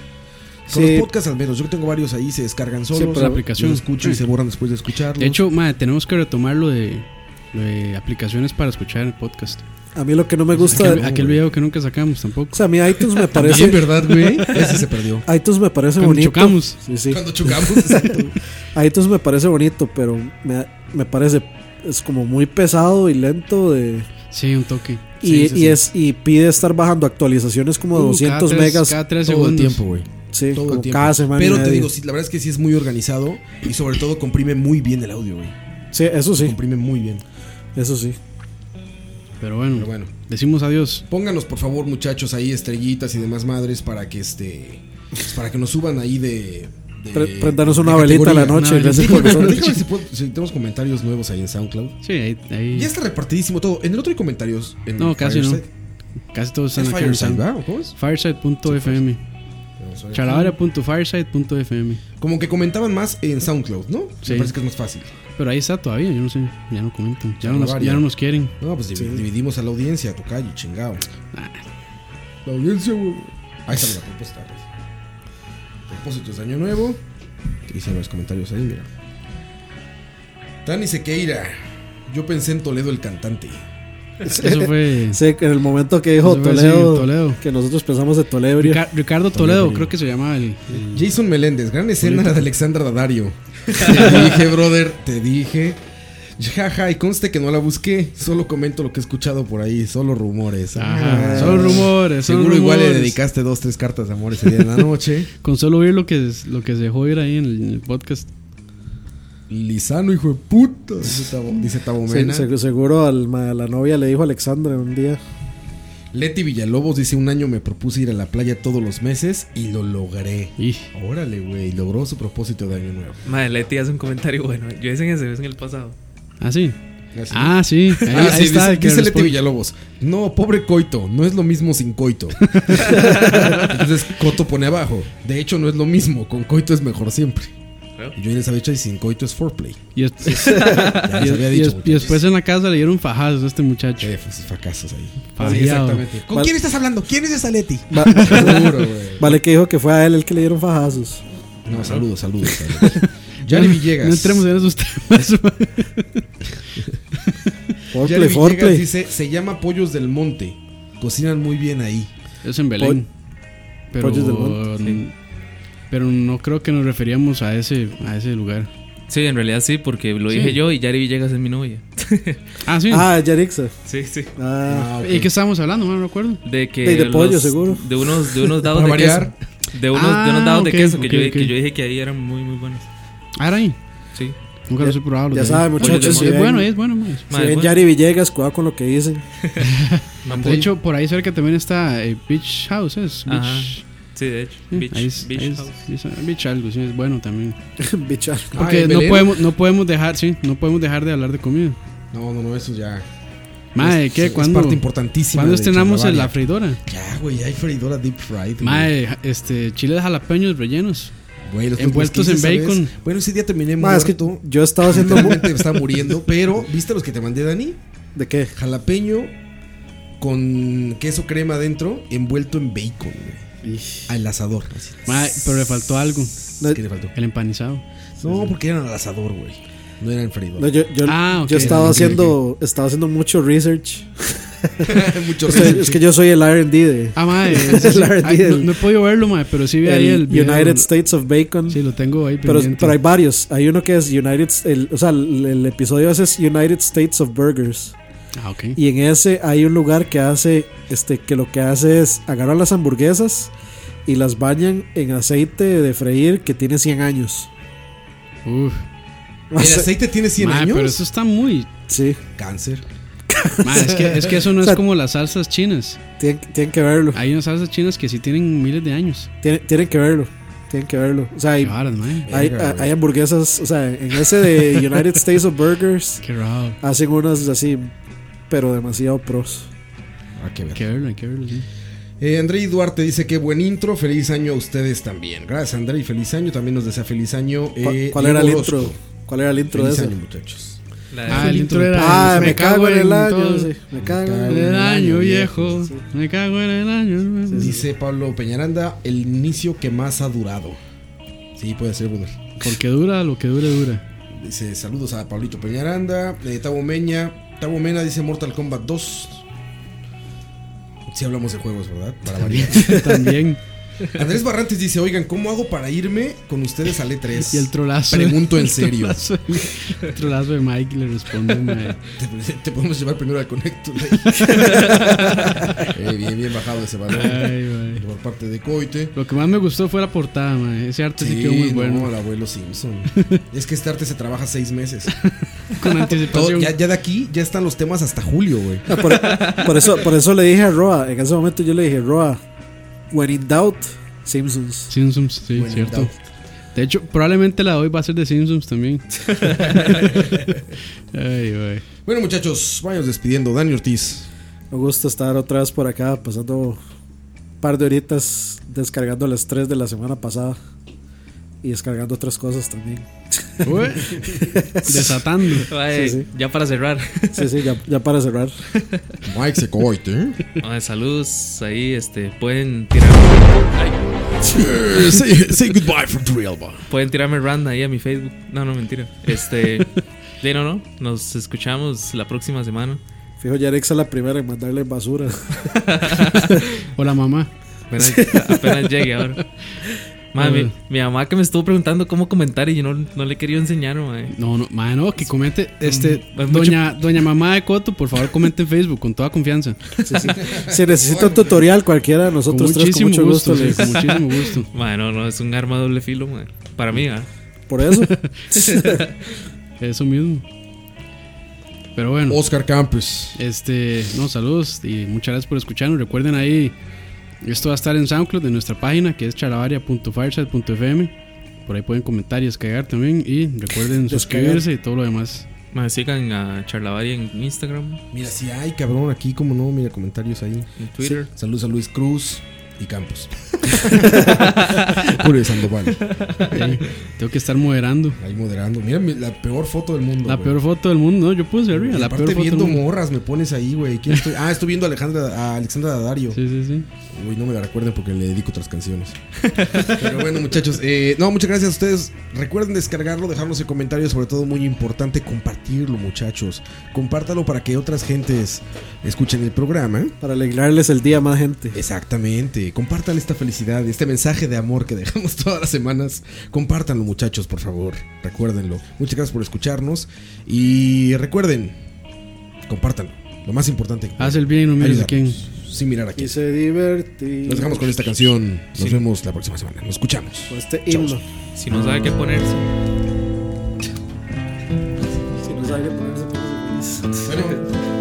Speaker 2: Con
Speaker 3: Sí.
Speaker 2: los podcasts al menos, yo tengo varios ahí, se descargan solos.
Speaker 1: por la aplicación.
Speaker 2: Los escucho y se borran después de escucharlos.
Speaker 1: De hecho, mae, tenemos que retomar lo de, lo de aplicaciones para escuchar el podcast.
Speaker 3: A mí lo que no me gusta,
Speaker 1: Pues Aquel, aquel video que nunca sacamos tampoco.
Speaker 3: o sea, a mí iTunes me
Speaker 2: Sí,
Speaker 3: parece,
Speaker 2: ¿verdad, güey? Ese se perdió.
Speaker 3: iTunes me parece
Speaker 1: Cuando
Speaker 3: bonito.
Speaker 1: chocamos.
Speaker 3: Sí, sí.
Speaker 2: Cuando chocamos, exacto.
Speaker 3: iTunes me parece bonito, pero me, me parece es como muy pesado y lento de
Speaker 1: Sí, un toque.
Speaker 3: y,
Speaker 1: Sí, sí,
Speaker 3: y
Speaker 1: sí.
Speaker 3: es y pide estar bajando actualizaciones como de
Speaker 1: Uh,
Speaker 3: 200
Speaker 1: cada tres-
Speaker 3: megas
Speaker 1: Cada 3
Speaker 2: Todo el
Speaker 1: segundos.
Speaker 2: tiempo, güey.
Speaker 3: sí,
Speaker 2: Todo el
Speaker 3: como
Speaker 2: tiempo.
Speaker 3: cada semana. y
Speaker 2: Pero te
Speaker 3: media.
Speaker 2: digo, sí, la verdad es que sí es muy organizado y sobre todo comprime muy bien el audio, güey.
Speaker 3: sí, eso sí,
Speaker 2: Comprime muy bien.
Speaker 3: eso sí.
Speaker 1: Pero bueno,
Speaker 2: Pero bueno.
Speaker 1: decimos adiós.
Speaker 2: Pónganos, por favor, muchachos, ahí estrellitas y demás madres para que este. pues, para que nos suban ahí de. de-
Speaker 3: Pre- prendernos una
Speaker 2: de
Speaker 3: velita a la
Speaker 2: categoría.
Speaker 3: noche,
Speaker 1: Una
Speaker 3: gracias por
Speaker 2: Díganme,
Speaker 3: nosotros.
Speaker 2: díganme si, puedo- si tenemos comentarios nuevos ahí en SoundCloud.
Speaker 1: Sí, ahí. ahí-
Speaker 2: Ya está repartidísimo todo. En el otro hay comentarios. En
Speaker 1: No, casi no.
Speaker 2: Fireside.
Speaker 1: Casi todos están
Speaker 2: Es
Speaker 1: acá. en
Speaker 2: Fireside,
Speaker 1: Sound.
Speaker 2: ¿verdad? ¿O ¿Cómo es?
Speaker 1: Fireside.fm.
Speaker 2: Vamos a ver.
Speaker 1: Chalabaria.fireside.fm.
Speaker 2: Como que comentaban más en SoundCloud, ¿no?
Speaker 1: Sí.
Speaker 2: Me parece que es más fácil.
Speaker 1: Pero ahí está todavía, yo no sé. Ya no comentan. Ya, no nos,
Speaker 2: Chalabaria.
Speaker 1: ya no nos quieren.
Speaker 2: No, pues divi-
Speaker 3: Sí.
Speaker 2: dividimos a la audiencia, tocayo, chingado.
Speaker 1: Ah.
Speaker 2: La audiencia, güey. Ahí está la propuesta. pues. Propósitos de año nuevo. Te hice los comentarios ahí, mira. Tani Sequeira. Yo pensé en Toledo el cantante.
Speaker 1: Eso fue.
Speaker 3: Sí, en el momento que dijo
Speaker 1: Eso fue, sí,
Speaker 3: Toledo,
Speaker 1: Toledo.
Speaker 3: que nosotros pensamos de Tolebrio.
Speaker 1: Rica- Ricardo Toledo, creo que se llamaba el. el-
Speaker 2: Jason Meléndez, gran escena la de Alexandra Daddario. Te dije, brother, te dije. Jaja, y conste que no la busqué. Solo comento lo que he escuchado por ahí. Solo rumores.
Speaker 1: Ajá.
Speaker 2: Ah.
Speaker 1: Son rumores. Son
Speaker 2: Seguro igual le
Speaker 1: rumores.
Speaker 2: dedicaste dos, tres cartas de amor ese día en la noche.
Speaker 1: Con solo oír lo que, lo que se dejó ir ahí en el, en el podcast.
Speaker 2: Lisano, hijo de
Speaker 1: Mm.
Speaker 2: puta. Dice Tabo, dice Tabo
Speaker 3: Se-
Speaker 2: Mena.
Speaker 3: se- seguro al, ma- a la novia le dijo Alexandra un día.
Speaker 2: Leti Villalobos dice: Un año me propuse ir a la playa todos los meses y lo logré.
Speaker 1: Y
Speaker 2: Órale, güey, logró su propósito de año nuevo.
Speaker 4: Madre, Leti hace un comentario bueno. Yo hice en ese, es en el pasado.
Speaker 1: Ah, sí.
Speaker 2: Así.
Speaker 1: Ah, sí. Ahí,
Speaker 2: Ah,
Speaker 1: ahí
Speaker 2: sí,
Speaker 1: está
Speaker 2: dice,
Speaker 1: el que
Speaker 2: dice Leti
Speaker 1: responde.
Speaker 2: Villalobos. No, pobre coito, no es lo mismo sin coito. Entonces Coto pone abajo. De hecho, no es lo mismo, con coito es mejor siempre. Y yo en esa fecha y sin coito es foreplay.
Speaker 1: Y, es-
Speaker 2: Ya
Speaker 1: Ah,
Speaker 2: les
Speaker 1: y es-
Speaker 2: había
Speaker 1: y
Speaker 2: dicho.
Speaker 1: es- y después en la casa le dieron fajados a este muchacho.
Speaker 2: Eh, pues, fracasos ahí.
Speaker 1: Fallado.
Speaker 2: Sí, exactamente. ¿Con
Speaker 3: Mal-
Speaker 2: quién estás hablando? ¿Quién es esa Leti?
Speaker 3: Va-
Speaker 2: Seguro, güey.
Speaker 3: vale que dijo que fue a él el que le dieron fajazos.
Speaker 2: No, saludos, saludos. saludos. Yari
Speaker 1: No-
Speaker 2: Villegas.
Speaker 1: No entremos en esos temas. ma.
Speaker 2: Yari
Speaker 3: Forplay,
Speaker 2: Villegas
Speaker 3: forplay.
Speaker 2: dice, se llama Pollos del Monte. Cocinan muy bien ahí.
Speaker 1: es en Belén. Pero,
Speaker 3: Pollos del Monte,
Speaker 1: pero no creo que nos referíamos a ese, a ese lugar.
Speaker 4: Sí, en realidad sí, porque lo
Speaker 1: Sí.
Speaker 4: dije yo y Yari Villegas es mi novia.
Speaker 1: Ah, sí.
Speaker 3: Ah, Yarixa.
Speaker 4: Sí, sí.
Speaker 3: Ah,
Speaker 2: Ah, ok.
Speaker 1: ¿Y qué estábamos hablando? No me recuerdo.
Speaker 4: De que.
Speaker 3: De- de pollo, seguro.
Speaker 4: De unos, de unos dados
Speaker 2: Para
Speaker 4: de
Speaker 2: variar.
Speaker 4: queso. De unos, de
Speaker 1: Ah,
Speaker 4: unos dados
Speaker 1: ok,
Speaker 4: de queso que,
Speaker 1: ok,
Speaker 4: yo,
Speaker 1: ok.
Speaker 4: que yo dije que ahí eran muy, muy buenos.
Speaker 1: Ah, era ahí.
Speaker 4: Sí.
Speaker 1: Nunca los he probado. los
Speaker 3: ya
Speaker 1: de ahí.
Speaker 3: saben,
Speaker 4: Pollos del
Speaker 3: muchachos. Si
Speaker 4: Monte.
Speaker 1: Es
Speaker 3: ven,
Speaker 1: bueno, es bueno. ma.
Speaker 3: si
Speaker 4: Madre,
Speaker 3: ven
Speaker 4: bueno.
Speaker 3: Yari Villegas, cuidado con lo que dicen.
Speaker 1: De hecho, por ahí cerca también está eh, Beach House. Es Beach,
Speaker 4: Ajá. sí, de hecho.
Speaker 1: sí,
Speaker 4: Beach,
Speaker 1: Mm, ahí es-
Speaker 4: beach
Speaker 1: ahí es-
Speaker 4: House.
Speaker 1: sí, es- beach algo, sí, es bueno también.
Speaker 3: Bichar.
Speaker 2: Ah,
Speaker 1: Porque
Speaker 2: ¿en
Speaker 1: no,
Speaker 2: Belén?
Speaker 1: podemos, no podemos dejar, sí, no podemos dejar de hablar de comida.
Speaker 2: No, no, no, eso ya.
Speaker 1: Mae,
Speaker 2: es,
Speaker 1: ¿qué?
Speaker 2: es
Speaker 1: ¿Cuándo,
Speaker 2: parte importantísima.
Speaker 1: ¿cuándo
Speaker 2: de
Speaker 1: estrenamos en la
Speaker 2: Charlavaria.
Speaker 1: freidora?
Speaker 2: Ya, güey, ya hay freidora deep fried. güey.
Speaker 1: Mae, ja- este, chiles jalapeños rellenos.
Speaker 2: Güey, los tacos
Speaker 1: envueltos
Speaker 2: que
Speaker 1: en
Speaker 2: hice esa
Speaker 1: bacon.
Speaker 2: vez. Bueno, ese día terminé
Speaker 3: Ma, es que
Speaker 2: muerto.
Speaker 3: yo estaba haciendo. mu-
Speaker 2: Literalmente me estaba muriendo, pero ¿viste los que te mandé, Dani?
Speaker 3: ¿De qué?
Speaker 2: Jalapeño con queso crema adentro, envuelto en bacon, güey. Al asador. así.
Speaker 1: Mae, pero le faltó algo,
Speaker 3: No,
Speaker 2: ¿Qué le faltó?
Speaker 1: el empanizado.
Speaker 2: No, porque eran al asador, güey. No eran freidor.
Speaker 3: no, yo, yo,
Speaker 1: Ah, ok,
Speaker 3: yo estaba
Speaker 1: ok,
Speaker 3: haciendo estaba haciendo mucho research.
Speaker 2: Mucho
Speaker 3: O sea,
Speaker 2: research.
Speaker 3: es que yo soy el RD de
Speaker 1: Ah, mae, ese sí.
Speaker 3: La verdad,
Speaker 1: Ay, no,
Speaker 3: el-
Speaker 1: no he podido verlo, mae, pero sí vi ahí
Speaker 3: el
Speaker 1: el video.
Speaker 3: United States of Bacon.
Speaker 1: Sí, lo tengo ahí
Speaker 3: pero,
Speaker 1: pendiente.
Speaker 3: pero hay varios. Hay uno que es United. El, o sea, el, el episodio ese es United States of Burgers.
Speaker 1: Ah, ok.
Speaker 3: Y en ese hay un lugar que hace, este, que lo que hace es agarrar las hamburguesas y las bañan en aceite de freír que tiene 100 años.
Speaker 1: Uf.
Speaker 3: O
Speaker 2: ¿El
Speaker 3: sea,
Speaker 2: aceite tiene 100
Speaker 1: Mae,
Speaker 2: años?
Speaker 1: pero eso está muy...
Speaker 3: sí,
Speaker 2: Ah, Cáncer.
Speaker 1: Mae, es que, es que eso no
Speaker 3: O sea,
Speaker 1: es como las salsas chinas.
Speaker 3: tienen, tienen que verlo.
Speaker 1: Hay unas salsas chinas que sí tienen miles de años.
Speaker 3: Tienen, tienen que verlo. Tienen que verlo. O sea,
Speaker 1: Qué
Speaker 3: hay,
Speaker 1: varas, mae.
Speaker 3: hay,
Speaker 2: Verga,
Speaker 3: hay hamburguesas. O sea, en ese de United States of Burgers
Speaker 1: Qué raro.
Speaker 3: hacen unas así, pero demasiado pros.
Speaker 2: Ah, qué ver.
Speaker 1: Hay que verlo, hay que verlo, sí.
Speaker 2: Eh, Andrei Duarte dice que buen intro, feliz año a ustedes también. Gracias Andrei, feliz año, también nos desea feliz año.
Speaker 3: ¿Cuál,
Speaker 2: eh,
Speaker 3: cuál era el
Speaker 2: Diego
Speaker 3: intro?
Speaker 2: Orozco.
Speaker 3: ¿Cuál era el intro
Speaker 2: Feliz
Speaker 3: de
Speaker 2: año
Speaker 3: ese?
Speaker 2: muchachos.
Speaker 4: La de-
Speaker 1: Ah, el intro era...
Speaker 3: Ah, me, cago en el año.
Speaker 1: todo.
Speaker 3: sí, me cago en
Speaker 1: En
Speaker 3: el
Speaker 1: el
Speaker 3: año.
Speaker 1: año viejo, me cago en el año. nuevo.
Speaker 2: Dice Pablo Peñaranda, el inicio que más ha durado. Sí, puede ser, brother.
Speaker 1: Porque dura lo que dure, dura.
Speaker 2: Dice saludos a Pablito Peñaranda, eh, Tabo Meña. Tabo Mena dice Mortal Kombat 2. Si hablamos de juegos, ¿verdad? Para variar.
Speaker 1: También.
Speaker 2: Andrés Barrantes dice, oigan, ¿cómo hago para irme con ustedes al E3?
Speaker 1: Y el trolazo.
Speaker 2: Pregunto en
Speaker 1: El
Speaker 2: serio.
Speaker 1: trolazo de- El trolazo de Mike le responde. mae.
Speaker 2: Te, te podemos llevar primero al Connector. Eh, bien, bien bajado ese balón.
Speaker 1: Ay, mae.
Speaker 2: Por parte de Coite.
Speaker 1: Lo que más me gustó fue la portada, mae. Ese arte Este sí, quedó muy
Speaker 2: no,
Speaker 1: bueno.
Speaker 2: el abuelo Simpson. es que este arte se trabaja seis meses.
Speaker 1: Con
Speaker 2: Todo-
Speaker 1: anticipación.
Speaker 2: ya, ya de aquí ya están los temas hasta julio, güey.
Speaker 3: Ah, por, por eso, por eso le dije a Roa, en ese momento yo le dije, Roa, when in doubt, Simpsons.
Speaker 1: Simpsons, sí,
Speaker 2: Bueno,
Speaker 1: cierto.
Speaker 2: doubt.
Speaker 1: De hecho, probablemente la de hoy va a ser de Simpsons también. Ay, güey.
Speaker 2: Bueno, muchachos, vayamos despidiendo. Dani Ortiz.
Speaker 3: Me gusta estar otra vez por acá, pasando un par de horitas descargando el estrés de la semana pasada y descargando otras cosas también.
Speaker 1: Ué. Desatando.
Speaker 4: Ay,
Speaker 3: sí, sí.
Speaker 4: Ya para cerrar.
Speaker 3: Sí, sí, ya, ya para cerrar.
Speaker 2: Mike se coite.
Speaker 4: Ay, saludos. Ahí este, pueden tirar. ay,
Speaker 2: say, goodbye from Drielba.
Speaker 4: Pueden tirarme rand ahí a mi Facebook. No, no, mentira. Este. de no, no. Nos escuchamos la próxima semana.
Speaker 3: Fijo, Yarexa la primera en mandarle basura.
Speaker 1: Hola, mamá.
Speaker 4: Apenas, apenas llegue ahora. Madre, mi,
Speaker 1: Ah.
Speaker 4: mi mamá que me estuvo preguntando cómo comentar y yo no, no le quería enseñar, madre.
Speaker 1: No, no, mae, no, que comente. Este,
Speaker 4: es mucho-
Speaker 1: doña, doña Mamá de Coto, por favor, comente en Facebook con toda confianza.
Speaker 3: Sí, sí. Si necesita un tutorial cualquiera de
Speaker 1: Con
Speaker 3: nosotros tres, con
Speaker 1: muchísimo
Speaker 3: mucho gusto.
Speaker 1: gusto, sí,
Speaker 3: les-
Speaker 1: con muchísimo gusto.
Speaker 4: Madre, no, no, es un arma de doble filo, madre. Para mí, ¿verdad?
Speaker 3: Por eso.
Speaker 1: Eso mismo. Pero bueno.
Speaker 2: Oscar Campes.
Speaker 1: Este, no, saludos y muchas gracias por escucharnos. Recuerden ahí, esto va a estar en SoundCloud de nuestra página que es charavaria.fireside.fm. Por ahí pueden comentar y descargar también. Y recuerden suscribirse y todo lo demás.
Speaker 4: Mae, sigan a Charlavari en Instagram,
Speaker 2: Mira, si hay cabrón aquí, como no, mira comentarios ahí.
Speaker 4: en Twitter.
Speaker 2: Sí. Saludos a Luis Cruz y Campos. Julio Sandoval.
Speaker 1: Ahí, tengo que estar moderando.
Speaker 2: Ahí moderando. Mira mi- la peor foto del mundo.
Speaker 1: La
Speaker 2: güey.
Speaker 1: peor foto del mundo, ¿no? Yo puse arriba,
Speaker 2: Y
Speaker 1: la
Speaker 2: aparte
Speaker 1: peor foto del
Speaker 2: viendo
Speaker 1: mundo.
Speaker 2: morras me pones ahí, güey. ¿Quién estoy? Ah, estoy viendo a Alejandra, a Alexandra Daddario.
Speaker 1: Sí, sí, sí.
Speaker 2: Uy, no me la recuerden porque le dedico otras canciones. Pero bueno, muchachos. eh, no, muchas gracias a ustedes. Recuerden descargarlo, dejarnos en comentarios. Sobre todo, muy importante compartirlo, muchachos. Compártalo para que otras gentes escuchen el programa.
Speaker 3: Para alegrarles el día a más gente.
Speaker 2: Exactamente. Compartan esta felicidad, este mensaje de amor que dejamos todas las semanas. Compártanlo, muchachos, por favor. Recuérdenlo. Muchas gracias por escucharnos. Y recuerden, compártanlo. Lo más importante. que
Speaker 1: Haz el bien y no mires a quién.
Speaker 2: ayudarnos, Sin mirar a
Speaker 3: Y
Speaker 2: quién.
Speaker 3: se divertir.
Speaker 2: Nos dejamos con esta canción. Nos vemos la próxima semana. Nos escuchamos.
Speaker 3: Con este himno.
Speaker 4: Si no sabe qué ponerse.
Speaker 3: Si no sabe qué ponerse, póngase feliz.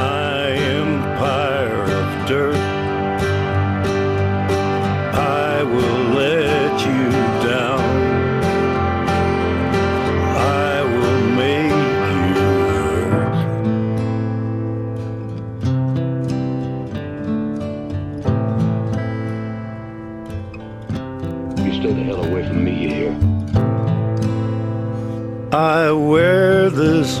Speaker 8: My empire of dirt. I will let you down. I will make you hurt.
Speaker 6: You stay the hell away from me, you hear?
Speaker 8: I wear this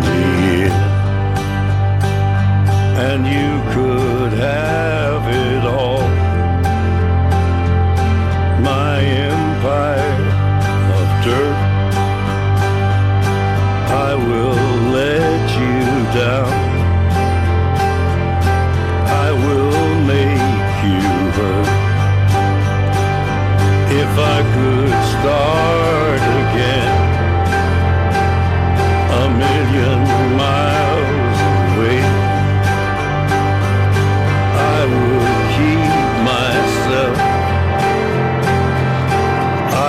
Speaker 8: the end. And you could have it all. My empire of dirt. I will let you down. I will make you hurt. If I could start again a million miles away, I would keep myself.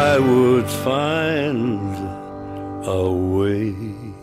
Speaker 8: I would find a way.